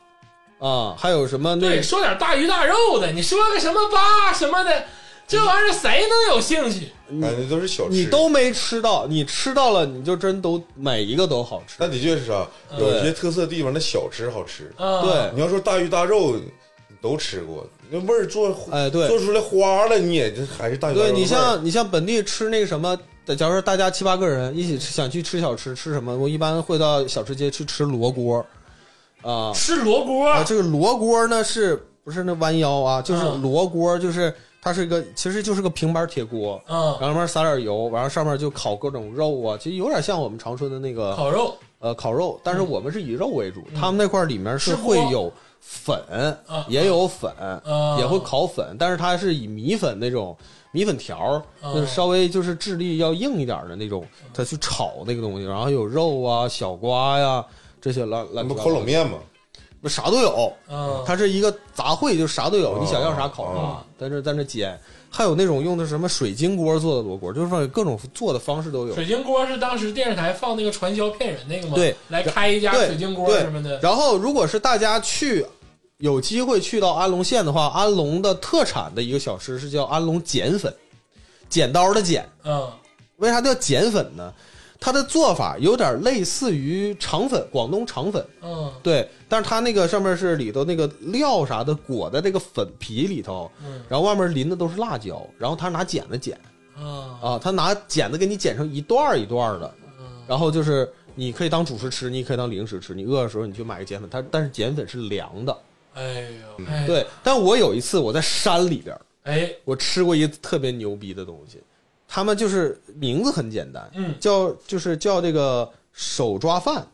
Speaker 4: 啊、还有什么那
Speaker 2: 对，说点大鱼大肉的，你说个什么粑什么的，这玩意儿谁能有兴趣？
Speaker 3: 感哎觉都是小吃。
Speaker 4: 你都没吃到，你吃到了，你就真都每一个都好吃。
Speaker 3: 但的确是啊，有些特色地方的小吃好吃。
Speaker 2: 啊，
Speaker 4: 对
Speaker 3: 你要说大鱼大肉，你都吃过，那味儿做
Speaker 4: 哎对
Speaker 3: 做出来花了，你也就还是大鱼大肉
Speaker 4: 对
Speaker 3: 的味儿。
Speaker 4: 你像你像本地吃那个什么，假如说大家七八个人一起吃，想去吃小吃，吃什么？我一般会到小吃街去吃罗锅，啊、
Speaker 2: 吃罗锅
Speaker 4: 啊，这个罗锅呢是不是那弯腰啊？就是
Speaker 2: 嗯
Speaker 4: 罗锅，就是它是一个其实就是个平板铁锅，
Speaker 2: 啊
Speaker 4: 然，后上面撒点油，完了上面就烤各种肉啊，其实有点像我们长春的那个
Speaker 2: 烤肉
Speaker 4: 呃烤肉，但是我们是以肉为主，他们那块儿里面是
Speaker 2: 嗯吃锅
Speaker 4: 会有粉，
Speaker 2: 啊
Speaker 4: 也有粉，
Speaker 2: 啊
Speaker 4: 也会烤粉，但是它是以米粉那种米粉条儿，
Speaker 2: 啊
Speaker 4: 就是稍微就是质地要硬一点儿的那种，它去炒那个东西，然后有肉啊、小瓜呀、这些乱
Speaker 3: 那
Speaker 4: 乱七
Speaker 3: 不
Speaker 4: 八
Speaker 3: 烤冷
Speaker 4: 糟，
Speaker 3: 面吗？
Speaker 4: 不啥都有。
Speaker 2: 啊，
Speaker 4: 它是一个杂烩，就啥都有，
Speaker 3: 啊
Speaker 4: 你想要啥烤啥
Speaker 2: 啊，
Speaker 4: 在这在这煎。还有那种用的什么水晶锅做的罗锅，就是说各种做的方式都有。
Speaker 2: 水晶锅是当时电视台放那个传销骗人那个吗？
Speaker 4: 对，
Speaker 2: 来开一家
Speaker 4: 对
Speaker 2: 水晶锅
Speaker 4: 对
Speaker 2: 什么的。
Speaker 4: 然后，如果是大家去有机会去到安龙县的话，安龙的特产的一个小吃是叫安龙碱粉，剪刀的剪。
Speaker 2: 嗯
Speaker 4: 为啥叫碱粉呢？它的做法有点类似于肠粉，广东肠粉。
Speaker 2: 嗯
Speaker 4: 对，但是它那个上面是里头那个料啥的裹在这个粉皮里头，
Speaker 2: 嗯
Speaker 4: 然后外面淋的都是辣椒，然后他拿剪子剪
Speaker 2: 啊
Speaker 4: 啊，他拿剪子给你剪成一段儿一段儿的，
Speaker 2: 嗯
Speaker 4: 然后就是你可以当主食吃，你也可以当零食吃，你饿的时候你去买个碱粉，它但是碱粉是凉的，
Speaker 2: 哎呦，哎，
Speaker 4: 嗯对。但我有一次我在山里边儿，
Speaker 2: 哎，
Speaker 4: 我吃过一个特别牛逼的东西，他们就是名字很简单，
Speaker 2: 嗯
Speaker 4: 叫就是叫这个手抓饭，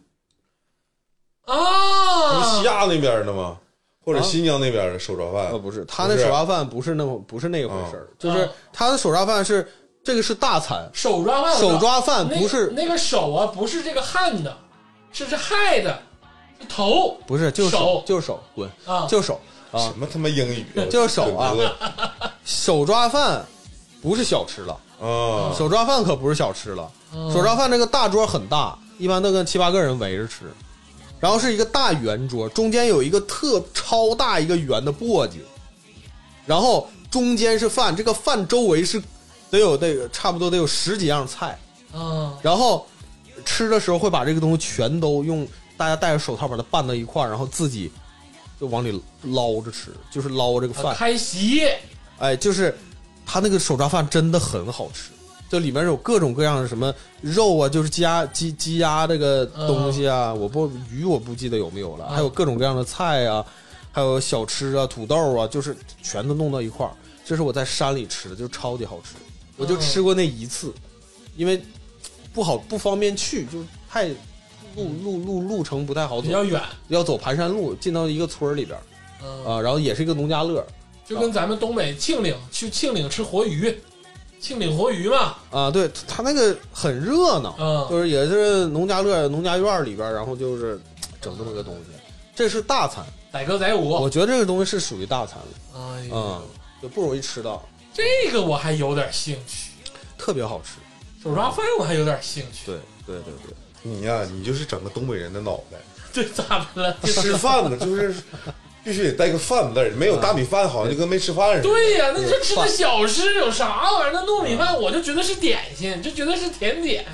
Speaker 3: 不是
Speaker 2: 啊
Speaker 3: 西，亚那边的吗？或者
Speaker 4: 啊
Speaker 3: 新疆那边的手抓
Speaker 4: 呃，
Speaker 3: 饭？
Speaker 4: 不是，哦他那手抓饭不是那么不是那回事儿，就是
Speaker 2: 啊
Speaker 4: 他的手抓饭是这个是大餐，
Speaker 2: 手抓饭，
Speaker 4: 手抓饭
Speaker 2: 那
Speaker 4: 不是
Speaker 2: 那个手啊，不是这个汗的，是这害的，是头
Speaker 4: 不是就是
Speaker 2: 手
Speaker 4: 就是手滚
Speaker 2: 啊，
Speaker 4: 就是手啊
Speaker 3: 什，么他妈英语啊？
Speaker 4: <laughs> 就是手啊
Speaker 3: 我
Speaker 4: 手抓饭不是小吃了，
Speaker 3: 啊！
Speaker 4: 手抓饭可不是小吃了。
Speaker 2: 嗯
Speaker 4: 手抓饭这个大桌很大，一般都跟七八个人围着吃，然后是一个大圆桌，中间有一个特超大一个圆的簸箕，然后中间是饭，这个饭周围是得有得有差不多得有十几样菜，
Speaker 2: 嗯
Speaker 4: 然后吃的时候会把这个东西全都用大家戴着手套把它拌到一块儿，然后自己就往里捞着吃，就是捞这个
Speaker 2: 啊
Speaker 4: 饭。
Speaker 2: 开席，
Speaker 4: 哎，就是他那个手抓饭真的很好吃，就里面有各种各样的什么肉啊，就是鸡鸭鸡鸡鸭这个东西啊，我不鱼我不记得有没有了，
Speaker 2: 嗯
Speaker 4: 还有各种各样的菜啊，还有小吃啊，土豆啊，就是全都弄到一块儿。这是我在山里吃的，就超级好吃，我就吃过那一次，因为不好不方便去，就是太路路路路程不太好走
Speaker 2: 比，较远，
Speaker 4: 要走盘山路，进到一个村儿里边儿
Speaker 2: 嗯，
Speaker 4: 啊，然后也是一个农家乐
Speaker 2: 就跟咱们东北庆岭去庆岭吃活鱼，庆岭活鱼嘛，
Speaker 4: 啊，对他那个很热闹，
Speaker 2: 嗯
Speaker 4: 就是也是农家乐、农家院里边儿，然后就是整这么个东西。这是大餐，
Speaker 2: 载歌载舞，
Speaker 4: 我觉得这个东西是属于大餐了，
Speaker 2: 哎呦
Speaker 4: 嗯，，就不容易吃到，
Speaker 2: 这个我还有点兴趣，
Speaker 4: 特别好吃。
Speaker 2: 手抓饭我还有点兴趣，
Speaker 4: 对对对对，
Speaker 3: 你呀，你就是整个东北人的脑袋。
Speaker 2: 这咋的 <laughs> 了？
Speaker 3: 吃饭呢，就是必须得带个饭字儿，没有大米饭好像就跟没吃饭似的。
Speaker 2: 对呀、那就吃的小吃有啥玩意儿？那糯米
Speaker 4: 嗯
Speaker 2: 饭我就觉得是点心，就觉得是甜点，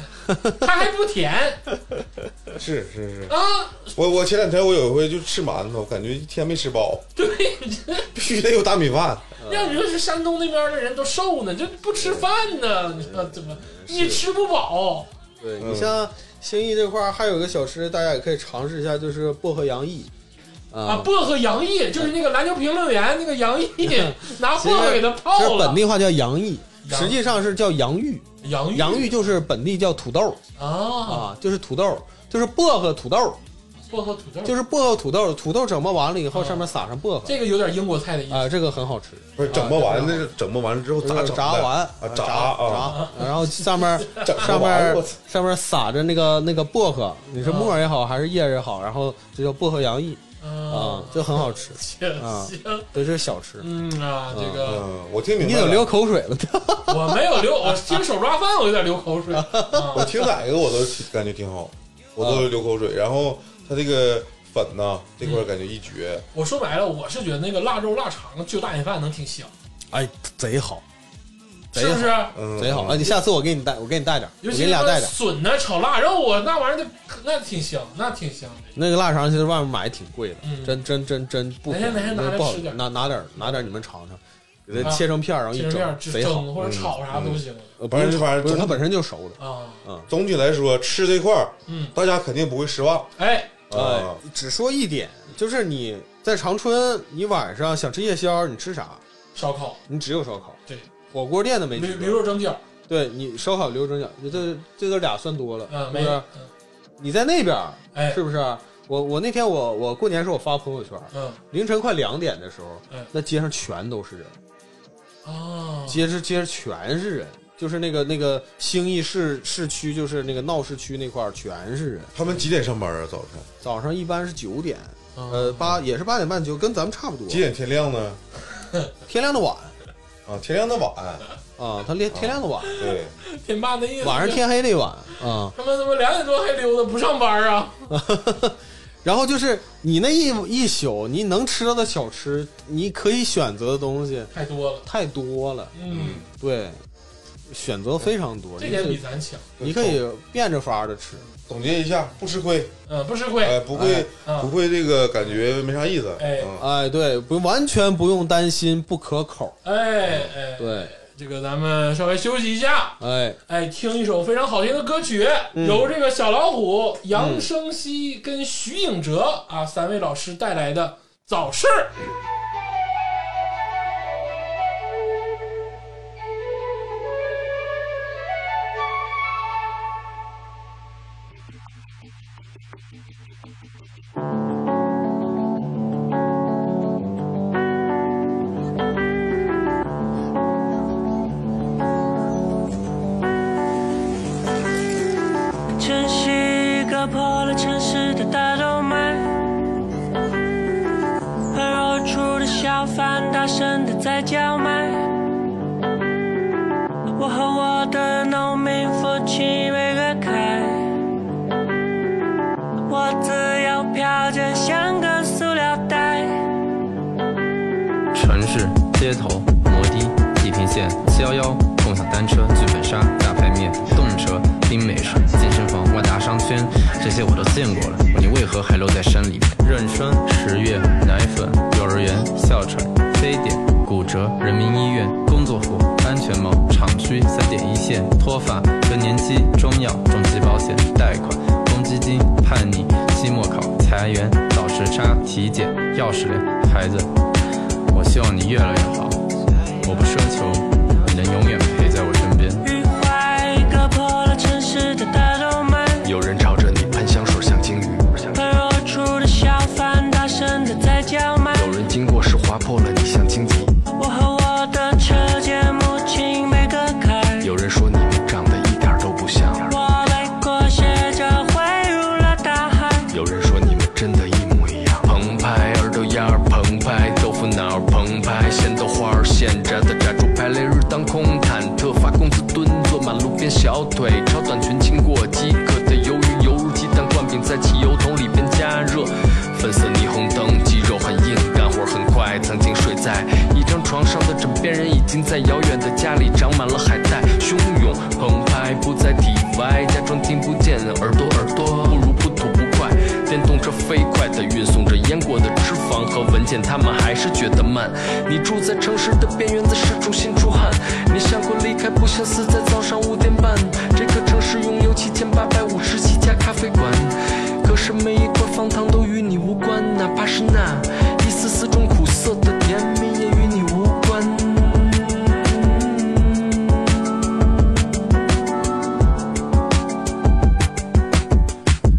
Speaker 2: 它还不甜
Speaker 3: 是是是，
Speaker 2: 啊！
Speaker 3: 我我前两天我有一回就吃馒头，感觉一天没吃饱，
Speaker 2: <laughs>
Speaker 3: <laughs>
Speaker 2: 对，
Speaker 4: 嗯
Speaker 3: 必须得有大米饭。
Speaker 2: 要你说是山东那边的人都瘦呢，就不吃饭呢，你
Speaker 4: 嗯
Speaker 2: 说怎么你吃不饱？
Speaker 4: 对
Speaker 3: 嗯
Speaker 4: 你像兴义这块儿还有个小吃，大家也可以尝试一下，就是薄荷洋溢嗯
Speaker 2: 啊，薄荷洋溢就是那个篮球评论员那个洋溢，拿薄荷给他
Speaker 4: 嗯其实
Speaker 2: 泡
Speaker 4: 本
Speaker 2: 了。
Speaker 4: 地话叫洋溢，
Speaker 2: 洋
Speaker 4: 实际上是叫洋芋。
Speaker 2: 洋
Speaker 4: 洋芋就是本地叫土豆
Speaker 2: 啊，
Speaker 4: 啊，就是土豆，就是薄荷土豆，
Speaker 2: 薄荷土豆，
Speaker 4: 就是薄荷土豆，土豆整磨完了以后，
Speaker 2: 啊
Speaker 4: 上面撒上薄荷
Speaker 2: 这个有点英国菜的意思。
Speaker 4: 啊，这个很好吃。
Speaker 3: 不是整不完，那是整不完之后咋
Speaker 4: 就是
Speaker 3: 整？
Speaker 4: 呃炸完
Speaker 3: 啊炸啊，
Speaker 4: 炸，然后
Speaker 3: <laughs>
Speaker 4: 上面
Speaker 3: 整不
Speaker 4: 上
Speaker 3: 完
Speaker 4: 面
Speaker 3: 我操
Speaker 4: 上面撒着那个那个薄荷，你是沫儿也好还是叶儿也好，然后这叫薄荷洋溢啊，就很好吃，
Speaker 2: <laughs> 行
Speaker 4: 啊
Speaker 2: 行，
Speaker 4: 对，这是小吃。
Speaker 2: 嗯啊，这个。
Speaker 3: 嗯，我听明
Speaker 4: 你
Speaker 3: 白
Speaker 4: 怎么流
Speaker 3: 了。
Speaker 4: 口水了？ <laughs>
Speaker 2: 我没有流，我听手抓饭我有点流口水。
Speaker 3: 我
Speaker 2: 啊
Speaker 3: 听哪个我都感觉挺好，我
Speaker 4: 啊
Speaker 3: 都流口水。然后它这个粉呢，这块儿感觉一绝。
Speaker 2: 我说白了，我是觉得那个腊肉腊肠就大米饭能挺香，
Speaker 4: 哎，贼好，贼
Speaker 2: 是不是？
Speaker 3: 嗯，
Speaker 4: 贼好啊！你下次我给你带，我给你带点儿，
Speaker 2: 尤
Speaker 4: 我
Speaker 2: 其是
Speaker 4: 给你俩带点儿。
Speaker 2: 笋呐、炒腊肉啊，那玩意儿那那挺香，那挺香的。
Speaker 4: 那个腊肠其实外面买挺贵的，
Speaker 2: 嗯
Speaker 4: 真真真真不
Speaker 2: 哪天哪天拿来
Speaker 4: 不好
Speaker 2: 吃点儿
Speaker 4: 拿拿点儿拿点儿你们尝尝，给它
Speaker 2: 啊
Speaker 4: 切成片儿，然后一
Speaker 2: 切成片儿
Speaker 4: 整，
Speaker 2: 只
Speaker 4: 贼好。
Speaker 2: 蒸或者炒啥都行
Speaker 4: 呃，不
Speaker 3: 反正
Speaker 4: 是
Speaker 3: 反正
Speaker 4: 不是，它
Speaker 3: 总
Speaker 4: 本身就熟的。
Speaker 2: 啊。
Speaker 3: 总体来说，吃这块儿，
Speaker 2: 嗯，
Speaker 3: 大家肯定不会失望
Speaker 2: 哎，
Speaker 4: 哎
Speaker 3: 啊。，
Speaker 4: 只说一点，就是你在长春，你晚上想吃夜宵，你吃啥？
Speaker 2: 烧烤、
Speaker 4: 你只有烧烤。
Speaker 2: 对，
Speaker 4: 火锅店的没
Speaker 2: 驴
Speaker 4: 几
Speaker 2: 驴
Speaker 4: 个。
Speaker 2: 肉蒸饺，
Speaker 4: 对你烧烤、牛肉蒸饺，这这这都俩算多了，
Speaker 2: 嗯，
Speaker 4: 是
Speaker 2: 没
Speaker 4: 不
Speaker 2: 有
Speaker 4: 是？，你在那边儿
Speaker 2: 哎
Speaker 4: 是不是？我我那天我我过年时候我发朋友圈，
Speaker 2: 嗯
Speaker 4: 凌晨快两点的时候
Speaker 2: 嗯，
Speaker 4: 那街上全都是人，
Speaker 2: 啊，
Speaker 4: 街是街上全是人，就是那个那个兴义市市区，就是那个闹市区那块儿全是人。
Speaker 3: 他们几点上班啊？早晨
Speaker 4: 早上一般是九点，呃
Speaker 2: 呃，
Speaker 4: 八也是八点半九，跟咱们差不多
Speaker 3: 几。点天亮呢？
Speaker 4: 天亮的晚
Speaker 3: 啊，天亮的晚，
Speaker 4: 啊，他连天亮的晚，
Speaker 3: 对，
Speaker 2: 天霸那意思，
Speaker 4: 晚上天黑的晚啊。
Speaker 2: 他们他妈两点多还溜达不上班啊？
Speaker 4: 然后就是你那一一宿，你能吃到的小吃，你可以选择的东西
Speaker 2: 太多了，
Speaker 4: 太多了，
Speaker 2: 嗯，
Speaker 4: 对，选择非常多。
Speaker 2: 这
Speaker 4: 你
Speaker 2: 点
Speaker 4: 可
Speaker 2: 比
Speaker 4: 以
Speaker 2: 咱强，
Speaker 4: 你可以变着法儿的吃，
Speaker 3: 总结一下，不吃亏，
Speaker 2: 嗯，不吃亏，
Speaker 4: 呃
Speaker 3: 哎，不会
Speaker 2: 啊
Speaker 3: 不会这个感觉没啥意思，
Speaker 2: 哎
Speaker 3: 嗯
Speaker 4: 哎，对，不完全不用担心不可口，
Speaker 2: 哎哎，
Speaker 4: 对，
Speaker 2: 这个咱们稍微休息一下，
Speaker 4: 哎，
Speaker 2: 哎，听一首非常好听的歌曲，
Speaker 4: 嗯
Speaker 2: 由这个小老虎、杨生熙跟徐颖哲啊三位老师带来的《早市》。
Speaker 5: 真是一个破了城市的大动脉，而后厨的小贩大声的在叫卖。我和我的农民夫妻没隔开，我自由飘着像个塑料袋。
Speaker 6: 城市、街头、摩的、地平线、七幺幺、共享单车、剧本杀、大排面、动车、冰美式、健身房、万达商圈，这些我都见过了，你为何还留在山里面？妊娠、十月、奶粉、幼儿园、哮喘、非典、骨折、人民医院、工作服、安全帽、厂区三点一线、脱发、更年期、中药、重疾保险、贷款、公积金、叛逆、期末考、裁员、倒时差、体检、钥匙链、孩子。我希望你越来越好，我不奢求你能永远陪在我身边。
Speaker 5: 愉快一个破了城市的大动脉，
Speaker 7: 有人朝着你喷香水，像鲸鱼；
Speaker 5: 而后厨的小贩大声的在叫卖。
Speaker 7: 有人经过时划破了你，像荆棘；
Speaker 5: 我和我的车间母亲没隔开，
Speaker 7: 有人说你们长得一点儿都不像；
Speaker 5: 我被裹挟着汇入了大海。
Speaker 7: 有人说你们真的一模一样。澎湃，耳朵眼儿澎湃，豆腐脑儿澎湃，咸豆花儿现炸的炸猪排，雷日当空，忐忑发工资蹲坐满路边小腿，超短裙经过饥渴的鱿鱼，犹如鸡蛋灌饼在汽油桶里边加热。粉色霓虹灯，肌肉很硬，干活很快。曾经睡在一张床上的枕边人，已经在遥远的家里长满了海带，汹涌澎湃，不在体外，假装听不见，耳朵耳朵，不如不吐不快。电动车飞快地运送着腌过的脂肪和文件，他们还是觉得慢。你住在城市的边缘，在市中心出汗。你想过离开，不想死在早上五点半。这个城市拥有七千八百五十七家咖啡馆，可是每一块方糖都与你无关，哪怕是那一丝丝中苦涩的甜蜜，也与你无关。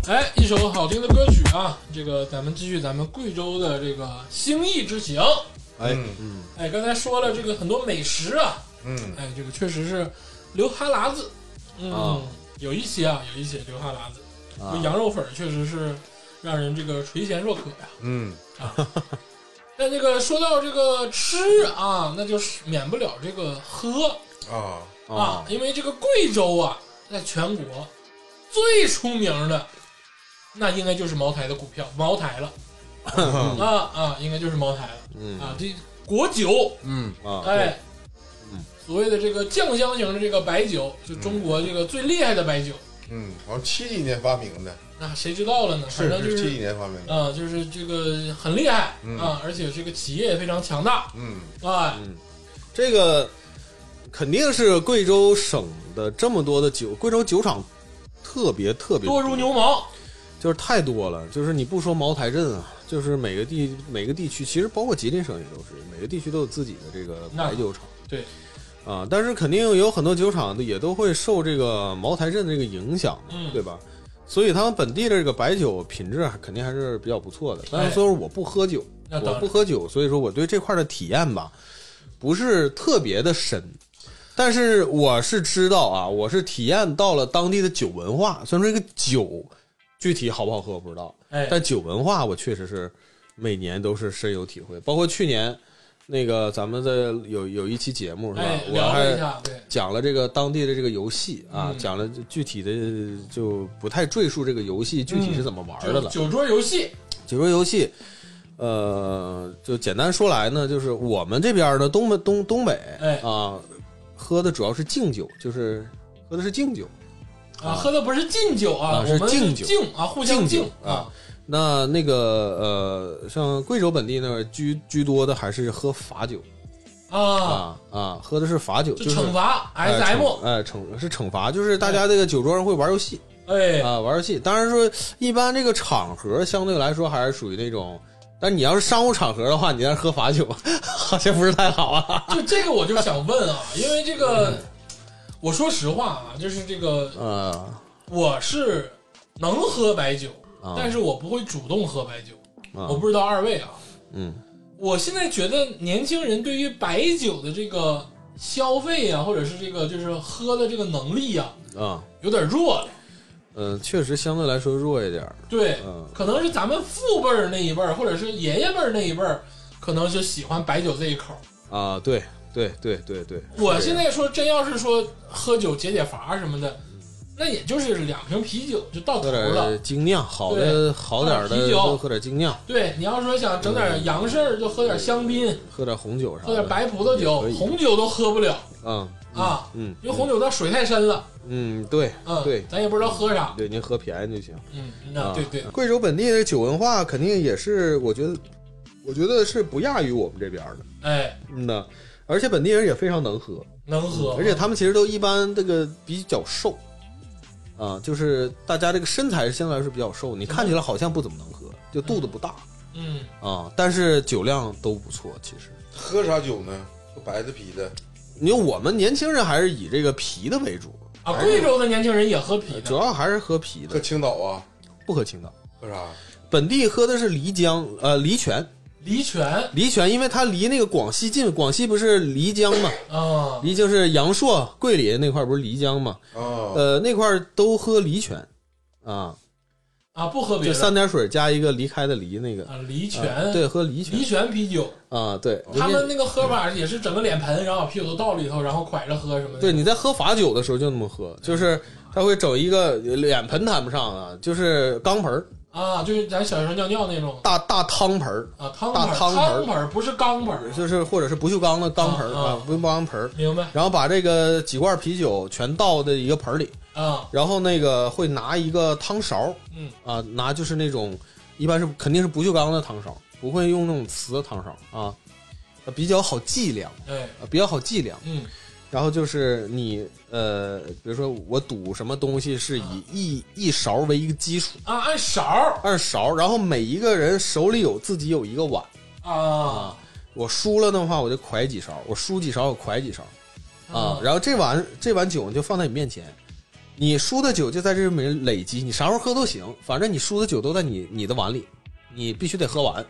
Speaker 2: 哎，一首好听的歌曲啊，这个咱们继续咱们贵州的这个兴义之行。
Speaker 4: 哎，
Speaker 2: 哎，刚才说了这个很多美食啊，
Speaker 3: 嗯，
Speaker 2: 哎，这个确实是流哈喇子，嗯，
Speaker 4: 啊
Speaker 2: 有一些啊，有一些流哈喇子，
Speaker 4: 啊
Speaker 2: 就羊肉粉儿确实是让人这个垂涎若渴呀、
Speaker 3: 嗯，
Speaker 2: 那这个说到这个吃啊，那就是免不了这个喝
Speaker 3: 啊，
Speaker 4: 哦
Speaker 2: 啊，因为这个贵州啊，在全国最出名的，那应该就是茅台的股票，茅台了，啊啊，应该就是茅台了
Speaker 4: 嗯
Speaker 2: 啊，这国酒，
Speaker 4: 嗯啊，
Speaker 2: 哎，所谓的这个酱香型的这个白酒，就中国这个最厉害的白酒，
Speaker 3: 嗯，好像七几年发明的，
Speaker 2: 那谁知道了呢？反
Speaker 3: 是
Speaker 2: 正就是
Speaker 3: 七几
Speaker 2: 是，
Speaker 3: 年发明的，
Speaker 2: 啊，就是这个很厉害啊，而且这个企业也非常强大
Speaker 3: 嗯，
Speaker 2: 啊。
Speaker 4: 这个肯定是贵州省的这么多的酒，贵州酒厂特别特别
Speaker 2: 多如牛毛，
Speaker 4: 就是太多了，就是你不说茅台镇啊，就是每个地每个地区，其实包括吉林省也都是，每个地区都有自己的这个白酒厂
Speaker 2: 对，
Speaker 4: 啊，但是肯定有很多酒厂也都会受这个茅台镇这个影响嘛，
Speaker 2: 嗯
Speaker 4: 对吧？所以他们本地的这个白酒品质还肯定还是比较不错的。
Speaker 2: 哎
Speaker 4: 但是说我不喝酒，
Speaker 2: 那当
Speaker 4: 我
Speaker 2: 然
Speaker 4: 不喝酒，所以说我对这块的体验吧，不是特别的深。但是我是知道啊，我是体验到了当地的酒文化。虽然说这个酒具体好不好喝我不知道，
Speaker 2: 哎，
Speaker 4: 但酒文化我确实是每年都是深有体会。包括去年那个咱们的有有一期节目是吧？
Speaker 2: 哎，
Speaker 4: 我
Speaker 2: 聊了一
Speaker 4: 还
Speaker 2: 下，对，
Speaker 4: 讲了这个当地的这个游戏啊，
Speaker 2: 嗯
Speaker 4: 讲了具体的就不太赘述这个游戏具体
Speaker 2: 嗯
Speaker 4: 是怎么玩的
Speaker 2: 酒
Speaker 4: 了。
Speaker 2: 酒桌游戏，
Speaker 4: 解说游戏，呃，就简单说来呢，就是我们这边呢，东北东东北
Speaker 2: 哎
Speaker 4: 啊，喝的主要是敬酒，就是喝的是敬酒。
Speaker 2: 啊，喝的不是敬酒啊，
Speaker 4: 啊
Speaker 2: 我们
Speaker 4: 是敬
Speaker 2: 敬
Speaker 4: 酒
Speaker 2: 啊，互相
Speaker 4: 敬
Speaker 2: 敬
Speaker 4: 酒啊。那那个呃，像贵州本地那儿居居多的还是喝罚酒
Speaker 2: 啊，
Speaker 4: 啊啊，喝的是罚酒，
Speaker 2: 就
Speaker 4: 就是
Speaker 2: 惩罚
Speaker 4: 哎
Speaker 2: S M，
Speaker 4: 惩哎惩是惩罚，就是大家这个酒桌上会玩游戏
Speaker 2: 哎，
Speaker 4: 啊，玩游戏。当然说，一般这个场合相对来说还是属于那种，但你要是商务场合的话，你在那喝罚酒， <laughs> 好像不是太好啊。
Speaker 2: 就这个我就想问啊，因为这
Speaker 4: 嗯
Speaker 2: 个，我说实话啊，就是这个
Speaker 4: 呃，
Speaker 2: 我是能喝白酒，
Speaker 4: 啊
Speaker 2: 但是我不会主动喝白酒。
Speaker 4: 啊
Speaker 2: 我不知道二位啊，
Speaker 4: 嗯，
Speaker 2: 我现在觉得年轻人对于白酒的这个消费啊，或者是这个就是喝的这个能力啊，
Speaker 4: 啊，
Speaker 2: 有点弱了。
Speaker 4: 嗯，确实相对来说弱一点儿。
Speaker 2: 对，
Speaker 4: 嗯
Speaker 2: 可能是咱们父辈儿那一辈儿，或者是爷爷辈儿那一辈儿，可能就喜欢白酒这一口。
Speaker 4: 啊，对对对对对，
Speaker 2: 我
Speaker 4: 是啊
Speaker 2: 现在说真要是说喝酒解解乏什么的，那也就是两瓶啤酒就到头
Speaker 4: 喝点
Speaker 2: 了
Speaker 4: 儿。精酿，好
Speaker 2: 对
Speaker 4: 的好点
Speaker 2: 喝
Speaker 4: 儿
Speaker 2: 点
Speaker 4: 的
Speaker 2: 啤酒
Speaker 4: 都喝点精酿，
Speaker 2: 对，你要说想整
Speaker 4: 嗯
Speaker 2: 点洋事儿，就喝点香槟，
Speaker 4: 喝点红酒啥的，
Speaker 2: 喝点白葡萄酒
Speaker 4: 嗯也可，以
Speaker 2: 红酒都喝不了
Speaker 4: 嗯
Speaker 2: 啊，
Speaker 4: 嗯
Speaker 2: 因为红酒那水太深了，
Speaker 4: 嗯，对
Speaker 2: 嗯，
Speaker 4: 对
Speaker 2: 咱也不知道喝啥，
Speaker 4: 对，您喝便宜就行。
Speaker 2: 嗯，那
Speaker 4: 啊
Speaker 2: 对对，
Speaker 4: 贵州本地的酒文化肯定也是，我觉得，我觉得是不亚于我们这边儿的，
Speaker 2: 哎，
Speaker 4: 嗯呐。而且本地人也非常能喝，
Speaker 2: 能喝，
Speaker 4: 而且他们其实都一般这个比较瘦，啊，就是大家这个身材相对来说比较瘦，你看起来好像不怎么能喝，就肚子不大
Speaker 2: 嗯，
Speaker 4: 啊，但是酒量都不错。其实，
Speaker 3: 喝啥酒呢？喝白的、啤的，
Speaker 4: 你看我们年轻人还是以这个啤的为主，
Speaker 2: 啊，贵州的年轻人也喝啤
Speaker 4: 主
Speaker 2: 的，
Speaker 4: 要还是喝啤
Speaker 3: 喝
Speaker 4: 的，
Speaker 3: 青岛啊，
Speaker 4: 不喝青岛。
Speaker 3: 喝啥？
Speaker 4: 本地喝的是漓江，呃，漓泉，
Speaker 2: 漓泉
Speaker 4: 漓泉，因为它离那个广西近，广西不是漓江嘛，
Speaker 2: 啊，
Speaker 4: 漓就是阳朔、桂林那块儿不是漓江嘛，
Speaker 3: 啊，
Speaker 4: 呃，那块儿都喝漓泉，啊，
Speaker 2: 啊，不喝别
Speaker 4: 就
Speaker 2: 的，
Speaker 4: 三点水加一个离开的离那个，
Speaker 2: 啊，漓
Speaker 4: 啊
Speaker 2: 泉，
Speaker 4: 对，，喝漓泉
Speaker 2: 漓泉啤酒，
Speaker 4: 啊，对，
Speaker 2: 他
Speaker 4: 人
Speaker 2: 们那
Speaker 4: 家
Speaker 2: 个喝法也是整个脸盆，然后把啤酒都倒里头，然后蒯着喝什么的，
Speaker 4: 对，你在喝法酒的时候就那么喝，就是他会整一个脸盆谈不上啊，就是钢盆儿
Speaker 2: 啊，就是咱小时候尿尿那种。
Speaker 4: 大大汤盆儿
Speaker 2: 啊，汤盆
Speaker 4: 大
Speaker 2: 儿，
Speaker 4: 汤盆儿
Speaker 2: 汤盆儿不是钢盆儿啊，
Speaker 4: 就是或者是不锈钢的钢盆儿
Speaker 2: 啊啊
Speaker 4: 啊，不锈钢盆儿，
Speaker 2: 明白
Speaker 4: 然后把这个几罐啤酒全倒在一个盆儿里，
Speaker 2: 啊？
Speaker 4: 然后那个会拿一个汤勺，
Speaker 2: 嗯
Speaker 4: 啊，拿就是那种一般是肯定是不锈钢的汤勺，不会用那种瓷的汤勺啊，比较好计量，
Speaker 2: 对，
Speaker 4: 啊比较好计量。
Speaker 2: 哎嗯，
Speaker 4: 然后就是你呃，比如说我赌什么东西是以一一勺为一个基础，
Speaker 2: 啊，按勺儿
Speaker 4: 按勺，然后每一个人手里有自己有一个碗
Speaker 2: 啊
Speaker 4: 啊，我输了的话我就㧟几勺，我输几勺我㧟几勺啊，
Speaker 2: 嗯
Speaker 4: 然后这碗这碗酒就放在你面前。你输的酒就在这里面累积，你啥时候喝都行，反正你输的酒都在你你的碗里，你必须得喝完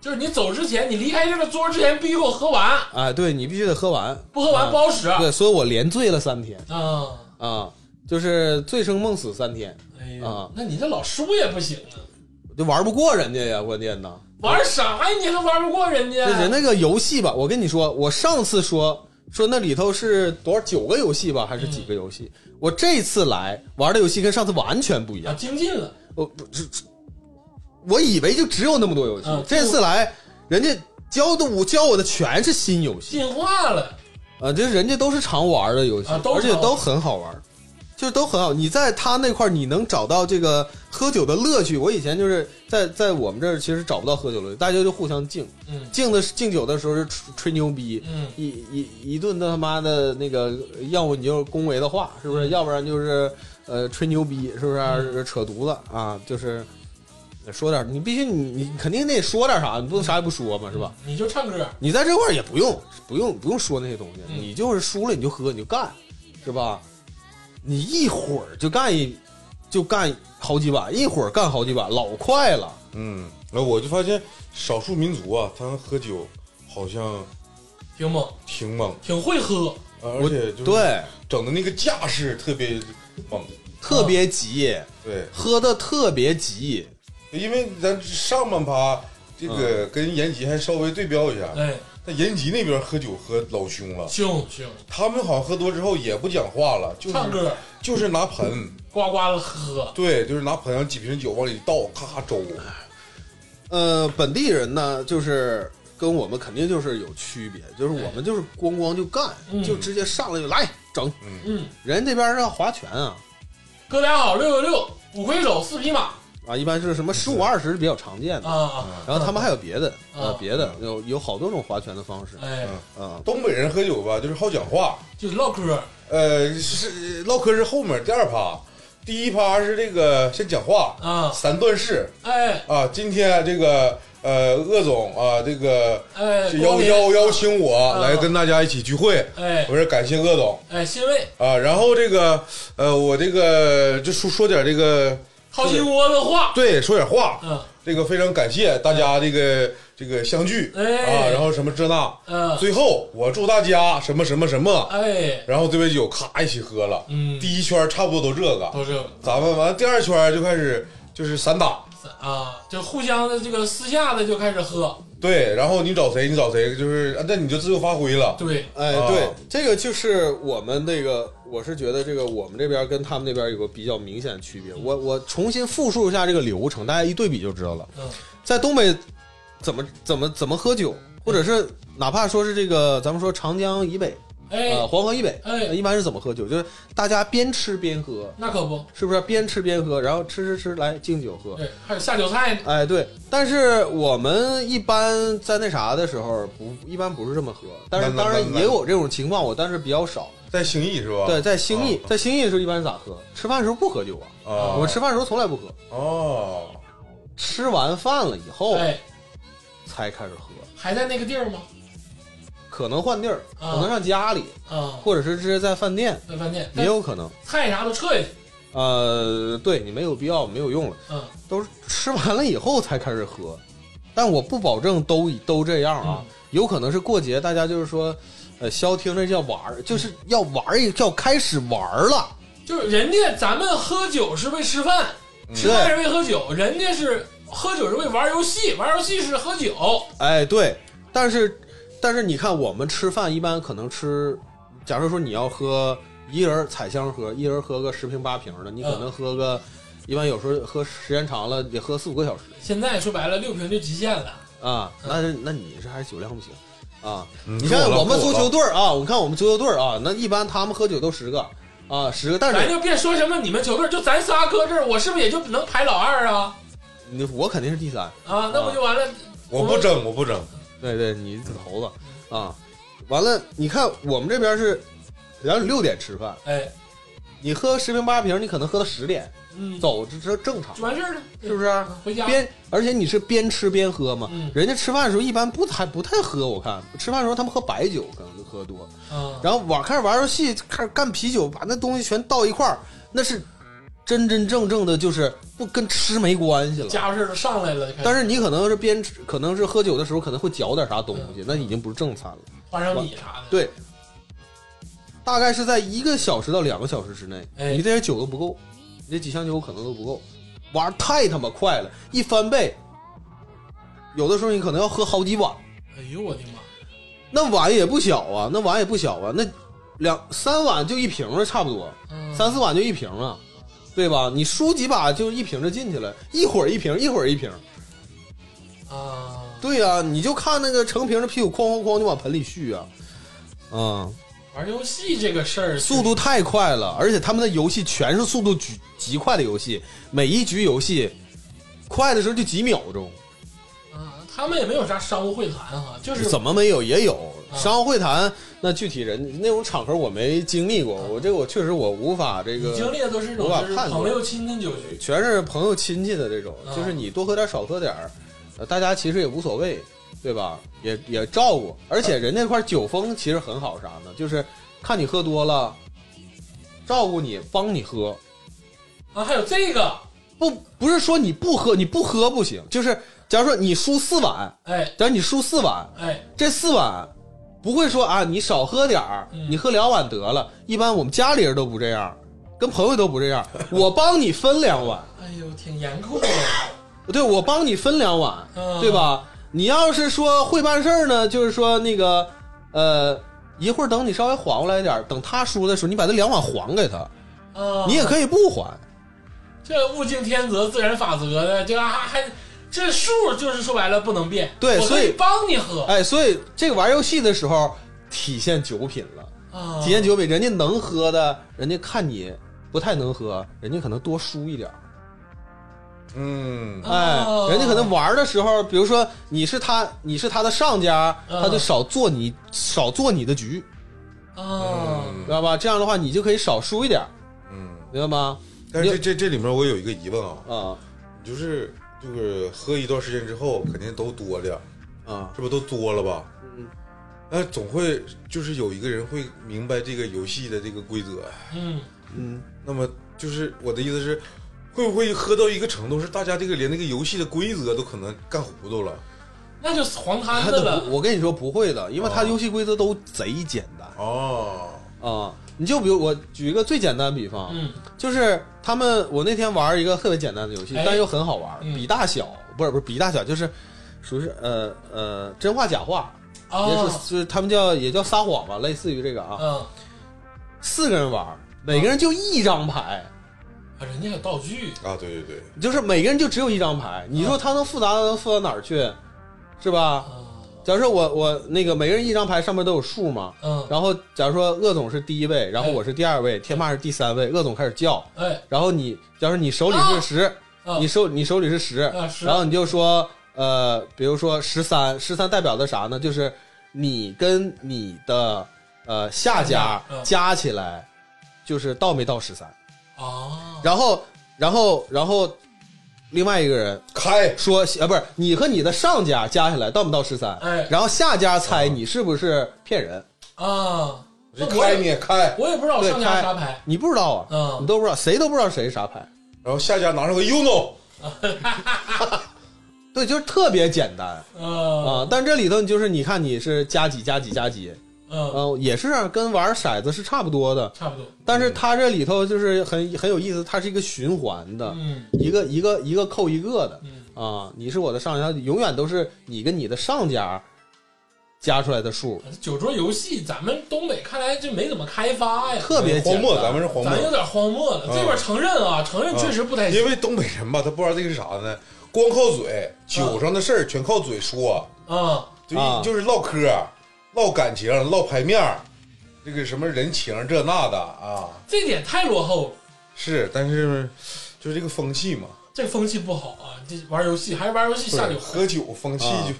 Speaker 2: 就是你走之前，你离开这个桌之前必须给我喝完，
Speaker 4: 啊！对你必须得喝完，
Speaker 2: 不喝完不好使。
Speaker 4: 啊对，所以我连醉了三天
Speaker 2: 啊，
Speaker 4: 啊，就是醉生梦死三天。
Speaker 2: 哎呀
Speaker 4: 啊，
Speaker 2: 那你这老输也不行啊，
Speaker 4: 就玩不过人家呀，关键呢，
Speaker 2: 玩啥呀？你还玩不过人家？
Speaker 4: 这人那个游戏吧，我跟你说，我上次说说那里头是多少九个游戏吧，还是几个游戏？我这次来玩的游戏跟上次完全不一
Speaker 2: 啊，
Speaker 4: 样，
Speaker 2: 精进了，
Speaker 4: 我不是，我以为就只有那么多游戏，
Speaker 2: 嗯
Speaker 4: 这次来人家教的我教我的全是新游戏
Speaker 2: 进化了
Speaker 4: 啊，就是人家都是常玩的游戏，
Speaker 2: 嗯啊都
Speaker 4: 而
Speaker 2: 是
Speaker 4: 且
Speaker 2: 常
Speaker 4: 都很好玩，就是都很好。你在他那块儿，你能找到这个喝酒的乐趣。我以前就是在在我们这儿其实找不到喝酒的乐趣，大家就互相敬
Speaker 2: 嗯
Speaker 4: 敬的敬酒的时候是吹吹牛逼，
Speaker 2: 嗯
Speaker 4: 一一一顿的他妈的那个，要不你就是恭维的话，是不是？
Speaker 2: 嗯
Speaker 4: 要不然就是呃吹牛逼，是不是？
Speaker 2: 嗯
Speaker 4: 扯犊子啊，就是说点儿，你必须你你肯定得说点啥，你不能啥也不说嘛，是吧？？
Speaker 2: 你就唱歌，
Speaker 4: 你在这块儿也不用不用不用说那些东西，
Speaker 2: 嗯
Speaker 4: 你就是输了你就喝你就干，是吧？你一会儿就干一就干好几把，一会儿干好几把，老快了。
Speaker 3: 嗯，然后我就发现少数民族啊，他们喝酒好像
Speaker 2: 挺猛，
Speaker 3: 挺猛，
Speaker 2: 挺会喝，
Speaker 3: 啊而且
Speaker 2: 嗯
Speaker 3: 就是
Speaker 4: 对，
Speaker 3: 整的那个架势特别猛。
Speaker 2: 嗯
Speaker 4: 特别急，
Speaker 3: 对，
Speaker 4: 喝的特别急，
Speaker 3: 因为咱上半趴这个跟延吉还稍微对标一下，
Speaker 2: 哎，
Speaker 3: 但延吉那边喝酒喝老凶了，
Speaker 2: 凶凶，
Speaker 3: 他们好像喝多之后也不讲话了，就是
Speaker 2: 唱歌，
Speaker 3: 就是拿盆，
Speaker 2: 呱呱的喝，
Speaker 3: 对，就是拿盆上几瓶酒往里倒，咔咔粥。
Speaker 4: 呃，本地人呢，就是跟我们肯定就是有区别，就是我们就是咣咣就干，
Speaker 2: 嗯
Speaker 4: 就直接上来就来整。
Speaker 2: 嗯，
Speaker 4: 人这边是要划拳啊，
Speaker 2: 哥俩好，六六六，五魁首，四匹马
Speaker 4: 啊，一般是什么十五二十是比较常见的。
Speaker 2: 啊，
Speaker 3: 嗯
Speaker 4: 然后他们还有别的，呃
Speaker 2: 啊，
Speaker 4: 别的有有好多种划拳的方式
Speaker 2: 哎，
Speaker 3: 嗯
Speaker 4: 啊。
Speaker 3: 东北人喝酒吧，就是好讲话，
Speaker 2: 就是唠嗑，
Speaker 3: 呃，是唠嗑是后面第二趴，第一趴是这个先讲话
Speaker 2: 啊
Speaker 3: 三段式
Speaker 2: 哎
Speaker 3: 啊。今天这个呃，鄂总啊，这个
Speaker 2: 哎，
Speaker 3: 是邀
Speaker 2: 光临
Speaker 3: 邀邀请我
Speaker 2: 啊
Speaker 3: 来跟大家一起聚会，
Speaker 2: 哎
Speaker 3: 我是感谢鄂总
Speaker 2: 哎，欣慰，
Speaker 3: 啊。然后这个呃，我这个就说说点这个
Speaker 2: 掏心窝子话，
Speaker 3: 对，说点话，
Speaker 2: 嗯
Speaker 3: 这个非常感谢大家这个这个相聚
Speaker 2: 哎
Speaker 3: 啊，然后什么这那，
Speaker 2: 嗯，
Speaker 3: 最后我祝大家什么什么什么。
Speaker 2: 哎，
Speaker 3: 然后这杯酒咔一起喝了，
Speaker 2: 嗯
Speaker 3: 第一圈差不多都这个，
Speaker 2: 都是
Speaker 3: 咱们完了第二圈就开始就是散打，
Speaker 2: 啊，就互相的这个私下的就开始喝，
Speaker 3: 对，然后你找谁你找谁，就是啊那你就自由发挥了，
Speaker 2: 对，
Speaker 4: 哎，
Speaker 3: 啊
Speaker 2: 哦
Speaker 4: 对，这个就是我们那个，我是觉得这个我们这边跟他们那边有个比较明显的区
Speaker 2: 嗯
Speaker 4: 别。我我重新复述一下这个流程，大家一对比就知道了。
Speaker 2: 嗯
Speaker 4: 在东北怎么怎么怎么喝酒，
Speaker 2: 嗯
Speaker 4: 或者是哪怕说是这个咱们说长江以北，呃，
Speaker 3: 啊
Speaker 2: 哎，
Speaker 4: 黄河以北，
Speaker 2: 哎
Speaker 4: 呃一般是怎么喝酒？就是大家边吃边喝，
Speaker 2: 那可不，
Speaker 4: 是不是？边吃边喝，然后吃吃吃，来敬酒喝。
Speaker 2: 对，还有下酒菜呢，
Speaker 4: <laughs> 哎，对，但是我们一般在那啥的时候不，一般不是这么喝，但是
Speaker 3: 那
Speaker 4: 当然
Speaker 3: 那那
Speaker 4: 也有这种情况，我但是比较少。
Speaker 3: 在兴义是
Speaker 2: 哦
Speaker 3: 吧？
Speaker 4: 对，在兴义
Speaker 3: 啊，
Speaker 4: 在兴义的时候一般是咋喝？吃饭的时候不喝酒啊，
Speaker 3: 啊，
Speaker 2: 哦
Speaker 4: 我
Speaker 2: 嗯
Speaker 4: 们吃饭的时候从来不喝，
Speaker 3: 哦，
Speaker 4: 吃完饭了以后
Speaker 2: 哎，
Speaker 4: 才开始喝，
Speaker 2: 还在那个地儿吗？
Speaker 4: 可能换地儿，
Speaker 2: 啊
Speaker 4: 可能上家里，
Speaker 2: 啊，
Speaker 4: 或者是直接在饭店，
Speaker 2: 在饭店，
Speaker 4: 也有可能。
Speaker 2: 菜啥都撤下去，
Speaker 4: 呃，对你没有必要，没有用了，
Speaker 2: 嗯
Speaker 4: 都是吃完了以后才开始喝，但我不保证都都这样啊，有可能是过节，大家就是说，呃，消停着叫玩儿，就是要玩儿，要开始玩儿了，
Speaker 2: 就是人家咱们喝酒是为吃饭，
Speaker 4: 嗯
Speaker 2: 吃饭是为喝酒，人家是喝酒是为玩游戏，玩游戏是喝酒，
Speaker 4: 哎，对，但是但是你看，我们吃饭一般可能吃，假如说你要喝一人儿采香喝，一人儿喝个十瓶八瓶的，你可能喝个，一般有时候喝时间长了得喝四五个小时
Speaker 2: 现在说白了六瓶就极限了，
Speaker 4: 啊，
Speaker 2: 嗯
Speaker 4: 那是那你这还是酒量不行啊。你
Speaker 3: 嗯你
Speaker 4: 看我们足球队儿啊，我看我们足球队儿啊，那一般他们喝酒都十个啊，十个，但
Speaker 2: 咱
Speaker 4: 是
Speaker 2: 就别说什么你们球队，就咱仨搁这儿，我是不是也就能排老二啊？
Speaker 4: 你我肯定是第三。
Speaker 2: 啊，那不就完了？
Speaker 3: 我不争，我不争，
Speaker 4: 对对，你头子啊，完了，你看我们这边是，然后六点吃饭，
Speaker 2: 哎，
Speaker 4: 你喝十瓶八瓶，你可能喝到十点，
Speaker 2: 嗯，
Speaker 4: 走这这正常
Speaker 2: 就，完事儿了，
Speaker 4: 是不是？
Speaker 2: 回家
Speaker 4: 边而且你是边吃边喝嘛，
Speaker 2: 嗯
Speaker 4: 人家吃饭的时候一般不太不太喝，我看吃饭的时候他们喝白酒可能就喝多，
Speaker 2: 啊，
Speaker 4: 然后玩开始玩游戏，开始干啤酒，把那东西全倒一块儿，那是真真正正的，就是不跟吃没关系了。
Speaker 2: 家伙事儿都上来了，就开始
Speaker 4: 但是你可能是边吃，可能是喝酒的时候可能会嚼点啥东西，那已经不是正餐了。
Speaker 2: 花生米啥的，
Speaker 4: 对，大概是在一个小时到两个小时之内，
Speaker 2: 哎
Speaker 4: 你这些酒都不够，你这几箱酒可能都不够，玩儿太他妈快了，一翻倍，有的时候你可能要喝好几碗。
Speaker 2: 哎呦我的妈！
Speaker 4: 那碗也不小啊，那碗也不小啊，那两三碗就一瓶了，差不多，
Speaker 2: 嗯
Speaker 4: 三四碗就一瓶了，对吧？你输几把就一瓶就进去了，一会儿一瓶，一会儿一瓶。
Speaker 2: 啊，
Speaker 4: 啊对呀、你就看那个成瓶的啤酒哐哐哐就往盆里续啊，嗯，
Speaker 2: 玩游戏这个事儿，
Speaker 4: 速度太快了，而且他们的游戏全是速度极极快的游戏，每一局游戏快的时候就几秒钟，
Speaker 2: 啊，他们也没有啥商务会谈哈，就是
Speaker 4: 怎么没有也有
Speaker 2: 啊
Speaker 4: 商务会谈。那具体人那种场合我没经历过，我这个我确实我无法这
Speaker 2: 啊你经
Speaker 4: 个，
Speaker 2: 历的都是那种
Speaker 4: 无法
Speaker 2: 就是
Speaker 4: 判断
Speaker 2: 朋友亲近酒局，
Speaker 4: 全是朋友亲戚的这种，
Speaker 2: 啊
Speaker 4: 就是你多喝点儿少喝点儿，呃大家其实也无所谓，对吧？也也照顾，而且人那块儿酒风其实很好，啥呢？就是看你喝多了，照顾你，帮你喝。
Speaker 2: 啊，还有这个，
Speaker 4: 不不是说你不喝，你不喝不行，就是假如说你输四碗，
Speaker 2: 哎
Speaker 4: 假如你输四碗，
Speaker 2: 哎，
Speaker 4: 这四碗不会说啊，你少喝点儿，
Speaker 2: 嗯
Speaker 4: 你喝两碗得了。一般我们家里人都不这样，跟朋友都不这
Speaker 2: <laughs>
Speaker 4: 样，我帮你分两碗，
Speaker 2: 哎呦，挺严酷的，
Speaker 4: 对我帮你分两碗，
Speaker 2: 嗯
Speaker 4: <laughs> 对吧？你要是说会办事儿呢，就是说那个呃。一会儿等你稍微缓过来点儿，等他输的时候，你把这两碗还给他，
Speaker 2: 啊，
Speaker 4: 你也可以不还。
Speaker 2: 这物竞天择，自然法则的，这还还这数就是说白了不能变，
Speaker 4: 对
Speaker 2: 我可
Speaker 4: 所以
Speaker 2: 帮你喝
Speaker 4: 哎，所以这个玩游戏的时候体现酒品了。
Speaker 2: 啊，
Speaker 4: 体验酒比人家能喝的，人家看你不太能喝，人家可能多输一点儿。
Speaker 3: 嗯，
Speaker 4: 哎
Speaker 2: 哦，
Speaker 4: 人家可能玩的时候，比如说你是他，你是他的上家，
Speaker 2: 嗯
Speaker 4: 他就少做你少做你的局，
Speaker 2: 啊，
Speaker 4: 知道吧？这样的话，你就可以少输一点儿，
Speaker 3: 嗯，
Speaker 4: 明白吗？
Speaker 3: 但是这这这里面我有一个疑问啊，
Speaker 4: 啊
Speaker 3: 就是就是喝一段时间之后，肯定都多了，
Speaker 4: 啊，
Speaker 3: 是不是都多了吧？那总会就是有一个人会明白这个游戏的这个规则，
Speaker 2: 嗯，
Speaker 4: 嗯，
Speaker 3: 那么就是我的意思是，会不会喝到一个程度，是大家这个连那个游戏的规则都可能干糊涂了？
Speaker 2: 那就是黄摊
Speaker 4: 他
Speaker 2: 子
Speaker 4: 都
Speaker 2: 了
Speaker 4: 不，。我跟你说不会的，因为他
Speaker 3: 哦
Speaker 4: 游戏规则都贼简单
Speaker 3: 哦，
Speaker 4: 啊。你就比如我举一个最简单的比方，
Speaker 2: 嗯
Speaker 4: 就是他们，我那天玩一个特别简单的游戏，
Speaker 2: 哎
Speaker 4: 但又很好玩，
Speaker 2: 嗯
Speaker 4: 比大小，不是不是比大小，就是属于是呃呃真话假话，也
Speaker 2: 啊
Speaker 4: 是，就是他们叫也叫撒谎吧，类似于这个啊。
Speaker 2: 嗯，
Speaker 4: 四个人玩，每个人就一张牌，
Speaker 2: 啊人家有道具，
Speaker 3: 啊，对对对，
Speaker 4: 就是每个人就只有一张牌。你说它能复杂能复杂哪儿去，是吧？
Speaker 2: 啊，
Speaker 4: 假如说我我那个每个人一张牌上面都有数嘛，
Speaker 2: 嗯，
Speaker 4: 然后假如说鄂总是第一位，然后
Speaker 2: 哎
Speaker 4: 我是第二位，天霸是第三位，鄂总开始叫，
Speaker 2: 哎，
Speaker 4: 然后你假如你手里是十、
Speaker 2: 啊
Speaker 4: 你手你手里是十、
Speaker 2: 啊是
Speaker 4: 然后你就说呃，比如说十三，十三代表的啥呢？就是你跟你的呃下家
Speaker 2: 下家嗯哦
Speaker 4: 加起来，就是到没到十三。
Speaker 2: 啊，
Speaker 4: 然后然后然后另外一个人
Speaker 3: 开
Speaker 4: 说啊，不是你和你的上家加起来到没到十三？
Speaker 2: 哎
Speaker 4: 然后下家猜你是不是骗人？
Speaker 2: 啊，
Speaker 3: 这
Speaker 2: 那
Speaker 3: 开
Speaker 2: 我
Speaker 3: 你
Speaker 2: 也
Speaker 3: 也开，
Speaker 2: 我也不知道我
Speaker 4: 对
Speaker 2: 上家
Speaker 4: 开
Speaker 2: 啥牌，
Speaker 4: 你不知道啊，
Speaker 2: 嗯
Speaker 4: 你都不知道，谁都不知道谁是啥牌。
Speaker 3: 然后下家拿上个 UNO，
Speaker 4: 对，就是特别简单。
Speaker 2: 嗯
Speaker 4: 啊，但这里头你就是你看你是加几加几加几，
Speaker 2: 嗯，
Speaker 4: 嗯，也是跟玩骰子是差不多的，
Speaker 2: 差不多，
Speaker 4: 但是它这里头就是很很有意思，它是一个循环的，
Speaker 2: 嗯
Speaker 4: 一个一个一个扣一个的
Speaker 2: 嗯
Speaker 4: 啊，你是我的上家，永远都是你跟你的上家加出来的数，
Speaker 2: 酒桌游戏，咱们东北看来就没怎么开发呀，
Speaker 4: 特别嗯
Speaker 3: 荒
Speaker 4: 简
Speaker 3: 漠，
Speaker 4: 单。
Speaker 3: 咱们是荒
Speaker 2: 咱有
Speaker 3: 漠，
Speaker 2: 点荒漠了。这边承认啊，承认确实不太行
Speaker 3: 因为东北人吧，他不知道这个是啥呢，光靠嘴，酒上的事儿全靠嘴说，
Speaker 2: 啊。
Speaker 3: 就
Speaker 4: 啊
Speaker 3: 一就是唠嗑，唠感情，唠牌面儿，这个什么人情这那的啊，
Speaker 2: 这点太落后了，
Speaker 3: 是，但是就是这个风气嘛，
Speaker 2: 这风气不好啊！这玩游戏还是玩游戏
Speaker 3: 不
Speaker 2: 下
Speaker 4: 哎
Speaker 3: 是
Speaker 2: 酒，
Speaker 3: 喝酒风气
Speaker 4: 啊
Speaker 3: 就。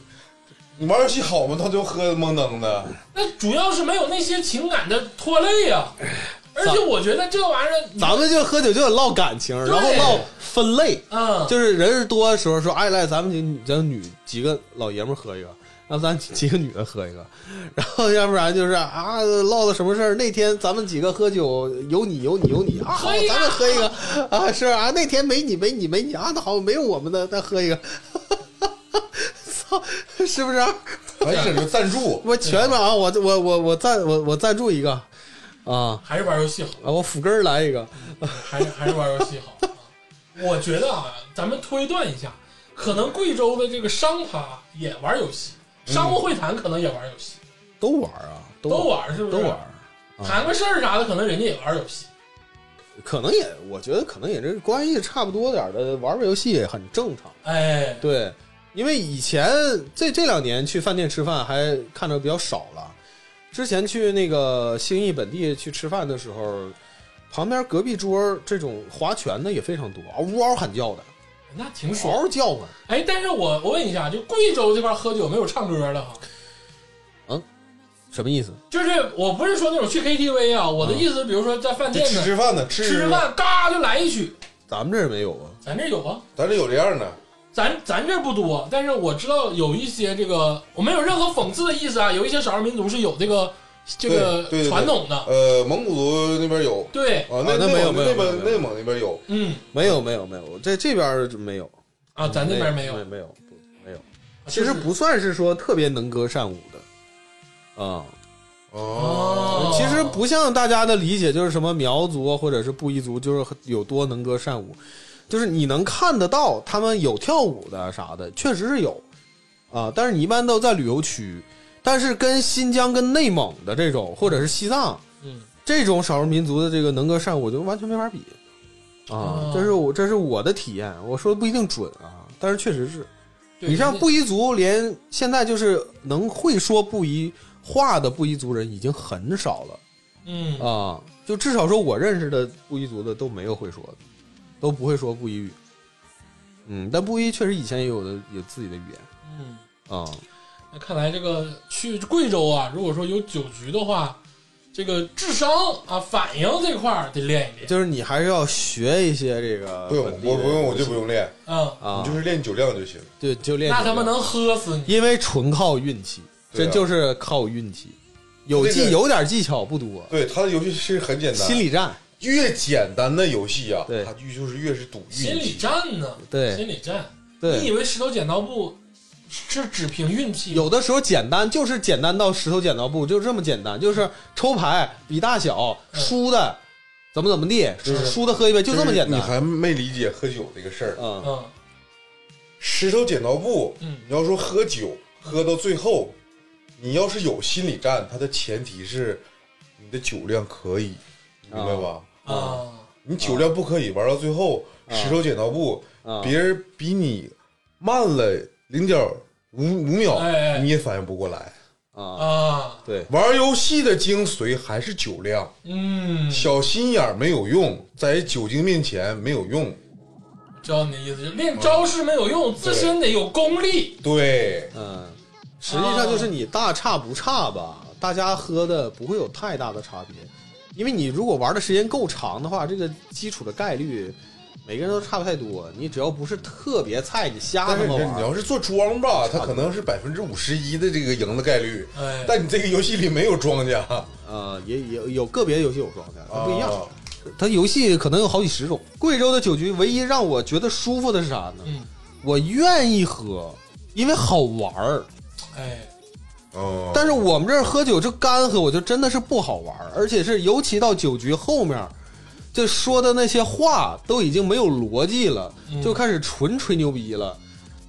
Speaker 3: 你玩游戏好吗？他就喝得懵登
Speaker 4: <laughs>
Speaker 3: 的，
Speaker 2: 那主要是没有那些情感的拖累呀、
Speaker 4: 哎
Speaker 2: 而且我觉得这玩意儿，
Speaker 4: 咱们就喝酒就得唠感情，然
Speaker 2: 嗯
Speaker 4: 后
Speaker 2: 对
Speaker 4: 唠分类，
Speaker 2: 嗯，
Speaker 4: 就是人是多的时候说，哎来，咱们几咱女几个老爷们儿喝一个，让咱几个女的喝一个， <laughs> 然后要不然就是啊唠的什么事儿，那天咱们几个喝酒，有你有你有你啊，好，
Speaker 2: 喝一个
Speaker 4: 咱们喝一个啊，是啊，那天没你没你没你啊，那好没有我们的，再喝一个， <laughs> 操，是不是？
Speaker 3: 完事儿就赞
Speaker 4: <laughs>
Speaker 3: 助，
Speaker 4: 我全把啊，我我我我赞我我赞助一个啊
Speaker 2: 还是玩游戏好，
Speaker 4: 啊，我腹根儿来一个，
Speaker 2: 还是还是玩游戏好。啊 <laughs> 我觉得啊，咱们推断一下，可能贵州的这个商趴也玩游戏，商务会谈可能也玩游戏，
Speaker 4: 都玩啊，嗯都
Speaker 2: 都玩是不是？
Speaker 4: 都玩。啊
Speaker 2: 谈个事儿啥的，可能人家也玩游戏。
Speaker 4: 可能也，我觉得可能也是关系差不多点儿的，玩玩游戏也很正常。
Speaker 2: 哎，
Speaker 4: 对，因为以前这这两年去饭店吃饭还看着比较少了，之前去那个兴义本地去吃饭的时候，旁边隔壁桌儿这种划拳的也非常多，嗷呜嗷喊叫的，
Speaker 2: 那挺
Speaker 4: 嗷
Speaker 2: 爽。
Speaker 4: 嗷叫唤。
Speaker 2: 哎，但是我我问一下，就贵州这边喝酒没有唱歌的哈？
Speaker 4: 什么意思？
Speaker 2: 就是我不是说那种去 KTV 啊，我的意思是，比如说在饭
Speaker 3: 这
Speaker 2: 店
Speaker 3: 吃
Speaker 2: 呢，
Speaker 3: 吃饭呢，吃
Speaker 2: 吃吃，饭，嘎就来一曲。
Speaker 4: 咱们这儿没有啊？
Speaker 2: 咱这有啊，
Speaker 3: 咱这有这样的，
Speaker 2: 咱咱这不多，但是我知道有一些这个，我没有任何讽刺的意思啊，有一些少数民族是有这个这个
Speaker 3: 对对对
Speaker 2: 传统的，
Speaker 3: 呃，蒙古族那边有
Speaker 2: 对，
Speaker 3: 啊，
Speaker 4: 啊
Speaker 3: 那
Speaker 4: 那没有没
Speaker 3: 那
Speaker 4: 有没有
Speaker 3: 边
Speaker 4: 没有
Speaker 3: 内蒙那边有，
Speaker 2: 嗯
Speaker 4: 没有没有没有，在这边儿没有
Speaker 2: 啊，咱这边没有
Speaker 4: 没，没有不没有。
Speaker 2: 就
Speaker 4: 其
Speaker 2: 是
Speaker 4: 实不算是说特别能歌善舞的，啊、
Speaker 2: 哦
Speaker 4: 其实不像大家的理解，就是什么苗族啊或者是布依族，就是很有多能歌善舞，就是你能看得到他们有跳舞的啥的，确实是有啊、但是你一般都在旅游区，但是跟新疆、跟内蒙的这种，或者是西藏
Speaker 2: 嗯
Speaker 4: 这种少数民族的这个能歌善舞，就完全没法比啊
Speaker 2: 哦。
Speaker 4: 这是我这是我的体验，我说的不一定准啊，但是确实是。
Speaker 2: 对
Speaker 4: 你像
Speaker 2: 人家
Speaker 4: 布依族，连现在就是能会说布依话的布依族人已经很少了。
Speaker 2: 嗯
Speaker 4: 啊，就至少说我认识的布依族的都没有会说的，都不会说布依语。嗯，但布依确实以前也有的有自己的语言
Speaker 2: 嗯，
Speaker 4: 啊。
Speaker 2: 那看来这个去贵州啊，如果说有酒局的话，这个智商啊、反应这块儿得练一练。
Speaker 4: 就是你还是要学一些这个
Speaker 3: 不用
Speaker 4: 本地
Speaker 3: 我
Speaker 4: 的
Speaker 3: 不用我
Speaker 4: 东
Speaker 3: 就
Speaker 4: 西
Speaker 3: 不用练，
Speaker 2: 嗯，
Speaker 4: 啊，
Speaker 3: 你就是练酒量就行。
Speaker 4: 对就练
Speaker 2: 那
Speaker 4: 这
Speaker 2: 他妈
Speaker 4: 个，
Speaker 2: 能喝死你！
Speaker 4: 因为纯靠运气，
Speaker 3: 对啊
Speaker 4: 真就是靠运气，有
Speaker 3: 这
Speaker 4: 技
Speaker 3: 个
Speaker 4: 有点技巧不多，
Speaker 3: 对，他的游戏是很简单，
Speaker 4: 心理战
Speaker 3: 越简单的游戏啊，
Speaker 4: 对
Speaker 3: 它越就是越是赌运气。
Speaker 2: 心理战呢？心
Speaker 4: 对
Speaker 2: 理战。你以
Speaker 4: 对。
Speaker 2: 为石头剪刀布是只凭运气？
Speaker 4: 有的时候简单就是简单到石头剪刀布，就这么简单，就是抽牌比大小，
Speaker 2: 嗯
Speaker 4: 输的怎么怎么地，
Speaker 3: 是
Speaker 4: 输的喝一杯，就这么简
Speaker 3: 就是
Speaker 4: 单
Speaker 3: 你。还没理解喝酒这个事儿。
Speaker 4: 嗯，
Speaker 2: 嗯
Speaker 3: 石头剪刀布，
Speaker 2: 嗯
Speaker 3: 你要说喝酒，喝到最后，你要是有心理战，它的前提是你的酒量可以，你明白吧？
Speaker 2: 啊，
Speaker 3: 你酒量不可以，玩到最后，
Speaker 4: 啊
Speaker 3: 石头剪刀布，
Speaker 4: 啊
Speaker 3: 别人比你慢了零点五五秒
Speaker 2: 哎哎，
Speaker 3: 你也反应不过来。
Speaker 4: 啊，
Speaker 2: 啊，
Speaker 4: 对，
Speaker 3: 玩游戏的精髓还是酒量。
Speaker 2: 嗯，
Speaker 3: 小心眼儿没有用，在酒精面前没有用。
Speaker 2: 知道你的意思，就练招式没有用，自身得有功力。
Speaker 3: 对，
Speaker 4: 嗯，实际上就是你大差不差吧，大家喝的不会有太大的差别，因为你如果玩的时间够长的话，这个基础的概率每个人都差不太多，你只要不是特别菜，你瞎
Speaker 3: 但
Speaker 4: 他
Speaker 3: 是
Speaker 4: 妈
Speaker 3: 你
Speaker 4: 玩
Speaker 3: 你要
Speaker 4: 儿，
Speaker 3: 是做庄吧，它
Speaker 4: 差不多
Speaker 3: 可能是百分之五十一的这个赢的概率。
Speaker 2: 哎，
Speaker 3: 但你这个游戏里没有庄家，
Speaker 4: 呃，也也有个别游戏有状态，它不一样。
Speaker 3: 啊
Speaker 4: 它游戏可能有好几十种。贵州的酒局唯一让我觉得舒服的是啥呢？
Speaker 2: 嗯
Speaker 4: 我愿意喝，因为好玩儿。
Speaker 2: 哎，
Speaker 3: 哦，
Speaker 4: 但是我们这儿喝酒就干喝，我就真的是不好玩儿，而且是尤其到酒局后面儿，就说的那些话都已经没有逻辑了，
Speaker 2: 嗯
Speaker 4: 就开始纯吹牛逼了，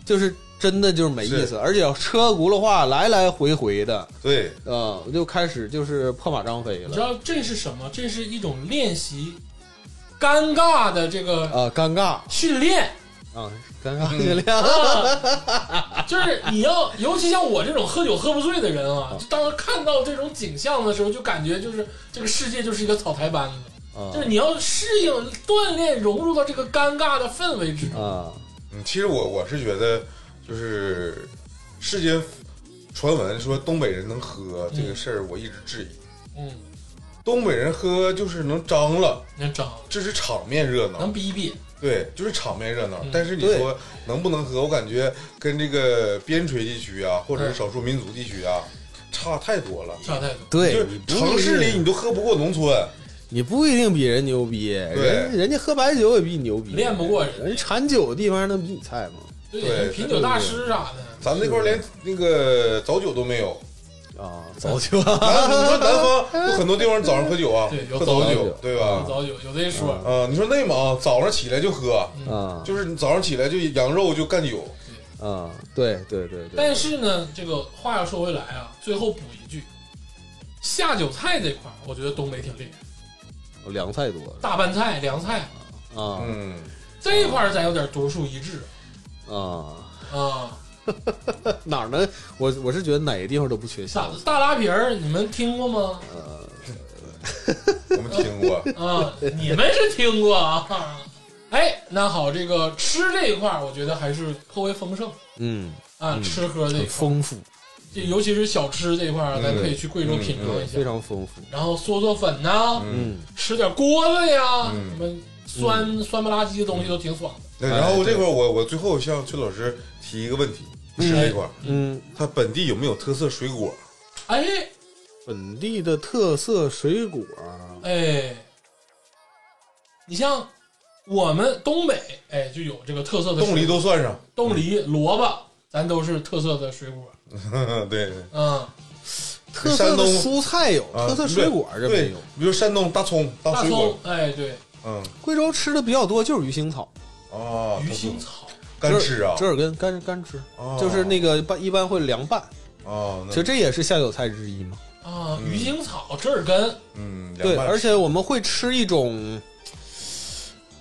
Speaker 4: 就是真的就是没意
Speaker 3: 是
Speaker 4: 思，而且车轱辘话来来回回的，
Speaker 3: 对，
Speaker 4: 啊、就开始就是破马张飞
Speaker 2: 你知
Speaker 4: 了，
Speaker 2: 道这是什么？这是一种练习尴尬的这个
Speaker 4: 啊、尴尬啊、
Speaker 2: 训练。
Speaker 4: 尴
Speaker 2: 嗯
Speaker 4: 尬训练，
Speaker 2: <laughs> 就是你要，尤其像我这种喝酒喝不醉的人啊，就当看到这种景象的时候，就感觉就是这个世界就是一个草台班子，
Speaker 4: 啊
Speaker 2: 就是你要适应、锻炼、融入到这个尴尬的氛围之中。
Speaker 4: 啊
Speaker 3: 嗯，其实我我是觉得，就是世间传闻说东北人能喝这个事儿，我一直质疑。
Speaker 2: 嗯，
Speaker 3: 东北人喝就是能张了，
Speaker 2: 能整，
Speaker 3: 这是场面热闹
Speaker 2: 能。逼逼，
Speaker 3: 对，就是场面热闹。
Speaker 2: 嗯
Speaker 3: 但是你
Speaker 4: 对
Speaker 3: 说能不能喝，我感觉跟这个边陲地区啊，或者是少数民族地区啊，差太多了。
Speaker 2: 差太多。
Speaker 3: 就
Speaker 4: 对
Speaker 3: 是，城市里你都喝不过农村，
Speaker 4: 你不一定比人牛逼，人人家喝白酒也比你牛逼，
Speaker 2: 练不过人家
Speaker 4: 人产酒的地方能比你菜吗？
Speaker 2: 对，
Speaker 3: 对
Speaker 2: 品酒大师啥的，
Speaker 3: 咱们那块儿连那个早酒都没有。
Speaker 4: 啊，早就啊，
Speaker 3: 南你说南方有很多地方早上喝酒啊
Speaker 2: 对，有
Speaker 3: 喝
Speaker 2: 早
Speaker 3: 早
Speaker 4: 酒
Speaker 3: 酒，对吧？
Speaker 2: 早有有这一说。
Speaker 3: 啊，你说内蒙早上起来就喝，
Speaker 4: 啊
Speaker 3: 就是你早上起来就羊肉就干酒，
Speaker 4: 啊，对对对对，
Speaker 2: 但是呢，这个话要说回来啊，最后补一句，下酒菜这块儿，我觉得东北挺厉害，
Speaker 4: 凉菜多
Speaker 2: 大拌菜、凉菜
Speaker 4: 啊
Speaker 3: 嗯，
Speaker 2: 这一块儿咱有点独树一帜
Speaker 4: 啊，
Speaker 2: 啊。
Speaker 4: 哪儿呢？我我是觉得哪个地方都不缺
Speaker 2: 傻
Speaker 4: 镶
Speaker 2: 子大拉皮儿，你们听过吗？
Speaker 3: 我们听过， <laughs>
Speaker 2: 啊，你们是听过啊。哎，那好，这个吃这一块儿，我觉得还是颇为丰盛
Speaker 4: 嗯，
Speaker 2: 啊，吃喝这一
Speaker 4: 很
Speaker 2: 块儿，
Speaker 4: 丰富，
Speaker 2: 就尤其是小吃这一块儿，咱可以去贵州
Speaker 3: 嗯
Speaker 2: 品尝
Speaker 4: 对，
Speaker 2: 一下
Speaker 4: 非。常丰富。
Speaker 2: 然后嗦嗦粉呐、
Speaker 3: 嗯，
Speaker 4: 嗯，
Speaker 2: 吃点锅子呀，
Speaker 3: 嗯
Speaker 2: 什么酸酸不拉几的东西都挺爽的。
Speaker 3: 那然后这块儿我我最后向崔老师提一个问题，吃这块儿，
Speaker 4: 嗯，
Speaker 3: 它本地有没有特色水果？
Speaker 2: 哎
Speaker 4: 本地的特色水果，
Speaker 2: 哎，你像我们东北，哎，就有这个特色的
Speaker 3: 冻
Speaker 2: 水
Speaker 3: 梨
Speaker 2: 果
Speaker 3: 都算上，
Speaker 2: 冻梨、萝卜，咱都是特色的水果。
Speaker 3: 对，
Speaker 2: 嗯，
Speaker 4: 特色
Speaker 3: 山
Speaker 4: 的
Speaker 3: 东
Speaker 4: 蔬菜有，
Speaker 3: 啊
Speaker 4: 特色水果这
Speaker 3: 对
Speaker 4: 没有。，
Speaker 3: 比如山东大葱，大
Speaker 2: 大
Speaker 3: 水
Speaker 2: 葱
Speaker 3: 果，，
Speaker 2: 哎，对，
Speaker 3: 嗯，
Speaker 4: 贵州吃的比较多就是鱼腥草，
Speaker 3: 啊，
Speaker 2: 鱼
Speaker 3: 大葱
Speaker 2: 腥草，
Speaker 3: 干吃啊，
Speaker 4: 折耳根干干吃，
Speaker 3: 哦
Speaker 4: 就是那个拌一般会凉拌，
Speaker 2: 嗯
Speaker 3: 哦，那
Speaker 4: 其实这也是下酒菜之一嘛。
Speaker 2: 啊，
Speaker 3: 嗯
Speaker 2: 鱼腥草、折耳根，
Speaker 3: 嗯，
Speaker 4: 对，
Speaker 3: 凉拌
Speaker 4: 而且我们会吃一种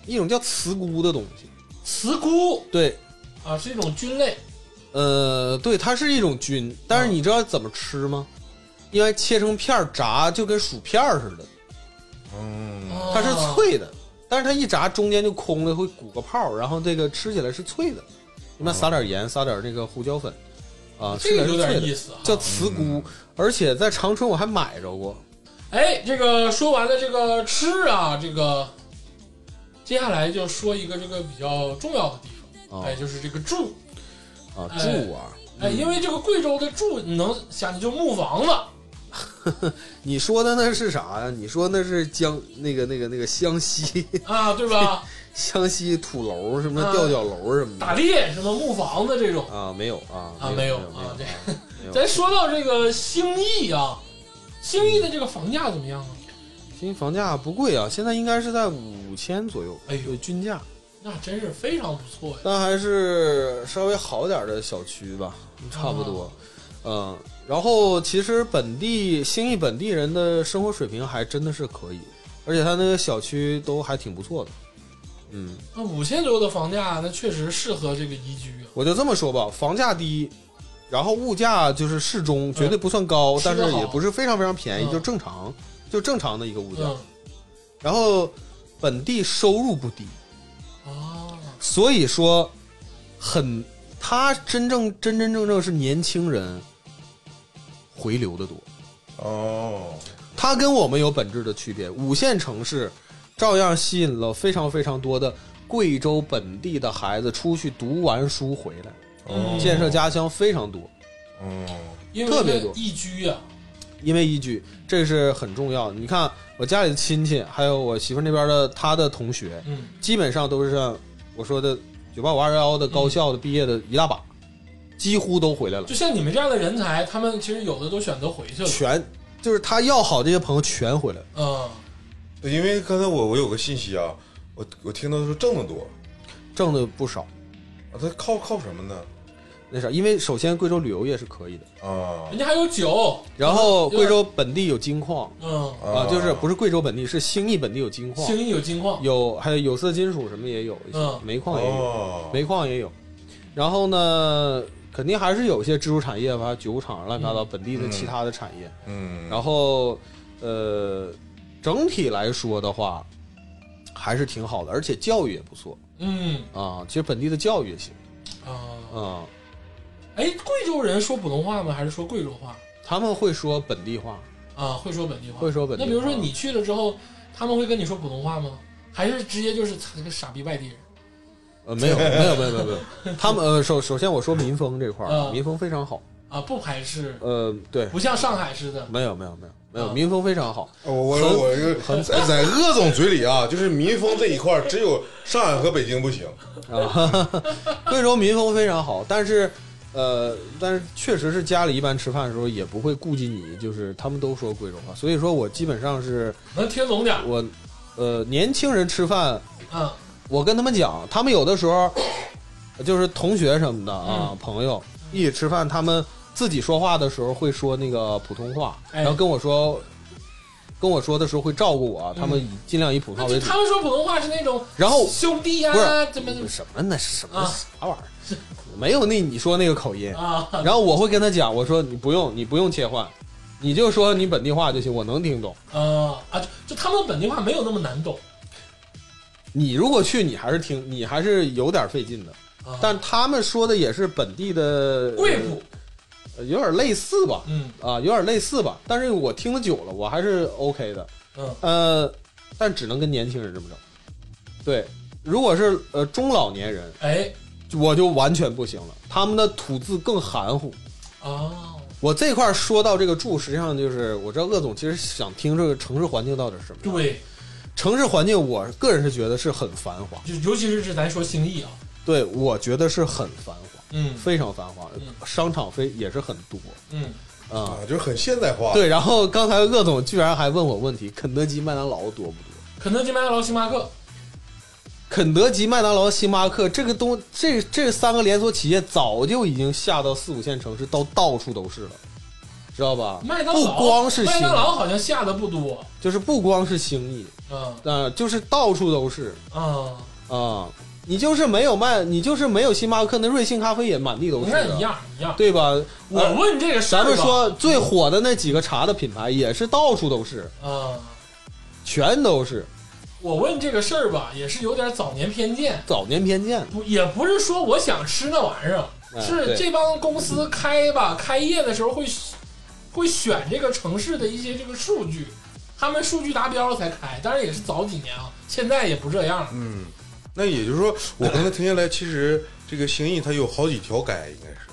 Speaker 4: 一种叫茨菇的东西，
Speaker 2: 茨菇
Speaker 4: 对，
Speaker 2: 啊，是一种菌类。
Speaker 4: 呃，对，它是一种菌，但是
Speaker 2: 嗯
Speaker 4: 你知道怎么吃吗？应该切成片儿炸，就跟薯片儿似的，
Speaker 3: 嗯，
Speaker 2: 啊
Speaker 4: 它是
Speaker 2: 哦
Speaker 4: 脆的，但是它一炸中间就空了，会鼓个泡儿，然后这个吃起来是脆的，里面撒点盐，撒点那个胡椒粉，啊，
Speaker 2: 啊，
Speaker 4: 吃起
Speaker 2: 这个
Speaker 4: 来是
Speaker 2: 有
Speaker 4: 脆
Speaker 2: 点
Speaker 4: 的
Speaker 2: 意思啊。
Speaker 4: 叫茨菇，而且在长春我还买着过。
Speaker 2: 哎，这个说完了这个吃啊，这个接下来就说一个这个比较重要的地方，
Speaker 4: 哦
Speaker 2: 哎，就是这个住，
Speaker 4: 啊，
Speaker 2: 哎
Speaker 4: 住啊，
Speaker 2: 哎，因为这个贵州的住，你能想起就木房子，
Speaker 4: 你说的那是啥呀？你说那是江那个那个那个湘西 <laughs>
Speaker 2: 啊，对吧？
Speaker 4: 湘西土楼什么
Speaker 2: 啊
Speaker 4: 吊脚楼什么
Speaker 2: 打
Speaker 4: 的
Speaker 2: 猎什么木房子这种，
Speaker 4: 啊？没有啊
Speaker 2: 啊
Speaker 4: 没有
Speaker 2: 没有啊
Speaker 4: 没有没有
Speaker 2: 咱说到 <laughs> 这个兴义啊，兴义的这个房价怎么样啊？
Speaker 4: 新房价不贵啊，现在应该是在五千左右，
Speaker 2: 哎呦
Speaker 4: 对均价，
Speaker 2: 那真是非常不错呀。
Speaker 4: 但还是稍微好点的小区吧，差不多，嗯。然后其实本地兴义本地人的生活水平还真的是可以，而且他那个小区都还挺不错的，嗯。
Speaker 2: 那五千左右的房价，那确实适合这个宜居啊。
Speaker 4: 我就这么说吧，房价低，然后物价就是适中，绝对不算高，
Speaker 2: 嗯吃
Speaker 4: 但
Speaker 2: 得
Speaker 4: 是
Speaker 2: 好
Speaker 4: 也不是非常非常便宜，
Speaker 2: 嗯
Speaker 4: 就正常，就正常的一个物价。
Speaker 2: 嗯
Speaker 4: 然后本地收入不低，
Speaker 2: 啊，
Speaker 4: 所以说很，他真正真真正正是年轻人回流的多，
Speaker 3: 哦，
Speaker 4: 他跟我们有本质的区别。五线城市照样吸引了非常非常多的贵州本地的孩子出去读完书回来，
Speaker 2: 嗯
Speaker 4: 建设家乡非常多。
Speaker 3: 哦嗯，
Speaker 2: 因为
Speaker 4: 特别
Speaker 2: 这
Speaker 4: 多
Speaker 2: 宜居啊，
Speaker 4: 因为依据这是很重要的。你看我家里的亲戚，还有我媳妇那边的她的同学，
Speaker 2: 嗯，
Speaker 4: 基本上都是像我说的九八五二幺的高校的毕业的一大把，几乎都回来了
Speaker 2: 就，像你们这样的人才，他们其实有的都选择回去了。
Speaker 4: 全就是他要好这些朋友全回来了。
Speaker 2: 嗯，
Speaker 3: 因为刚才我我有个信息啊，我我听到说挣得多，
Speaker 4: 挣的不少。
Speaker 3: 啊，他靠靠什么呢？
Speaker 4: 那啥，因为首先贵州旅游业是可以的，
Speaker 3: 啊
Speaker 2: 人家还有酒，
Speaker 4: 然后
Speaker 2: 有点
Speaker 4: 贵州本地有金矿
Speaker 2: 嗯，
Speaker 4: 啊，就是不是贵州本地，是兴义本地有金矿，
Speaker 2: 兴义有金矿，
Speaker 4: 有还有有色金属什么也有一些
Speaker 2: 嗯，
Speaker 4: 煤矿也有。
Speaker 3: 哦，
Speaker 4: 煤矿也有，然后呢，肯定还是有一些支柱产业吧，酒厂乱七八糟，本地的其他的产业。
Speaker 3: 嗯，
Speaker 4: 然后，呃，整体来说的话，还是挺好的，而且教育也不错
Speaker 2: 嗯
Speaker 4: 啊。其实本地的教育也行
Speaker 2: 啊，
Speaker 4: 啊，
Speaker 2: 哎，贵州人说普通话吗？还是说贵州话？
Speaker 4: 他们会说本地话，
Speaker 2: 啊，会说本地话。
Speaker 4: 会说本地
Speaker 2: 那
Speaker 4: 话。
Speaker 2: 比如说你去了之后，他们会跟你说普通话吗？还是直接就是操这个傻逼外地人？
Speaker 4: 呃
Speaker 3: <laughs>
Speaker 4: 没有没有没有没有没有，他们呃首首先我说民风这块
Speaker 3: 嗯
Speaker 4: 儿，
Speaker 2: 啊
Speaker 4: 民风非常好，
Speaker 2: 啊，不排斥，
Speaker 4: 呃对，
Speaker 2: 不像上海似的。
Speaker 4: 没有没有没有没
Speaker 3: 嗯
Speaker 4: 有，
Speaker 2: 啊
Speaker 4: 民风非常好。
Speaker 3: 我我我这个在在鄂总嘴里啊，就是民风这一块儿，只有上海和北京不行。
Speaker 4: 啊，贵州民风非常好，但是，呃，但是确实是家里一般吃饭的时候也不会顾及你，就是他们都说贵州话，所以说我基本上是
Speaker 2: 能听懂点儿，
Speaker 4: 我，呃，年轻人吃饭，
Speaker 2: 嗯
Speaker 4: 我跟他们讲，他们有的时候就是同学什么的啊，
Speaker 2: 嗯
Speaker 4: 朋友一起吃饭，他们自己说话的时候会说那个普通话，
Speaker 2: 哎
Speaker 4: 然后跟我说。跟我说的时候会照顾我，啊他们以尽量以普通
Speaker 2: 嗯那
Speaker 4: 话
Speaker 2: 就
Speaker 4: 为主
Speaker 2: 他。们说普通话是那种
Speaker 4: 然后
Speaker 2: 兄弟呀、
Speaker 4: 哦不是
Speaker 2: 怎么
Speaker 4: 什么呢？什么
Speaker 2: 啊
Speaker 4: 啥玩意儿？没有那你说那个口音。
Speaker 2: 啊，
Speaker 4: 然后我会跟他讲，我说你不用，你不用切换，你就说你本地话就行，我能听懂。
Speaker 2: 呃啊，就就他们本地话没有那么难懂，
Speaker 4: 你如果去，你还是听，你还是有点费劲的。
Speaker 2: 啊、
Speaker 4: 但他们说的也是本地的
Speaker 2: 贵妇，
Speaker 4: 呃有点类似吧，
Speaker 2: 嗯
Speaker 4: 啊，有点类似吧。但是我听的久了，我还是 OK 的。
Speaker 2: 嗯
Speaker 4: 呃，但只能跟年轻人这么整。对，如果是呃中老年人，
Speaker 2: 哎
Speaker 4: 我就完全不行了，他们的吐字更含糊。
Speaker 2: 哦
Speaker 4: 我这块儿说到这个住，实际上就是我知道鄂总其实想听这个城市环境到底是什么样。
Speaker 2: 对，
Speaker 4: 城市环境，我个人是觉得是很繁华，
Speaker 2: 就尤其是是咱说兴义啊，
Speaker 4: 对我觉得是很繁华，
Speaker 2: 嗯
Speaker 4: 非常繁华
Speaker 2: 嗯，
Speaker 4: 商场非也是很多
Speaker 2: 嗯，
Speaker 3: 啊，
Speaker 4: 啊、
Speaker 3: 就是很现代化。
Speaker 4: 对，然后刚才鄂总居然还问我问题，肯德基、麦当劳多不多？
Speaker 2: 肯德基、麦当劳、星巴克，
Speaker 4: 肯德基、麦当劳、星巴克这个东这这三个连锁企业早就已经下到四五线城市，到到处都是了，知道吧？
Speaker 2: 麦当
Speaker 4: 不
Speaker 2: 劳
Speaker 4: 光是
Speaker 2: 麦
Speaker 4: 兴
Speaker 2: 当劳
Speaker 4: 义，
Speaker 2: 好像下的不多，
Speaker 4: 就是不光是兴义，
Speaker 2: 嗯
Speaker 4: 呃，就是到处都是
Speaker 2: 啊，
Speaker 4: 啊、你就是没有麦，你就是没有星巴克，那瑞幸咖啡也满地都
Speaker 2: 你
Speaker 4: 是
Speaker 2: 看
Speaker 4: 啊，
Speaker 2: 一样一样。
Speaker 4: 对吧？
Speaker 2: 我
Speaker 4: 呃
Speaker 2: 问这个事儿
Speaker 4: 咱
Speaker 2: 吧，
Speaker 4: 们说最火的那几个茶的品牌也是到处都是，
Speaker 2: 啊，
Speaker 4: 全都是
Speaker 2: 我问这个事儿吧，也是有点早年偏见，
Speaker 4: 早年偏见。
Speaker 2: 不也不是说我想吃那玩意儿，
Speaker 4: 哎
Speaker 2: 是
Speaker 4: 对
Speaker 2: 这帮公司开吧，开业的时候会会选这个城市的一些这个数据，他们数据达标了才开，当然也是早几年啊，现在也不这样了。
Speaker 3: 嗯，那也就是说，我刚才听下来，其实这个兴义它有好几条街，应该是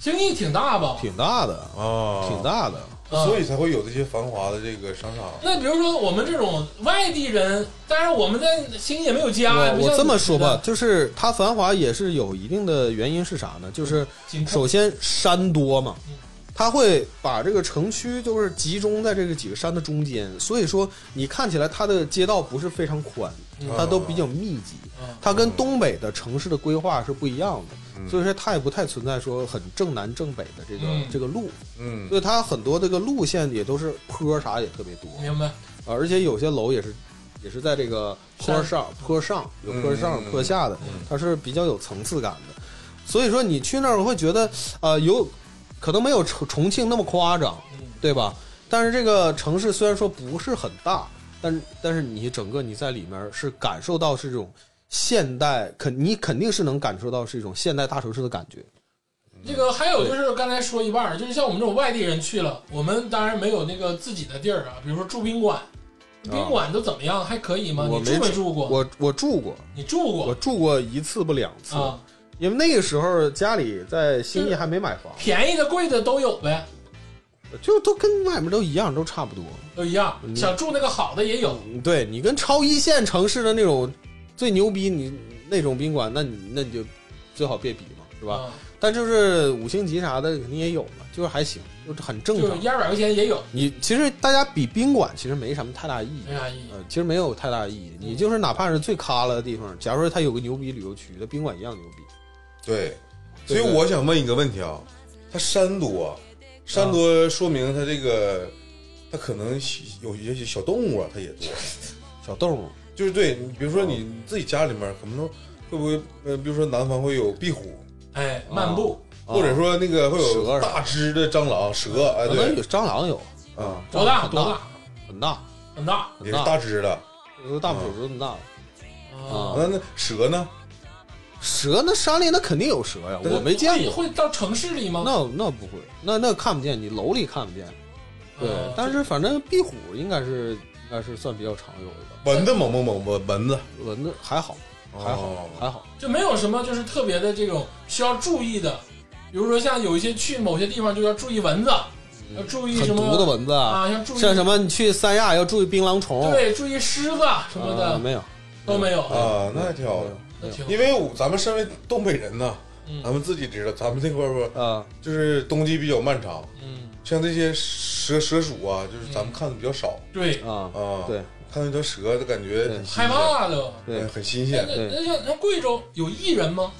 Speaker 2: 兴义挺大吧？
Speaker 4: 挺大的，
Speaker 3: 啊
Speaker 4: 哦挺，大的。
Speaker 2: 嗯
Speaker 3: 所以才会有这些繁华的这个商场。
Speaker 2: 那比如说我们这种外地人，当然我们在兴义也没有家呀。
Speaker 4: 我
Speaker 2: 不像
Speaker 4: 我这么说
Speaker 2: 你
Speaker 4: 吧
Speaker 2: 们，，
Speaker 4: 就是它繁华也是有一定的原因，是啥呢？就是
Speaker 2: 嗯紧凑
Speaker 4: 首先山多嘛
Speaker 2: 嗯，
Speaker 4: 它会把这个城区就是集中在这个几个山的中间，所以说你看起来它的街道不是非常宽，它都比较密集。
Speaker 2: 嗯
Speaker 4: 它跟东北的城市的规划是不一样的，
Speaker 3: 嗯
Speaker 4: 所以说它也不太存在说很正南正北的这个
Speaker 2: 嗯
Speaker 4: 这个路，
Speaker 3: 嗯
Speaker 4: 所以它很多这个路线也都是坡啥也特别多，
Speaker 2: 明白？
Speaker 4: 啊，而且有些楼也是也是在这个坡上、坡上有坡上、
Speaker 3: 嗯
Speaker 4: 坡下的
Speaker 2: 嗯，
Speaker 4: 它是比较有层次感的。所以说你去那儿会觉得，呃，有可能没有重重庆那么夸张，
Speaker 2: 嗯
Speaker 4: 对吧？但是这个城市虽然说不是很大，但但是你整个你在里面是感受到是这种现代，肯你肯定是能感受到是一种现代大城市的感觉。
Speaker 2: 这个还有就是刚才说一半儿，就是像我们这种外地人去了，我们当然没有那个自己的地儿啊，比如说住宾馆，宾馆都怎么样？还可以吗？
Speaker 4: 啊我
Speaker 2: 啊你
Speaker 4: 没
Speaker 2: 住没
Speaker 4: 住
Speaker 2: 住过？
Speaker 4: 我我住过，
Speaker 2: 你住
Speaker 4: 我
Speaker 2: 过
Speaker 4: 住过一次不两次，
Speaker 2: 啊？
Speaker 4: 因为那个时候家里在兴义还没买房。
Speaker 2: 便宜的、贵的都有呗，
Speaker 4: 就都跟外面都一样，都差不多。
Speaker 2: 都一样。
Speaker 4: 嗯
Speaker 2: 想住那个好的也有，
Speaker 4: 对你跟超一线城市的那种最牛逼你那种宾馆，那你那你就最好别比嘛，是
Speaker 2: 是
Speaker 4: 吧？？但就是五星级啥的肯定也有嘛，就是还行，就是很正
Speaker 2: 就是
Speaker 4: 常
Speaker 2: 一。二百块钱也有，哎
Speaker 4: 你其实大家比宾馆其实没什么太大意义
Speaker 2: 没，啥意义。
Speaker 4: 呃，其实没有太大意义。你就是哪怕是最咖了的地方，假如说它有个牛逼旅游区，那宾馆一样牛逼。
Speaker 3: 对，所
Speaker 4: 对
Speaker 3: 以
Speaker 4: 对
Speaker 3: 我想问一个问题啊，它山多，山
Speaker 4: 嗯
Speaker 3: 多说明它这个，它可能喜有也许小动物啊，它也多。
Speaker 4: 小动物，
Speaker 3: 就是对你，比如说
Speaker 4: 嗯
Speaker 3: 你自己家里面可能会不会，呃，比如说南方会有壁虎，
Speaker 2: 哎，漫步，
Speaker 4: 啊
Speaker 3: 或者说那个会
Speaker 4: 蛇
Speaker 3: 有
Speaker 4: 是吧嗯
Speaker 3: 大只的蟑螂、蛇，哎，
Speaker 4: 可能
Speaker 3: 对
Speaker 4: 有，蟑螂有
Speaker 3: 啊，
Speaker 2: 多大？
Speaker 4: 哦很
Speaker 2: 多大？
Speaker 4: 很大，
Speaker 2: 很大
Speaker 3: 也是
Speaker 4: 很大，
Speaker 3: 大只的。
Speaker 4: 有的大
Speaker 3: 嗯
Speaker 4: 拇指都那么大了。
Speaker 2: 啊
Speaker 4: 啊！
Speaker 3: 那那蛇呢？
Speaker 4: 蛇那山里那肯定有蛇呀，
Speaker 3: 对
Speaker 4: 我没见
Speaker 2: 会
Speaker 4: 过。
Speaker 2: 会到城市里吗？
Speaker 4: 那那不会，那那看不见，你楼里看不见。对，
Speaker 2: 啊
Speaker 4: 但是反正壁虎应该是应该是算比较常有的吧，
Speaker 3: 蚊子猛不猛？蚊蚊子
Speaker 4: 蚊子还好，还好
Speaker 3: 哦，
Speaker 4: 还好。
Speaker 2: 就没有什么就是特别的这种需要注意的，比如说像有一些去某些地方就要注意蚊子，要注意
Speaker 4: 嗯很
Speaker 2: 什么
Speaker 4: 毒的蚊子啊，
Speaker 2: 啊，要注意
Speaker 4: 像什么你去三亚要注意槟榔虫，
Speaker 2: 对，注意狮子什么
Speaker 4: 啊
Speaker 2: 的
Speaker 4: 没有，
Speaker 2: 都没有，
Speaker 3: 啊，那还挺好
Speaker 4: 嗯
Speaker 3: 的。
Speaker 2: 那挺
Speaker 3: 因为我咱们身为东北人呢
Speaker 2: 嗯，
Speaker 3: 咱们自己知道，咱们这块儿吧，
Speaker 4: 啊，
Speaker 3: 就是冬季比较漫长，
Speaker 2: 嗯，
Speaker 3: 像这些蛇蛇鼠啊，就是咱们看的比较少
Speaker 2: 对，
Speaker 4: 啊
Speaker 3: 啊。
Speaker 4: 对，
Speaker 3: 看到一条蛇就感觉很新
Speaker 2: 害
Speaker 3: 鲜
Speaker 2: 怕的。
Speaker 3: 嗯
Speaker 4: 对，
Speaker 3: 很新
Speaker 2: 那
Speaker 3: 鲜，
Speaker 2: 那
Speaker 4: 对
Speaker 2: 那像像贵州有艺人吗？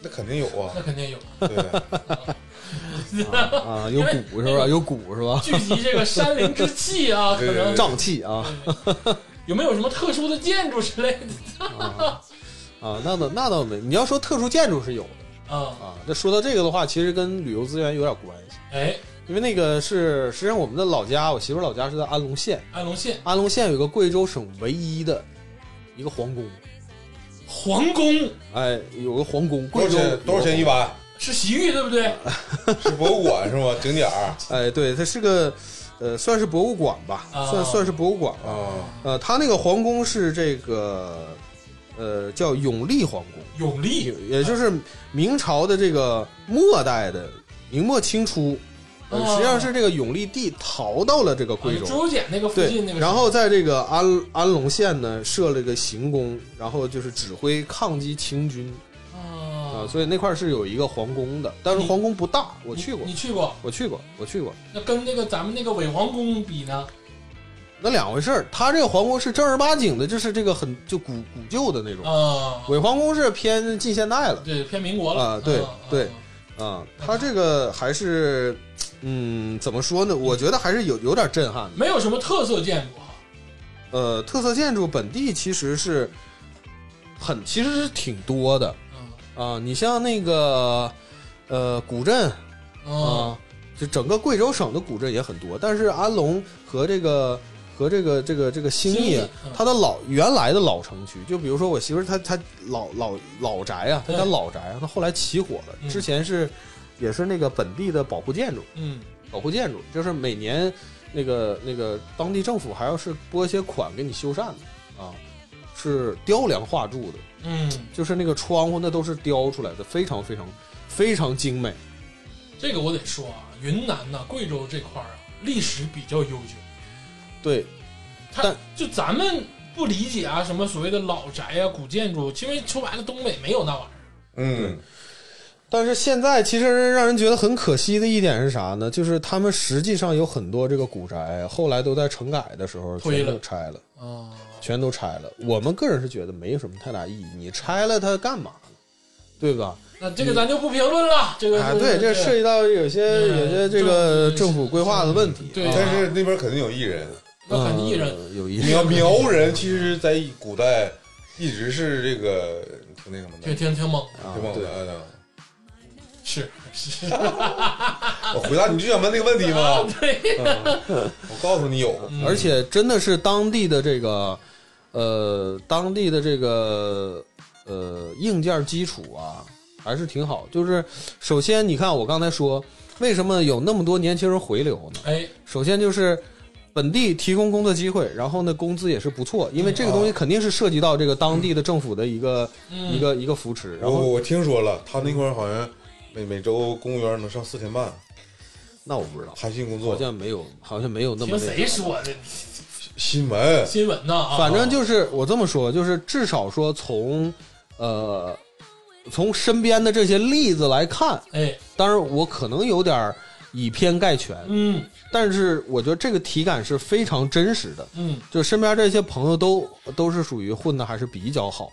Speaker 3: 那肯定有啊
Speaker 2: 那。 <laughs> 肯定有。
Speaker 3: 对，
Speaker 4: <laughs> 啊，有鼓是
Speaker 2: 因
Speaker 4: 吧？
Speaker 2: 为
Speaker 4: 有鼓是吧？
Speaker 2: <laughs> 聚集这个山林之气
Speaker 4: <laughs>
Speaker 2: 啊，可
Speaker 3: 对
Speaker 2: 能
Speaker 4: 瘴气啊
Speaker 2: 有没有什么特殊的建筑之类的？
Speaker 4: 啊，那倒那倒没。你要说特殊建筑是有的，
Speaker 2: 嗯，
Speaker 4: 啊。那说到这个的话，其实跟旅游资源有点关系，
Speaker 2: 哎，
Speaker 4: 因为那个是实际上我们的老家，我媳妇儿老家是在安龙县，
Speaker 2: 安龙县
Speaker 4: 安龙县有一个贵州省唯一的一个皇宫，
Speaker 2: 皇宫
Speaker 4: 哎，有个皇宫，
Speaker 3: 多
Speaker 4: 贵
Speaker 3: 少
Speaker 4: 州
Speaker 3: 钱？多少钱一？晚？
Speaker 2: 是洗浴对不对？
Speaker 3: 是博物馆是吗？景点
Speaker 4: <laughs>
Speaker 3: 儿
Speaker 4: 哎，对，它是个呃，算是博物馆吧，
Speaker 2: 啊
Speaker 4: 算算是博物馆吧。
Speaker 3: 啊，
Speaker 4: 呃，它那个皇宫是这个呃叫永历皇宫。
Speaker 2: 永利，
Speaker 4: 也就是明朝的这个末代的明末清初，呃
Speaker 2: 啊
Speaker 4: 实际上是这个永历帝逃到了这个贵
Speaker 2: 啊就
Speaker 4: 州，
Speaker 2: 朱由检那个附
Speaker 4: 对
Speaker 2: 近那，个，
Speaker 4: 然后在这个安安龙县呢设了一个行宫，然后就是指挥抗击清军
Speaker 2: 啊，
Speaker 4: 啊，所以那块儿是有一个皇宫的，但是
Speaker 2: 你
Speaker 4: 皇宫不大，我
Speaker 2: 我
Speaker 4: 去过
Speaker 2: 你，去过？
Speaker 4: 我去过，我去过，
Speaker 2: 那跟那个咱们那个伪皇宫比呢？
Speaker 4: 那两回事儿，他这个皇宫是正儿八经的，就是这个很就古古旧的那种，
Speaker 2: 啊，
Speaker 4: 伪皇宫是偏近现代了。
Speaker 2: 对，偏民国了
Speaker 4: 啊对
Speaker 2: 啊
Speaker 4: 对啊，他这个还是，嗯，怎么说呢？我觉得还是有有点震撼的。
Speaker 2: 没有什么特色建筑啊，
Speaker 4: 呃，特色建筑本地其实是很，其实是挺多的
Speaker 2: 嗯
Speaker 4: 啊。你像那个呃古镇
Speaker 2: 嗯
Speaker 4: 啊，就整个贵州省的古镇也很多，但是安龙和这个和这个这个这个兴
Speaker 2: 兴义
Speaker 4: 义
Speaker 2: 嗯，
Speaker 4: 它的老原来的老城区，就比如说我媳妇儿她她老老老宅啊，她
Speaker 2: 对
Speaker 4: 家老宅啊，她后来起火
Speaker 2: 嗯
Speaker 4: 了，之前是也是那个本地的保护建筑。
Speaker 2: 嗯
Speaker 4: 保护建筑，就是每年那个那个当地政府还要是拨一些款给你修缮的啊，是雕梁画柱的，
Speaker 2: 嗯，
Speaker 4: 就是那个窗户那都是雕出来的，非常非常非常精美。
Speaker 2: 这个我得说啊，云南呐、贵州这块儿啊，历史比较悠久。
Speaker 4: 对，
Speaker 2: 它
Speaker 4: 但
Speaker 2: 就咱们不理解啊，什么所谓的老宅啊、古建筑，因为说白了，东北没有那玩意儿。
Speaker 3: 嗯，
Speaker 4: 但是现在其实让人觉得很可惜的一点是啥呢？就是他们实际上有很多这个古宅，后来都在城改的时候
Speaker 2: 推
Speaker 4: 全
Speaker 2: 了
Speaker 4: 都拆了，
Speaker 2: 啊，
Speaker 4: 全都拆了。我们个人是觉得没有什么太大意义，你拆了它干嘛呢？对吧？
Speaker 2: 那这个咱就不评论了。这个
Speaker 4: 啊，对，这涉及到有些有些这个政府规划的问题。
Speaker 2: 对
Speaker 4: 啊
Speaker 3: 但是那边肯定有艺人，
Speaker 2: 那肯定人
Speaker 4: 呃有一
Speaker 3: 苗
Speaker 4: <laughs>
Speaker 3: 苗人其实，在古代一直是这个挺那什么的，
Speaker 2: 挺挺挺猛，
Speaker 4: 啊
Speaker 3: 挺猛
Speaker 4: 对
Speaker 3: 的。嗯
Speaker 2: 是是，
Speaker 3: 啊我回答你就想问那个问题吗？
Speaker 4: 啊
Speaker 3: 嗯
Speaker 2: 对，
Speaker 3: 我告诉你有，
Speaker 4: 而且真的是当地的这个呃，当地的这个呃硬件基础啊，还是挺好。就是首先，你看我刚才说，为什么有那么多年轻人回流呢？
Speaker 2: 哎，
Speaker 4: 首先就是。本地提供工作机会，然后呢，工资也是不错，因为这个东西肯定是涉及到这个当地的政府的一个、一个一个扶持。然
Speaker 3: 我
Speaker 4: 后，
Speaker 3: 我听说了，他那块儿好像每每周公务员能上四天半，
Speaker 4: 那我不知道，
Speaker 3: 弹性工
Speaker 4: 好
Speaker 3: 作。
Speaker 4: 像没有，好像没有那么
Speaker 2: 听
Speaker 4: 那个
Speaker 2: 谁说的
Speaker 3: 新闻
Speaker 2: 新闻呢啊？
Speaker 4: 反正就是我这么说，就是至少说从，呃，从身边的这些例子来看，
Speaker 2: 哎，
Speaker 4: 当然我可能有点儿以偏概全，
Speaker 2: 嗯
Speaker 4: 但是我觉得这个体感是非常真实的。
Speaker 2: 嗯，
Speaker 4: 就身边这些朋友都都是属于混的还是比较好，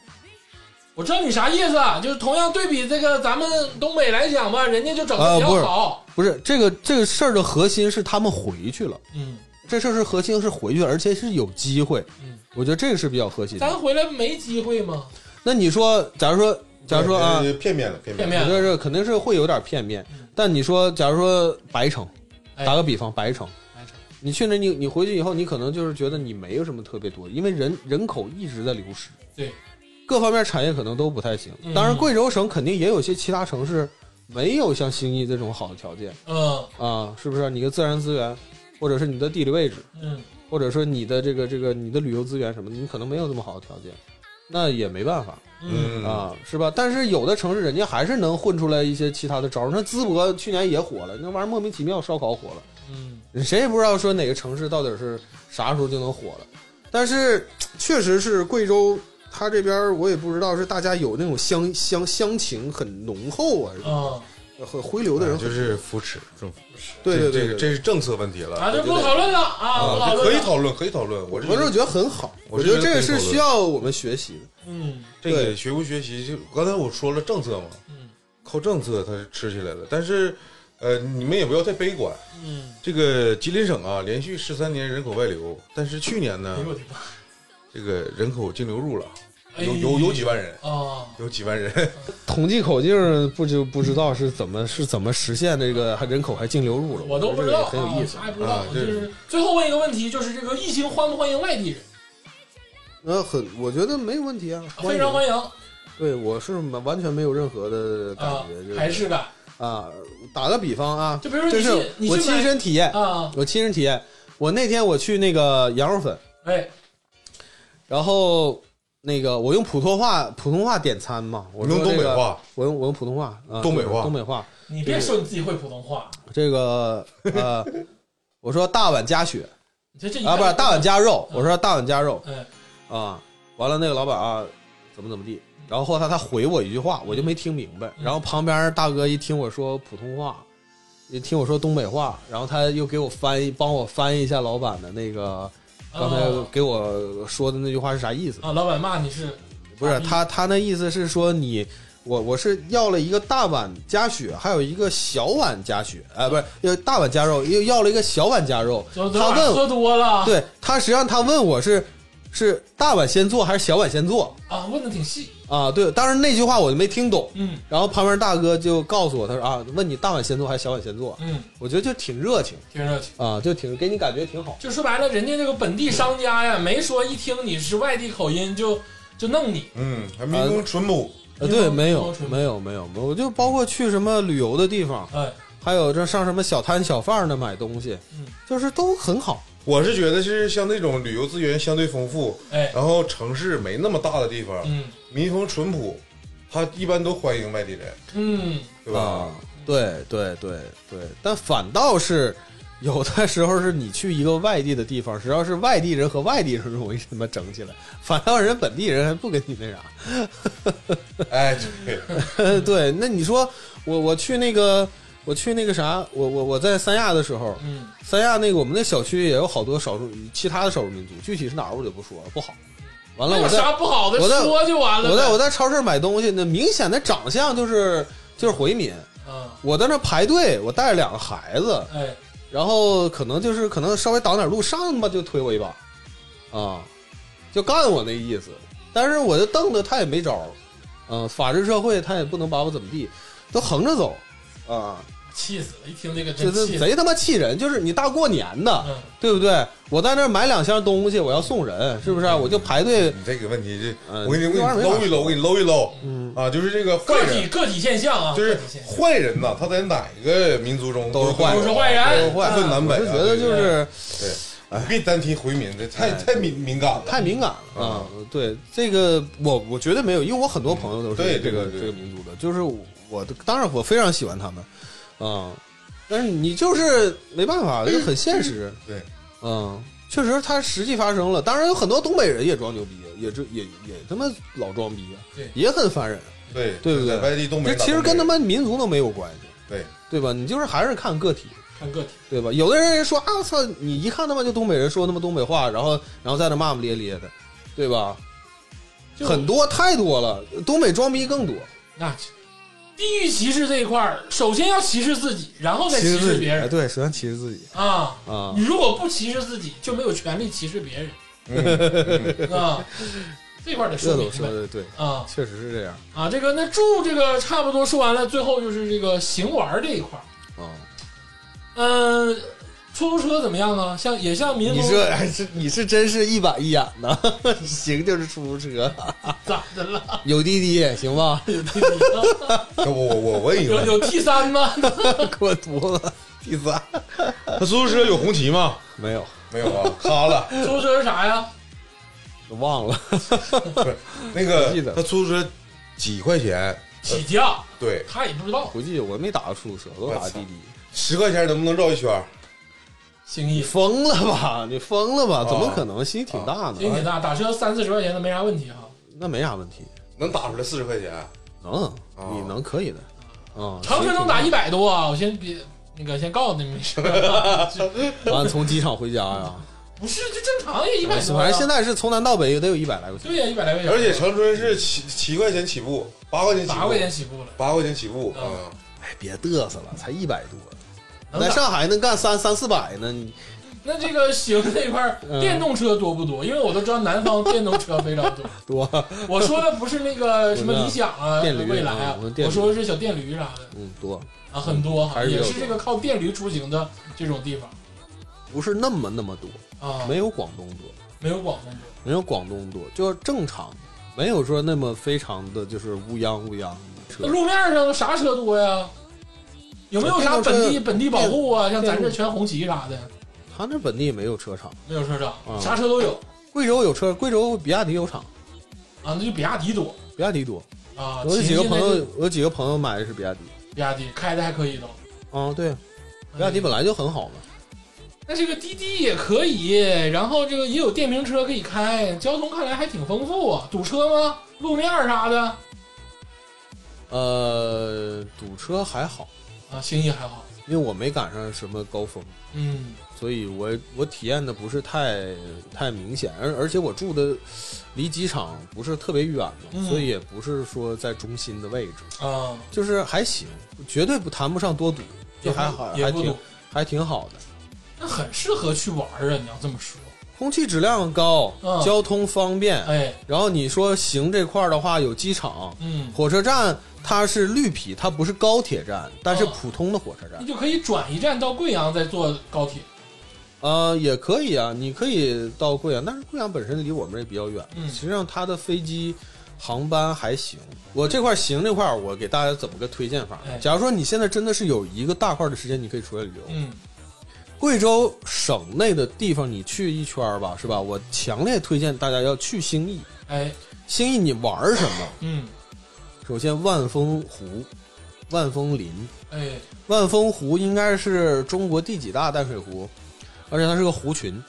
Speaker 2: 我知道你啥意思，啊，就是同样对比这个咱们东北来讲吧，人家就整的
Speaker 4: 呃
Speaker 2: 比较
Speaker 4: 不是
Speaker 2: 好，
Speaker 4: 不是这个这个事儿的核心是他们回去了，
Speaker 2: 嗯，
Speaker 4: 这事儿是核心是回去了，而且是有机会，
Speaker 2: 嗯
Speaker 4: 我觉得这个是比较核心
Speaker 2: 咱
Speaker 4: 的。
Speaker 2: 回来没机会吗？
Speaker 4: 那你说，假如说，假如说啊，
Speaker 3: 呃片面了，片
Speaker 2: 片
Speaker 3: 面
Speaker 2: 面嗯
Speaker 3: 了。
Speaker 4: 我觉得这肯定是会有点片面。但你说，假如说白城，
Speaker 2: 哎
Speaker 4: 打个比方，白城，
Speaker 2: 白城
Speaker 4: 你去那，你你回去以后，你可能就是觉得你没有什么特别多，因为人人口一直在流失，
Speaker 2: 对，
Speaker 4: 各方面产业可能都不太行
Speaker 2: 嗯。
Speaker 4: 当然，贵州省肯定也有些其他城市没有像兴义这种好的条件
Speaker 2: 嗯
Speaker 4: 啊，是不是？你的自然资源，或者是你的地理位置，
Speaker 2: 嗯，
Speaker 4: 或者说你的这个这个你的旅游资源什么的，你可能没有这么好的条件，那也没办法。
Speaker 3: 嗯，
Speaker 4: 啊，是吧？但是有的城市人家还是能混出来一些其他的招儿。那淄博去年也火了，那玩意儿莫名其妙烧烤火了，
Speaker 2: 嗯
Speaker 4: 谁也不知道说哪个城市到底是啥时候就能火了。但是确实是贵州，它这边儿我也不知道是大家有那种乡乡乡情很浓厚啊，
Speaker 2: 嗯，
Speaker 4: 很回流的人
Speaker 3: 就
Speaker 4: 很，
Speaker 3: 是扶持政府，
Speaker 4: 对对
Speaker 3: 这
Speaker 4: 对
Speaker 3: 个
Speaker 4: 对，
Speaker 3: 这是政策问题了。
Speaker 2: 咱就
Speaker 3: 这
Speaker 2: 啊不讨论了啊，不讨
Speaker 3: 啊，这
Speaker 2: 论
Speaker 3: 可以
Speaker 2: 了，
Speaker 3: 讨论，可以讨论。我是
Speaker 4: 我
Speaker 3: 觉
Speaker 4: 是
Speaker 3: 得
Speaker 4: 觉得很好，
Speaker 3: 我
Speaker 4: 我
Speaker 3: 是
Speaker 4: 觉得
Speaker 3: 觉
Speaker 4: 这
Speaker 3: 得
Speaker 4: 个
Speaker 3: 可以
Speaker 4: 是
Speaker 3: 讨论
Speaker 4: 需要我们学习的。
Speaker 2: 嗯
Speaker 3: 这个学不学习，就刚才我说了政策嘛，
Speaker 2: 嗯
Speaker 3: 靠政策它是吃起来的。但是，呃，你们也不要太悲观。
Speaker 2: 嗯，
Speaker 3: 这个吉林省啊，连续十三年人口外流，但是去年
Speaker 2: 哎
Speaker 3: 呢
Speaker 2: 呦，我的妈，
Speaker 3: 这个人口净流入了，有有有几万人，
Speaker 2: 哎啊，
Speaker 3: 有几万人，
Speaker 4: 统计口径不知不知道是怎么是怎么实现这个人口还净流入了，
Speaker 2: 我都不
Speaker 4: 觉
Speaker 2: 知
Speaker 4: 得
Speaker 2: 道
Speaker 4: 也
Speaker 2: 啊，
Speaker 4: 很有意思。
Speaker 2: 啥也不知道
Speaker 3: 啊。
Speaker 2: 就
Speaker 3: 这
Speaker 2: 是最后问一个问题，就是这个疫情欢不欢迎外地人？
Speaker 4: 那很，我觉得没有问题啊，
Speaker 2: 非常
Speaker 4: 迎。
Speaker 2: 欢迎
Speaker 4: 对，我是完全没有任何的感
Speaker 2: 啊
Speaker 4: 觉，就，
Speaker 2: 排斥感
Speaker 4: 啊，打个比方啊，
Speaker 2: 就比如说
Speaker 4: 这
Speaker 2: 你
Speaker 4: 是
Speaker 2: 去你去
Speaker 4: 我
Speaker 2: 买
Speaker 4: 亲身体验，
Speaker 2: 啊，
Speaker 4: 我亲身体验。我那天我去那个羊肉粉，
Speaker 2: 哎，
Speaker 4: 然后那个我用普通话普通话点餐嘛，我说
Speaker 3: 用东北
Speaker 4: 这个
Speaker 3: 话，
Speaker 4: 我用我用普通话，啊
Speaker 3: 东北话
Speaker 4: 东北话，
Speaker 2: 你别说你自己会普通话，
Speaker 4: 这个呃， <laughs> 我说大碗加血
Speaker 2: 你这这一
Speaker 4: 啊，
Speaker 2: 看
Speaker 4: 不是大碗加肉，
Speaker 2: 嗯
Speaker 4: 我说大碗加肉
Speaker 2: 哎
Speaker 4: 啊，完了那个老板啊，怎么怎么地，然后后来他回我一句话，我就没听明白，
Speaker 2: 嗯
Speaker 4: 然后旁边大哥一听我说普通话，一听我说东北话，然后他又给我翻译，帮我翻译一下老板的那个刚才
Speaker 2: 啊
Speaker 4: 给我说的那句话是啥意思。
Speaker 2: 啊，老板骂你是
Speaker 4: 不是
Speaker 2: 嗯
Speaker 4: 他他那意思是说你我我是要了一个大碗加血，还有一个小碗加血，哎、不是要大碗加肉，又要了一个小碗加肉。
Speaker 2: 昨
Speaker 4: 他
Speaker 2: 昨晚
Speaker 4: 问
Speaker 2: 喝
Speaker 4: 我，
Speaker 2: 多了，
Speaker 4: 对他实际上他问我是是大碗先做还是小碗先做
Speaker 2: 啊，问的挺细，
Speaker 4: 啊？对，当时那句话我就没听懂。
Speaker 2: 嗯
Speaker 4: 然后旁边大哥就告诉我，他说啊，问你大碗先做还是小碗先做？
Speaker 2: 嗯，
Speaker 4: 我觉得就挺热情
Speaker 2: 挺热情。
Speaker 4: 啊，就挺给你感觉挺好。
Speaker 2: 就说白了，人家这个本地商家呀，没说一听你是外地口音就就弄你，
Speaker 3: 嗯，还民工淳朴，
Speaker 4: 呃，
Speaker 2: 因为
Speaker 4: 对，
Speaker 2: 我
Speaker 4: 没
Speaker 2: 我
Speaker 4: 有
Speaker 2: 准备
Speaker 4: 没有没有，我就包括去什么旅游的地方，
Speaker 2: 哎，
Speaker 4: 还有这上什么小摊小贩儿那买东西，
Speaker 2: 嗯
Speaker 4: 就是都很好。
Speaker 3: 我是觉得是像那种旅游资源相对丰富，
Speaker 2: 哎，
Speaker 3: 然后城市没那么大的地方，
Speaker 2: 嗯
Speaker 3: 民风淳朴，他一般都欢迎外地人，
Speaker 2: 嗯，
Speaker 3: 对吧？
Speaker 4: 啊对对对对，但反倒是有的时候是你去一个外地的地方，只要是外地人和外地人容易他妈整起来，反倒人本地人还不跟你那啥。
Speaker 3: 哎，对，
Speaker 4: <laughs> 对，那你说我我去那个我去那个啥，我我我在三亚的时候，
Speaker 2: 嗯，
Speaker 4: 三亚那个我们那小区也有好多少数其他的少数民族，具体是哪儿我就不说了，不好。完了
Speaker 2: 那有
Speaker 4: 我在
Speaker 2: 啥不好的
Speaker 4: 我在
Speaker 2: 说就完了呗。
Speaker 4: 我在我在超市买东西，那明显的长相就是就是回民。
Speaker 2: 啊，
Speaker 4: 我在那排队，我带着两个孩子，
Speaker 2: 哎，
Speaker 4: 然后可能就是可能稍微挡点路，上吧就推我一把，啊，就干我那意思。但是我这瞪着他也没招儿，嗯、法治社会他也不能把我怎么地，都横着走，
Speaker 3: 嗯
Speaker 4: 啊，
Speaker 2: 气死了！一听这个
Speaker 4: 这
Speaker 2: 真
Speaker 4: 这
Speaker 2: 气死。
Speaker 4: 贼他妈气人！就是你大过年的，
Speaker 2: 嗯，
Speaker 4: 对不对？我在那儿买两箱东西，我要送人，是不是
Speaker 3: 嗯
Speaker 4: 啊、我就排队，
Speaker 3: 你这个问题这，
Speaker 4: 嗯
Speaker 3: 我给你我给
Speaker 4: 这玩意
Speaker 3: 你
Speaker 4: 儿没
Speaker 3: 搂一
Speaker 4: 法
Speaker 3: 搂，我给你搂一搂，
Speaker 4: 嗯，
Speaker 3: 啊，就是这个坏
Speaker 2: 个体
Speaker 3: 人，
Speaker 2: 个体现象啊，
Speaker 3: 就是
Speaker 2: 个体现象
Speaker 3: 坏人呐，他在哪个民族中
Speaker 4: 都是坏
Speaker 2: 人都是坏人
Speaker 3: 都是坏人不分南北啊。
Speaker 4: 我就觉得
Speaker 3: 对
Speaker 4: 就是哎
Speaker 3: 你别单提回民，这太太敏敏感了，
Speaker 4: 太敏感了啊！
Speaker 3: 嗯
Speaker 4: 对这个，我我绝对没有，因为我很多朋友都是
Speaker 3: 对
Speaker 4: 这个
Speaker 3: 对对对
Speaker 4: 这个民族的，就是我的，当然我非常喜欢他们，
Speaker 3: 嗯
Speaker 4: 啊、但是你就是没办法，就很现实，
Speaker 3: 对，
Speaker 4: 嗯，确实它实际发生了。当然有很多东北人也装牛逼，也这也也他妈老装逼，啊
Speaker 2: 对
Speaker 4: 也很烦人。
Speaker 3: 对
Speaker 4: 对不对
Speaker 3: 在外地东北
Speaker 4: 这
Speaker 3: 打
Speaker 4: 其实
Speaker 3: 东北
Speaker 4: 跟他
Speaker 3: 人
Speaker 4: 们民族都没有关系，
Speaker 3: 对
Speaker 4: 对吧？你就是还是看个体。
Speaker 2: 看个体。
Speaker 4: 对吧？有的人说啊，操，你一看他妈就东北人说他妈东北话，然后然后在那骂骂咧咧的，对吧？
Speaker 2: 就
Speaker 4: 很多太多了，东北装逼更多。
Speaker 2: 那是地域歧视这一块儿，首先要歧视自己，然后再歧视别
Speaker 4: 哎
Speaker 2: 人
Speaker 4: 对，首先歧视自己
Speaker 2: 啊。
Speaker 4: 啊
Speaker 2: 你，如果不歧视自己，就没有权利歧视别人。啊，这块儿得说
Speaker 4: 这
Speaker 2: 明
Speaker 4: 都说
Speaker 2: 白
Speaker 4: 的对，
Speaker 2: 啊
Speaker 4: 嗯确实是这样
Speaker 2: 啊！这个那住这个差不多说完了，最后就是这个行玩儿这一块儿。
Speaker 4: 啊。
Speaker 2: 嗯，出租车怎么样啊？像也像民
Speaker 4: 你
Speaker 2: 工
Speaker 4: 这 <laughs> 还是你是真是一板一眼呐， <laughs> 行就是出租车，
Speaker 2: 咋的了？
Speaker 4: <laughs> 有滴滴行吧？
Speaker 3: 我我我问一
Speaker 2: 有
Speaker 3: 问，
Speaker 2: 有 T 三吗？
Speaker 4: <laughs> 给我犊子，第三
Speaker 3: 他出租车有红旗吗？
Speaker 4: 没有，
Speaker 3: 没有啊，卡
Speaker 4: <laughs>
Speaker 3: 了。
Speaker 2: 出租车是啥呀？
Speaker 4: 我忘了
Speaker 3: 不是那
Speaker 4: 不记得
Speaker 3: 个他出租车几块钱？
Speaker 2: 起价，
Speaker 3: 对，
Speaker 2: 他也不知道。
Speaker 4: 不记，我没打过出租车，我都打过滴滴。
Speaker 3: 十块钱能不能绕一圈儿？
Speaker 2: 兴义
Speaker 4: 你，疯了吧？你疯了吧？怎么可能？心挺大呢，
Speaker 2: 兴义挺大，打车三四十块钱都没啥问题哈。
Speaker 4: 啊那没啥问题，
Speaker 3: 能打出来四十块
Speaker 4: 哎
Speaker 3: 钱？
Speaker 4: 能，你能可以的。啊，
Speaker 2: 长春能打
Speaker 4: 心
Speaker 2: 一百多啊！我先别那个先告诉你们一声，
Speaker 4: 挺大完从机场回家呀，
Speaker 2: 不是就正常也一百多啊。
Speaker 4: 反正现在是从南到北也得有一百来块钱。
Speaker 2: 对呀，一百来块钱，
Speaker 3: 而且长春是七七块钱起步，八块钱起步，
Speaker 2: 八块钱起步了，
Speaker 3: 八块钱起步
Speaker 2: 嗯
Speaker 3: 啊！
Speaker 4: 哎，别嘚瑟了，才一百多，
Speaker 2: 能
Speaker 4: 在
Speaker 2: 打
Speaker 4: 上海能干三三四百呢，你
Speaker 2: 那这个行这块儿，
Speaker 4: 嗯
Speaker 2: 电动车多不多？因为我都知道南方电动车非常
Speaker 4: <laughs>
Speaker 2: 多。
Speaker 4: 多
Speaker 2: 我说的不是那个什么理想啊、
Speaker 4: 电驴
Speaker 2: 蔚来啊
Speaker 4: 嗯我们，电驴
Speaker 2: 我说的是小电驴啥的
Speaker 4: 嗯多，
Speaker 2: 啊，很多哈，
Speaker 4: 还是比
Speaker 2: 也
Speaker 4: 较
Speaker 2: 是这个靠电驴出行的这种地方
Speaker 4: 不是那么那么多，
Speaker 2: 啊，
Speaker 4: 没有广东多，
Speaker 2: 没有广东多。
Speaker 4: 没有广东多，就是正常，没有说那么非常的就是乌泱乌泱的车
Speaker 2: 那。路面上啥车多呀？有没有啥
Speaker 4: 电动车
Speaker 2: 本地本地保护啊？像咱
Speaker 4: 电
Speaker 2: 这
Speaker 4: 动
Speaker 2: 全红旗啥的，
Speaker 4: 他那本地也没有车厂，
Speaker 2: 没有车厂，
Speaker 4: 啊
Speaker 2: 啥车都有
Speaker 4: 贵州有车，贵州比亚迪有厂，
Speaker 2: 啊，那就比亚迪多
Speaker 4: 比亚迪多。
Speaker 2: 啊。
Speaker 4: 我有几
Speaker 2: 秦
Speaker 4: 个
Speaker 2: 现在
Speaker 4: 朋
Speaker 2: 就
Speaker 4: 友，我有几个朋友买的是比亚迪。
Speaker 2: 比亚迪开的还可以都，
Speaker 4: 啊，对，比亚迪
Speaker 2: 嗯
Speaker 4: 本来就很好嘛。
Speaker 2: 那这个滴滴也可以，然后这个也有电瓶车可以开，交通看来还挺丰富啊。堵车吗？路面儿啥的
Speaker 4: 呃，堵车还好，
Speaker 2: 啊，兴义还好。
Speaker 4: 因为我没赶上什么高峰，
Speaker 2: 嗯，
Speaker 4: 所以我我体验的不是太太明显，而而且我住的离机场不是特别远嘛，
Speaker 2: 嗯
Speaker 4: 所以也不是说在中心的位置，
Speaker 2: 啊，
Speaker 4: 就是还行，绝对不谈不上多堵，就还好，
Speaker 2: 也
Speaker 4: 还
Speaker 2: 不
Speaker 4: 挺
Speaker 2: 堵，
Speaker 4: 还挺好的。
Speaker 2: 那很适合去玩儿啊。你要这么说，
Speaker 4: 空气质量高，
Speaker 2: 嗯
Speaker 4: 交通方便，
Speaker 2: 哎，
Speaker 4: 然后你说行这块儿的话，有机场、
Speaker 2: 嗯，
Speaker 4: 火车站，它是绿皮，它不是高铁站，但是
Speaker 2: 嗯
Speaker 4: 普通的火车站
Speaker 2: 你，就可以转一站到贵阳，再坐高铁。
Speaker 4: 呃，也可以啊，你可以到贵阳，但是贵阳本身离我们也比较远，
Speaker 2: 嗯
Speaker 4: 实际上它的飞机航班还行。我这块儿行这块儿，我给大家怎么个推荐法
Speaker 2: 哎？
Speaker 4: 假如说你现在真的是有一个大块儿的时间，你可以出来旅游，
Speaker 2: 嗯，
Speaker 4: 贵州省内的地方你去一圈儿吧，是吧？我强烈推荐大家要去兴义。
Speaker 2: 哎，
Speaker 4: 兴义你玩儿什么？
Speaker 2: 嗯，
Speaker 4: 首先万峰湖、万峰林，
Speaker 2: 哎，
Speaker 4: 万峰湖应该是中国第几大淡水湖，而且它是个湖群，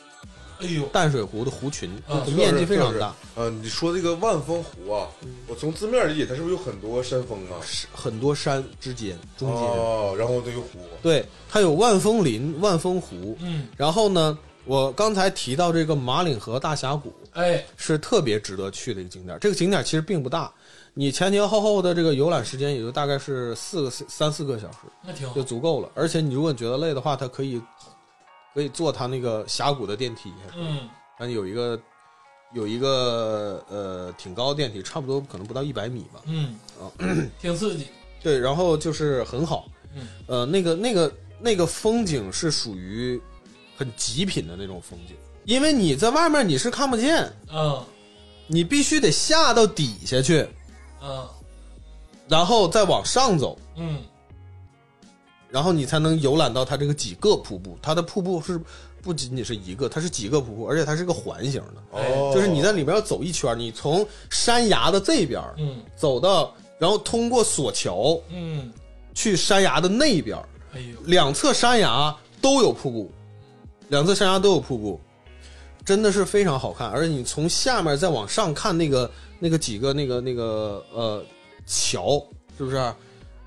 Speaker 2: 哎呦，
Speaker 4: 淡水湖的湖群，
Speaker 2: 嗯
Speaker 4: 面积非常大，嗯
Speaker 3: 啊！你说这个万峰湖啊，我从字面理解，它是不是有很多山峰啊？
Speaker 4: 是很多山之间中间，
Speaker 3: 哦，然后都有湖。
Speaker 4: 对，它有万峰林、万峰湖。
Speaker 2: 嗯，
Speaker 4: 然后呢，我刚才提到这个马岭河大峡谷
Speaker 2: 哎，
Speaker 4: 是特别值得去的一个景点，这个景点其实并不大。你前前后后的这个游览时间也就大概是四个三四个小时，
Speaker 2: 那挺好
Speaker 4: 就。足够了。而且你如果你觉得累的话，它可以可以坐它那个峡谷的电梯，
Speaker 2: 嗯，
Speaker 4: 但有一个有一个呃挺高的电梯，差不多可能不到一百米吧。
Speaker 2: 嗯
Speaker 4: 啊，
Speaker 2: 挺刺激。
Speaker 4: 对，然后就是很好，
Speaker 2: 嗯
Speaker 4: 呃，那个那个那个风景是属于很极品的那种风景，因为你在外面你是看不见，
Speaker 2: 嗯
Speaker 4: 你必须得下到底下去，
Speaker 2: 嗯
Speaker 4: 然后再往上走，
Speaker 2: 嗯，
Speaker 4: 然后你才能游览到它这个几个瀑布。它的瀑布是不仅仅是一个，它是几个瀑布，而且它是个环形的，
Speaker 2: 哎
Speaker 3: 哦，
Speaker 4: 就是你在里面要走一圈，你从山崖的这边儿
Speaker 2: 嗯
Speaker 4: 走到，然后通过索桥
Speaker 2: 嗯，
Speaker 4: 去山崖的那边儿，
Speaker 2: 哎呦，
Speaker 4: 两侧山崖都有瀑布，两侧山崖都有瀑布，真的是非常好看。而且你从下面再往上看那个那个几个那个那个呃桥，是不是啊？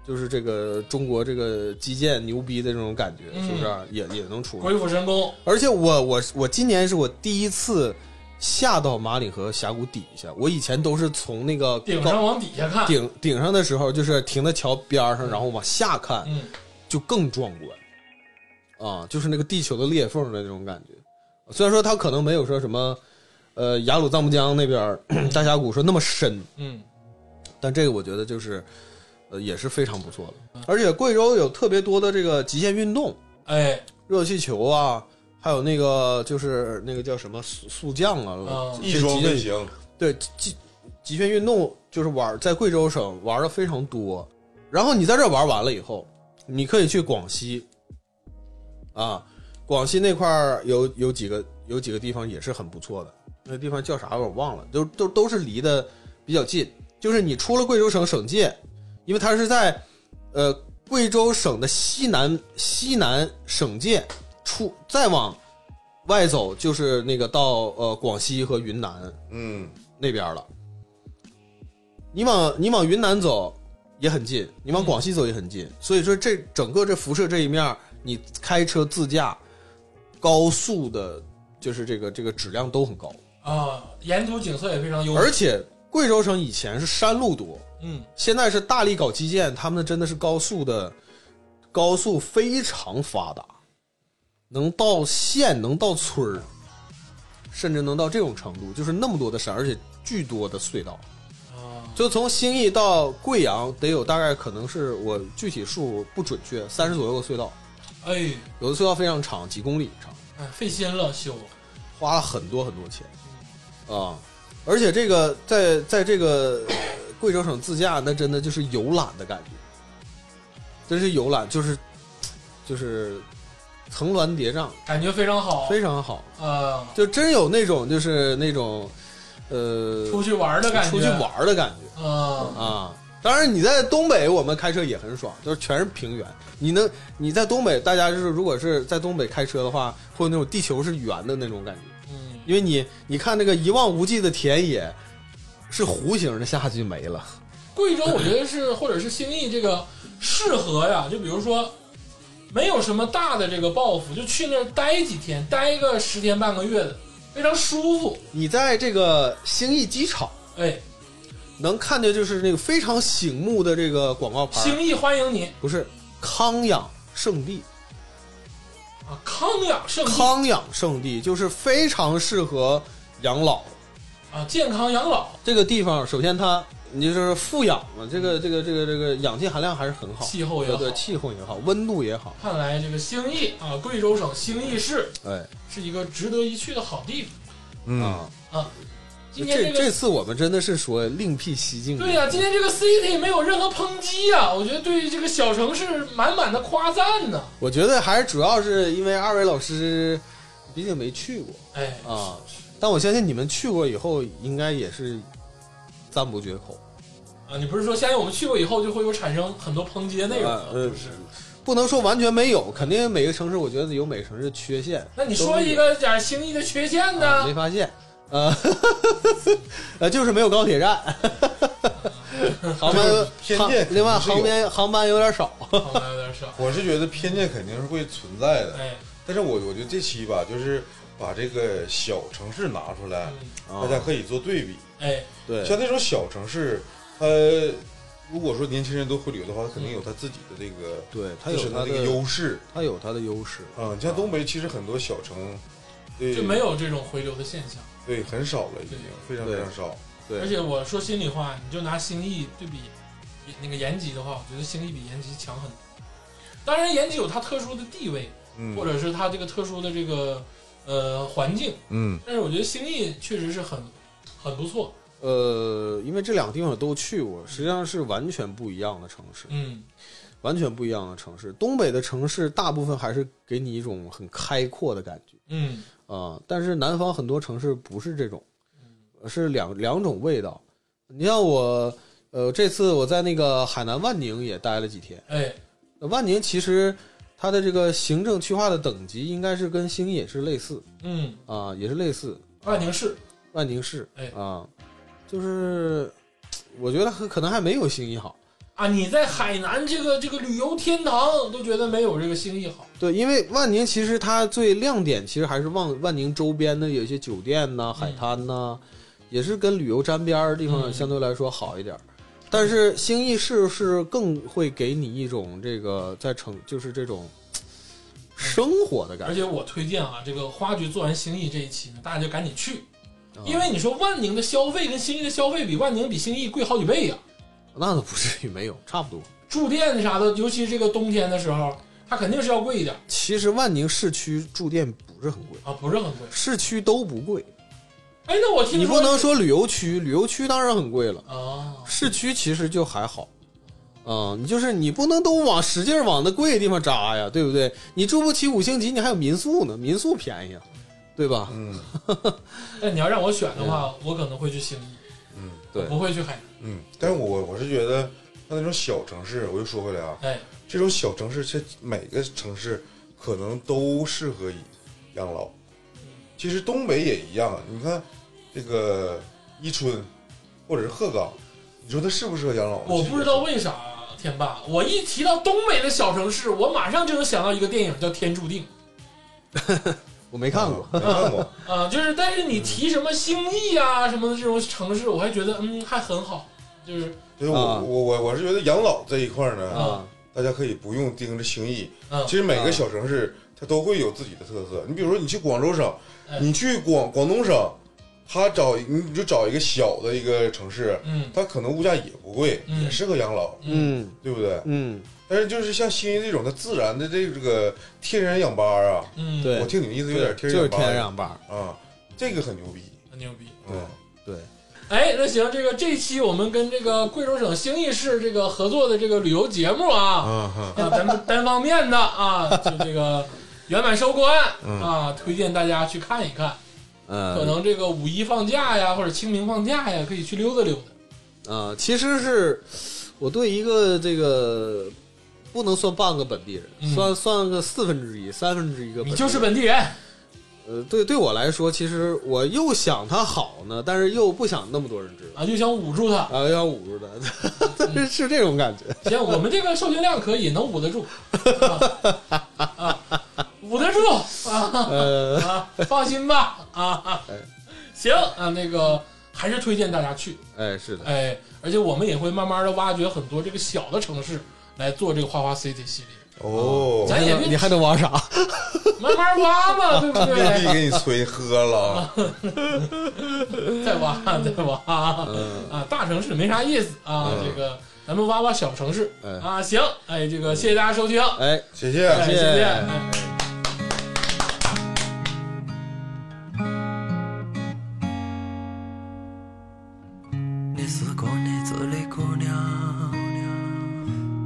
Speaker 4: 就是这个中国这个基建牛逼的这种感觉，
Speaker 2: 嗯
Speaker 4: 是不是啊、也也能出来？
Speaker 2: 鬼斧神工。
Speaker 4: 而且我我我今年是我第一次下到马里河峡谷底下，我以前都是从那个
Speaker 2: 顶
Speaker 4: 高
Speaker 2: 上往底下看，
Speaker 4: 顶顶上的时候，就是停在桥边儿上，然后往下看，
Speaker 2: 嗯，
Speaker 4: 就更壮观啊，就是那个地球的裂缝的那种感觉。虽然说它可能没有说什么，呃，雅鲁藏布江那边儿大峡谷说那么深，
Speaker 2: 嗯
Speaker 4: 但这个我觉得就是，呃，也是非常不错的。而且贵州有特别多的这个极限运动，，
Speaker 2: 哎，
Speaker 4: 热气球啊，还有那个就是那个叫什么速速降啊
Speaker 2: 啊，
Speaker 4: 这
Speaker 3: 翼装
Speaker 4: 极限
Speaker 3: 飞行，
Speaker 4: 对极极限运动就是玩在贵州省玩的非常多，然后你在这玩完了以后，你可以去广西，啊，广西那块儿有有几个有几个地方也是很不错的，那地方叫啥我忘了，都都都是离得比较近，就是你出了贵州省省界，因为它是在呃贵州省的西南西南省界出再往外走就是那个到呃广西和云南，
Speaker 3: 嗯，
Speaker 4: 那边了。你往你往云南走也很近，你往广西走也很近，所以说这整个这辐射这一面儿，你开车自驾高速的，就是这个这个质量都很高，
Speaker 2: 啊，沿途景色也非常优美，
Speaker 4: 而且贵州省以前是山路多，
Speaker 2: 嗯，
Speaker 4: 现在是大力搞基建，他们真的是高速的高速非常发达，能到县，能到村儿，甚至能到这种程度，就是那么多的山，而且巨多的隧道。
Speaker 2: 啊，
Speaker 4: 就从兴义到贵阳，得有大概可能是我具体数不准确，三十左右的隧道，
Speaker 2: 哎，
Speaker 4: 有的隧道非常长，几公里长，
Speaker 2: 哎，费心了修，
Speaker 4: 花了很多很多钱啊！而且这个在在这个呃贵州省自驾，那真的就是游览的感觉，真是游览，就是就是层峦叠嶂，
Speaker 2: 感觉非常好，
Speaker 4: 非常好，
Speaker 2: 啊，
Speaker 4: 就真有那种就是那种呃
Speaker 2: 出去玩的感觉，
Speaker 4: 出去，玩儿的感觉。
Speaker 2: 啊，
Speaker 4: 啊。当然，你在东北，我们开车也很爽，就是全是平原。你能你在东北，大家就是如果是在东北开车的话，会有那种地球是圆的那种感觉，
Speaker 2: 嗯，
Speaker 4: 因为你你看那个一望无际的田野，是弧形的，下去就没了。
Speaker 2: 贵州我觉得是或者是兴义这个适合呀，就比如说没有什么大的这个抱负，就去那儿待几天，待个十天半个月的，非常舒服，
Speaker 4: 你在这个兴义机场
Speaker 2: 哎，
Speaker 4: 能看见就是那个非常醒目的这个广告牌儿，
Speaker 2: 兴义欢迎你
Speaker 4: 不是康养圣地，
Speaker 2: 啊，康养盛地
Speaker 4: 康养圣地就是非常适合养老。
Speaker 2: 啊，健康养老，
Speaker 4: 这个地方，首先它你就是富氧嘛，这个这个这个这个氧气含量还是很好，
Speaker 2: 气候也
Speaker 4: 对
Speaker 2: 好
Speaker 4: 对，气候也好，温度也好，
Speaker 2: 看来这个兴义啊，贵州省兴义市
Speaker 4: 哎，
Speaker 2: 是一个值得一去的好地方。
Speaker 3: 嗯，
Speaker 4: 啊，
Speaker 2: 今天
Speaker 4: 这
Speaker 2: 这个
Speaker 4: 这次我们真的是说另辟蹊径，
Speaker 2: 对呀、今天这个 City 没有任何抨击呀、我觉得对这个小城市满满的夸赞呢、
Speaker 4: 我觉得还是主要是因为二位老师毕竟没去过
Speaker 2: 哎，
Speaker 4: 啊，但我相信你们去过以后，应该也是赞不绝口，
Speaker 2: 啊，你不是说相信我们去过以后就会有产生很多抨击的内容吗？
Speaker 4: 啊
Speaker 2: 是不是？
Speaker 4: 不能说完全没有，肯定每个城市我觉得有每个城市缺陷，
Speaker 2: 那你
Speaker 4: 都
Speaker 2: 说
Speaker 4: 有
Speaker 2: 一个点兴义的缺陷
Speaker 4: 啊，
Speaker 2: 呢
Speaker 4: 没？发现，呃， <laughs> 呃，就是没有高
Speaker 3: <laughs>
Speaker 4: 铁站，航班有
Speaker 3: 偏
Speaker 4: 航
Speaker 3: 见
Speaker 4: 另外
Speaker 3: 肯定是有
Speaker 4: 航班航班有点少，
Speaker 2: 好吧，有点少。 <laughs>
Speaker 3: 我是觉得偏见肯定是会存在的，
Speaker 2: 哎，
Speaker 3: 但是我我觉得这期吧，就是把这个小城市拿出来，
Speaker 2: 嗯
Speaker 3: 大家可以做对比。
Speaker 2: 哎，
Speaker 4: 啊对
Speaker 3: 像那种小城市，它如果说年轻人都回流的话，它肯定有它自己的这个
Speaker 4: 对，它
Speaker 3: 自
Speaker 4: 有
Speaker 3: 身
Speaker 4: 它
Speaker 3: 的这个
Speaker 4: 的
Speaker 3: 优势
Speaker 4: 它有它的优势，
Speaker 3: 啊。你像东北，其实很多小城，对，
Speaker 2: 就没有这种回流的现象。
Speaker 3: 对很少了，已经非常非
Speaker 4: 对
Speaker 3: 常少。
Speaker 2: 而
Speaker 4: 对
Speaker 2: 且我说心里话，你就拿兴义对比那个延吉的话，我觉得兴义比延吉强很多。当然，延吉有它特殊的地位，
Speaker 3: 嗯，
Speaker 2: 或者是它这个特殊的这个呃环境，
Speaker 3: 嗯
Speaker 2: 但是我觉得兴义确实是很很不错。
Speaker 4: 呃，因为这两个地方我都去过，实际上是完全不一样的城市，
Speaker 2: 嗯，
Speaker 4: 完全不一样的城市。东北的城市大部分还是给你一种很开阔的感觉
Speaker 2: 嗯，
Speaker 4: 啊、但是南方很多城市不是这种，是两两种味道。你像我，呃，这次我在那个海南万宁也待了几天。
Speaker 2: 哎，
Speaker 4: 呃万宁其实它的这个行政区划的等级应该是跟兴义也是类似
Speaker 2: 嗯，
Speaker 4: 啊，也是类似
Speaker 2: 万宁市，
Speaker 4: 万宁市
Speaker 2: 哎
Speaker 4: 啊，就是我觉得可可能还没有兴义好。
Speaker 2: 啊，你在海南这个这个旅游天堂都觉得没有这个兴义好。
Speaker 4: 对，因为万宁其实它最亮点其实还是万万宁周边的有一些酒店呐、海滩呐、也是跟旅游沾边儿的地方
Speaker 2: 嗯
Speaker 4: 相对来说好一点儿。但是兴义市是更会给你一种这个在城就是这种
Speaker 2: 嗯
Speaker 4: 生活的感
Speaker 2: 而
Speaker 4: 觉，
Speaker 2: 且我推荐啊，这个花局做完兴义这一期呢，大家就赶紧去，
Speaker 4: 啊
Speaker 2: 嗯因为你说万宁的消费跟兴义的消费比万宁比兴义贵好几倍呀、啊
Speaker 4: 那倒不至于没有，差不多。
Speaker 2: 住店啥的，尤其这个冬天的时候，它肯定是要贵一点
Speaker 4: 其实万宁市区住店不是很贵，
Speaker 2: 啊，不是很贵。
Speaker 4: 市区都不贵。
Speaker 2: 哎，那我听
Speaker 4: 你不能
Speaker 2: 说
Speaker 4: 说旅游区，旅游区当然很贵了，
Speaker 2: 啊，
Speaker 4: 市区其实就还好。嗯，你就是你不能都往使劲儿往那贵的地方扎呀，对不对？你住不起五星级，你还有民宿呢，民宿便宜啊，对吧？
Speaker 3: 嗯
Speaker 2: 但你要让我选的话，我可能会去兴义，
Speaker 3: 嗯
Speaker 4: 嗯对
Speaker 2: 我不会去海南。
Speaker 3: 嗯，但是我我是觉得，像那种小城市，我又说回来啊，
Speaker 2: 哎，
Speaker 3: 这种小城市，这每个城市可能都适合养老。其实东北也一样，你看这个伊春或者是鹤岗，你说它适不适合养老？
Speaker 2: 我不知道为啥，天霸，我一提到东北的小城市，我马上就能想到一个电影叫《天注定
Speaker 4: 我没
Speaker 3: 没
Speaker 4: 看过，
Speaker 3: 没
Speaker 2: <laughs>
Speaker 3: 看过。》
Speaker 2: 啊、就是但是你提什么兴义啊什么的这种城市，我还觉得嗯还很好，就是
Speaker 3: 就是我、
Speaker 4: 啊
Speaker 3: 我我我是觉得养老这一块呢，
Speaker 4: 啊
Speaker 3: 大家可以不用盯着兴义。
Speaker 2: 嗯
Speaker 3: 其实每个小城市它都会有自己的特色。你比如说，你去广州省
Speaker 2: 哎，
Speaker 3: 你去广广东省，它找你你就找一个小的一个城市，
Speaker 2: 嗯
Speaker 3: 它可能物价也不贵，
Speaker 2: 嗯
Speaker 3: 也适合养老，
Speaker 4: 嗯
Speaker 3: 对不对？
Speaker 4: 嗯，
Speaker 3: 但是就是像新这种，它自然的这个天然氧吧啊，
Speaker 2: 嗯，
Speaker 4: 对
Speaker 3: 我听你的意思有
Speaker 4: 对
Speaker 3: 点
Speaker 4: 就
Speaker 3: 天
Speaker 4: 是
Speaker 3: 然
Speaker 4: 天然
Speaker 3: 氧
Speaker 4: 氧吧，
Speaker 3: 吧啊，这个很牛逼。
Speaker 2: 很牛逼。
Speaker 3: 嗯
Speaker 4: 对，
Speaker 2: 哎，那行，这个这一期我们跟这个贵州省兴义市这个合作的这个旅游节目啊，
Speaker 3: 啊哈，
Speaker 2: 啊，咱们单方面的啊，就这个圆满收官啊，推荐大家去看一看。可
Speaker 4: 嗯
Speaker 2: 能这个五一放假呀，或者清明放假呀，可以去溜达溜达。
Speaker 4: 啊，其实是我对一个这个不能算半个本地人，
Speaker 2: 嗯
Speaker 4: 算算个四分之一、三分之一个本地人，
Speaker 2: 你就是本地人，
Speaker 4: 呃，对对我来说，其实我又想他好呢，但是又不想那么多人知道。
Speaker 2: 啊，就想捂住他。
Speaker 4: 啊，又想捂住他， <laughs> 是是这种感觉。
Speaker 2: 行，我们这个授权量可以，能捂得住，啊，啊捂得住啊
Speaker 4: 呃，
Speaker 2: 啊，放心吧啊
Speaker 4: 哎。
Speaker 2: 行啊，那个还是推荐大家去，
Speaker 4: 哎，是的，
Speaker 2: 哎，而且我们也会慢慢的挖掘很多这个小的城市来做这个花花 City 系列，
Speaker 3: 哦，
Speaker 2: 咱也别
Speaker 4: 哎你还能玩啥？
Speaker 2: 慢慢挖嘛，对不
Speaker 3: 面壁
Speaker 2: 对？ <laughs>
Speaker 3: 给你催喝了，
Speaker 2: 再挖，再挖
Speaker 4: 嗯
Speaker 2: 啊，大城市没啥意思啊，这个咱们挖挖小城市
Speaker 4: 哎
Speaker 2: 啊，行，哎，这个谢谢大家收听，
Speaker 4: 哎，
Speaker 3: 谢谢。
Speaker 2: 哎， <laughs> 谢
Speaker 4: 谢谢
Speaker 2: 哎
Speaker 5: 你是国内这里姑娘，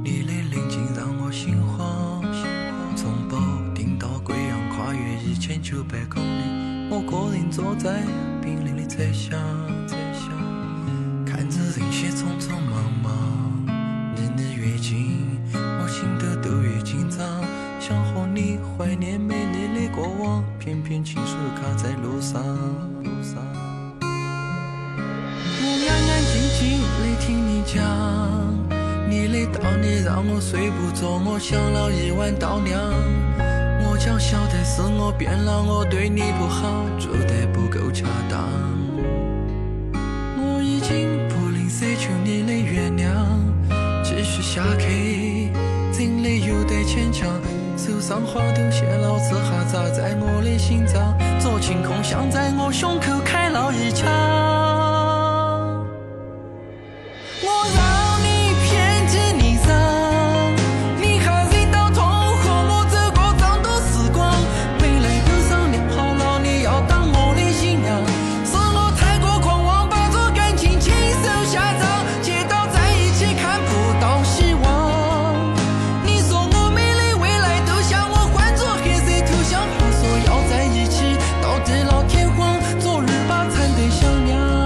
Speaker 5: 你的邻近让我心慌。从保定到贵阳，跨越一千九百公里，我个人坐在冰冷的车厢，看着人些匆匆忙忙，你的越近，我心头都越紧张。想和你怀念美丽的过往，偏偏情书卡在路上。路上我安安静静地听你讲，你累到你让我睡不着，我想了一晚到凉。我讲晓得是我变了，我对你不好，做得不够恰当。我已经不能追求你的原谅，继续下去真的有点牵强。手上花都谢了，此刻扎在我的心脏，这晴空像在我胸口开了一枪。我让你偏见你伤，你还忍到痛和我走过这多时光。本来都商量好了，你要当我的新娘，是我太过狂妄，把这感情亲手下葬。结到在一起看不到希望，你说我美丽未来都向我换作黑色头像，还说要在一起到地老天荒，昨日把残灯相亮。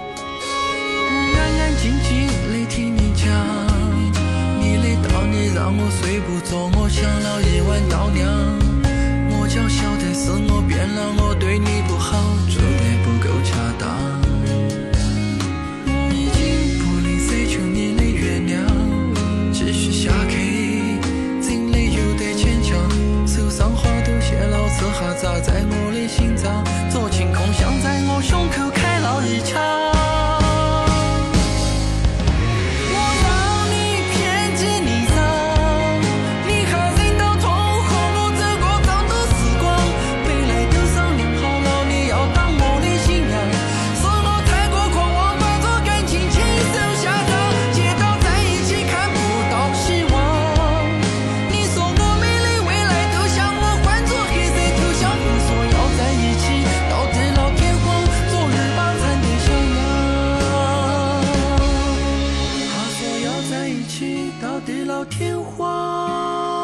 Speaker 5: 我安安静静地听你讲，你累到你让我睡不着，我想了一晚到凉。我就晓得是我变了，我对你不好，做得不够恰当。我已经不能追求你的原谅，继续下去真的有点牵强。手上花都谢了，此刻扎在我的心脏，这晴空像在我胸口开了一枪。我让你偏见你伤，你还忍到痛和我走过这多时光。本来都商量好了，你要当我的新娘，是我太过狂妄，把这感情亲手下葬。结到在一起看不到希望，你说我美丽未来都向我换作黑色头像，我说要在一起到地老天荒，昨日把残灯相亮。他说要在一起到地老天荒。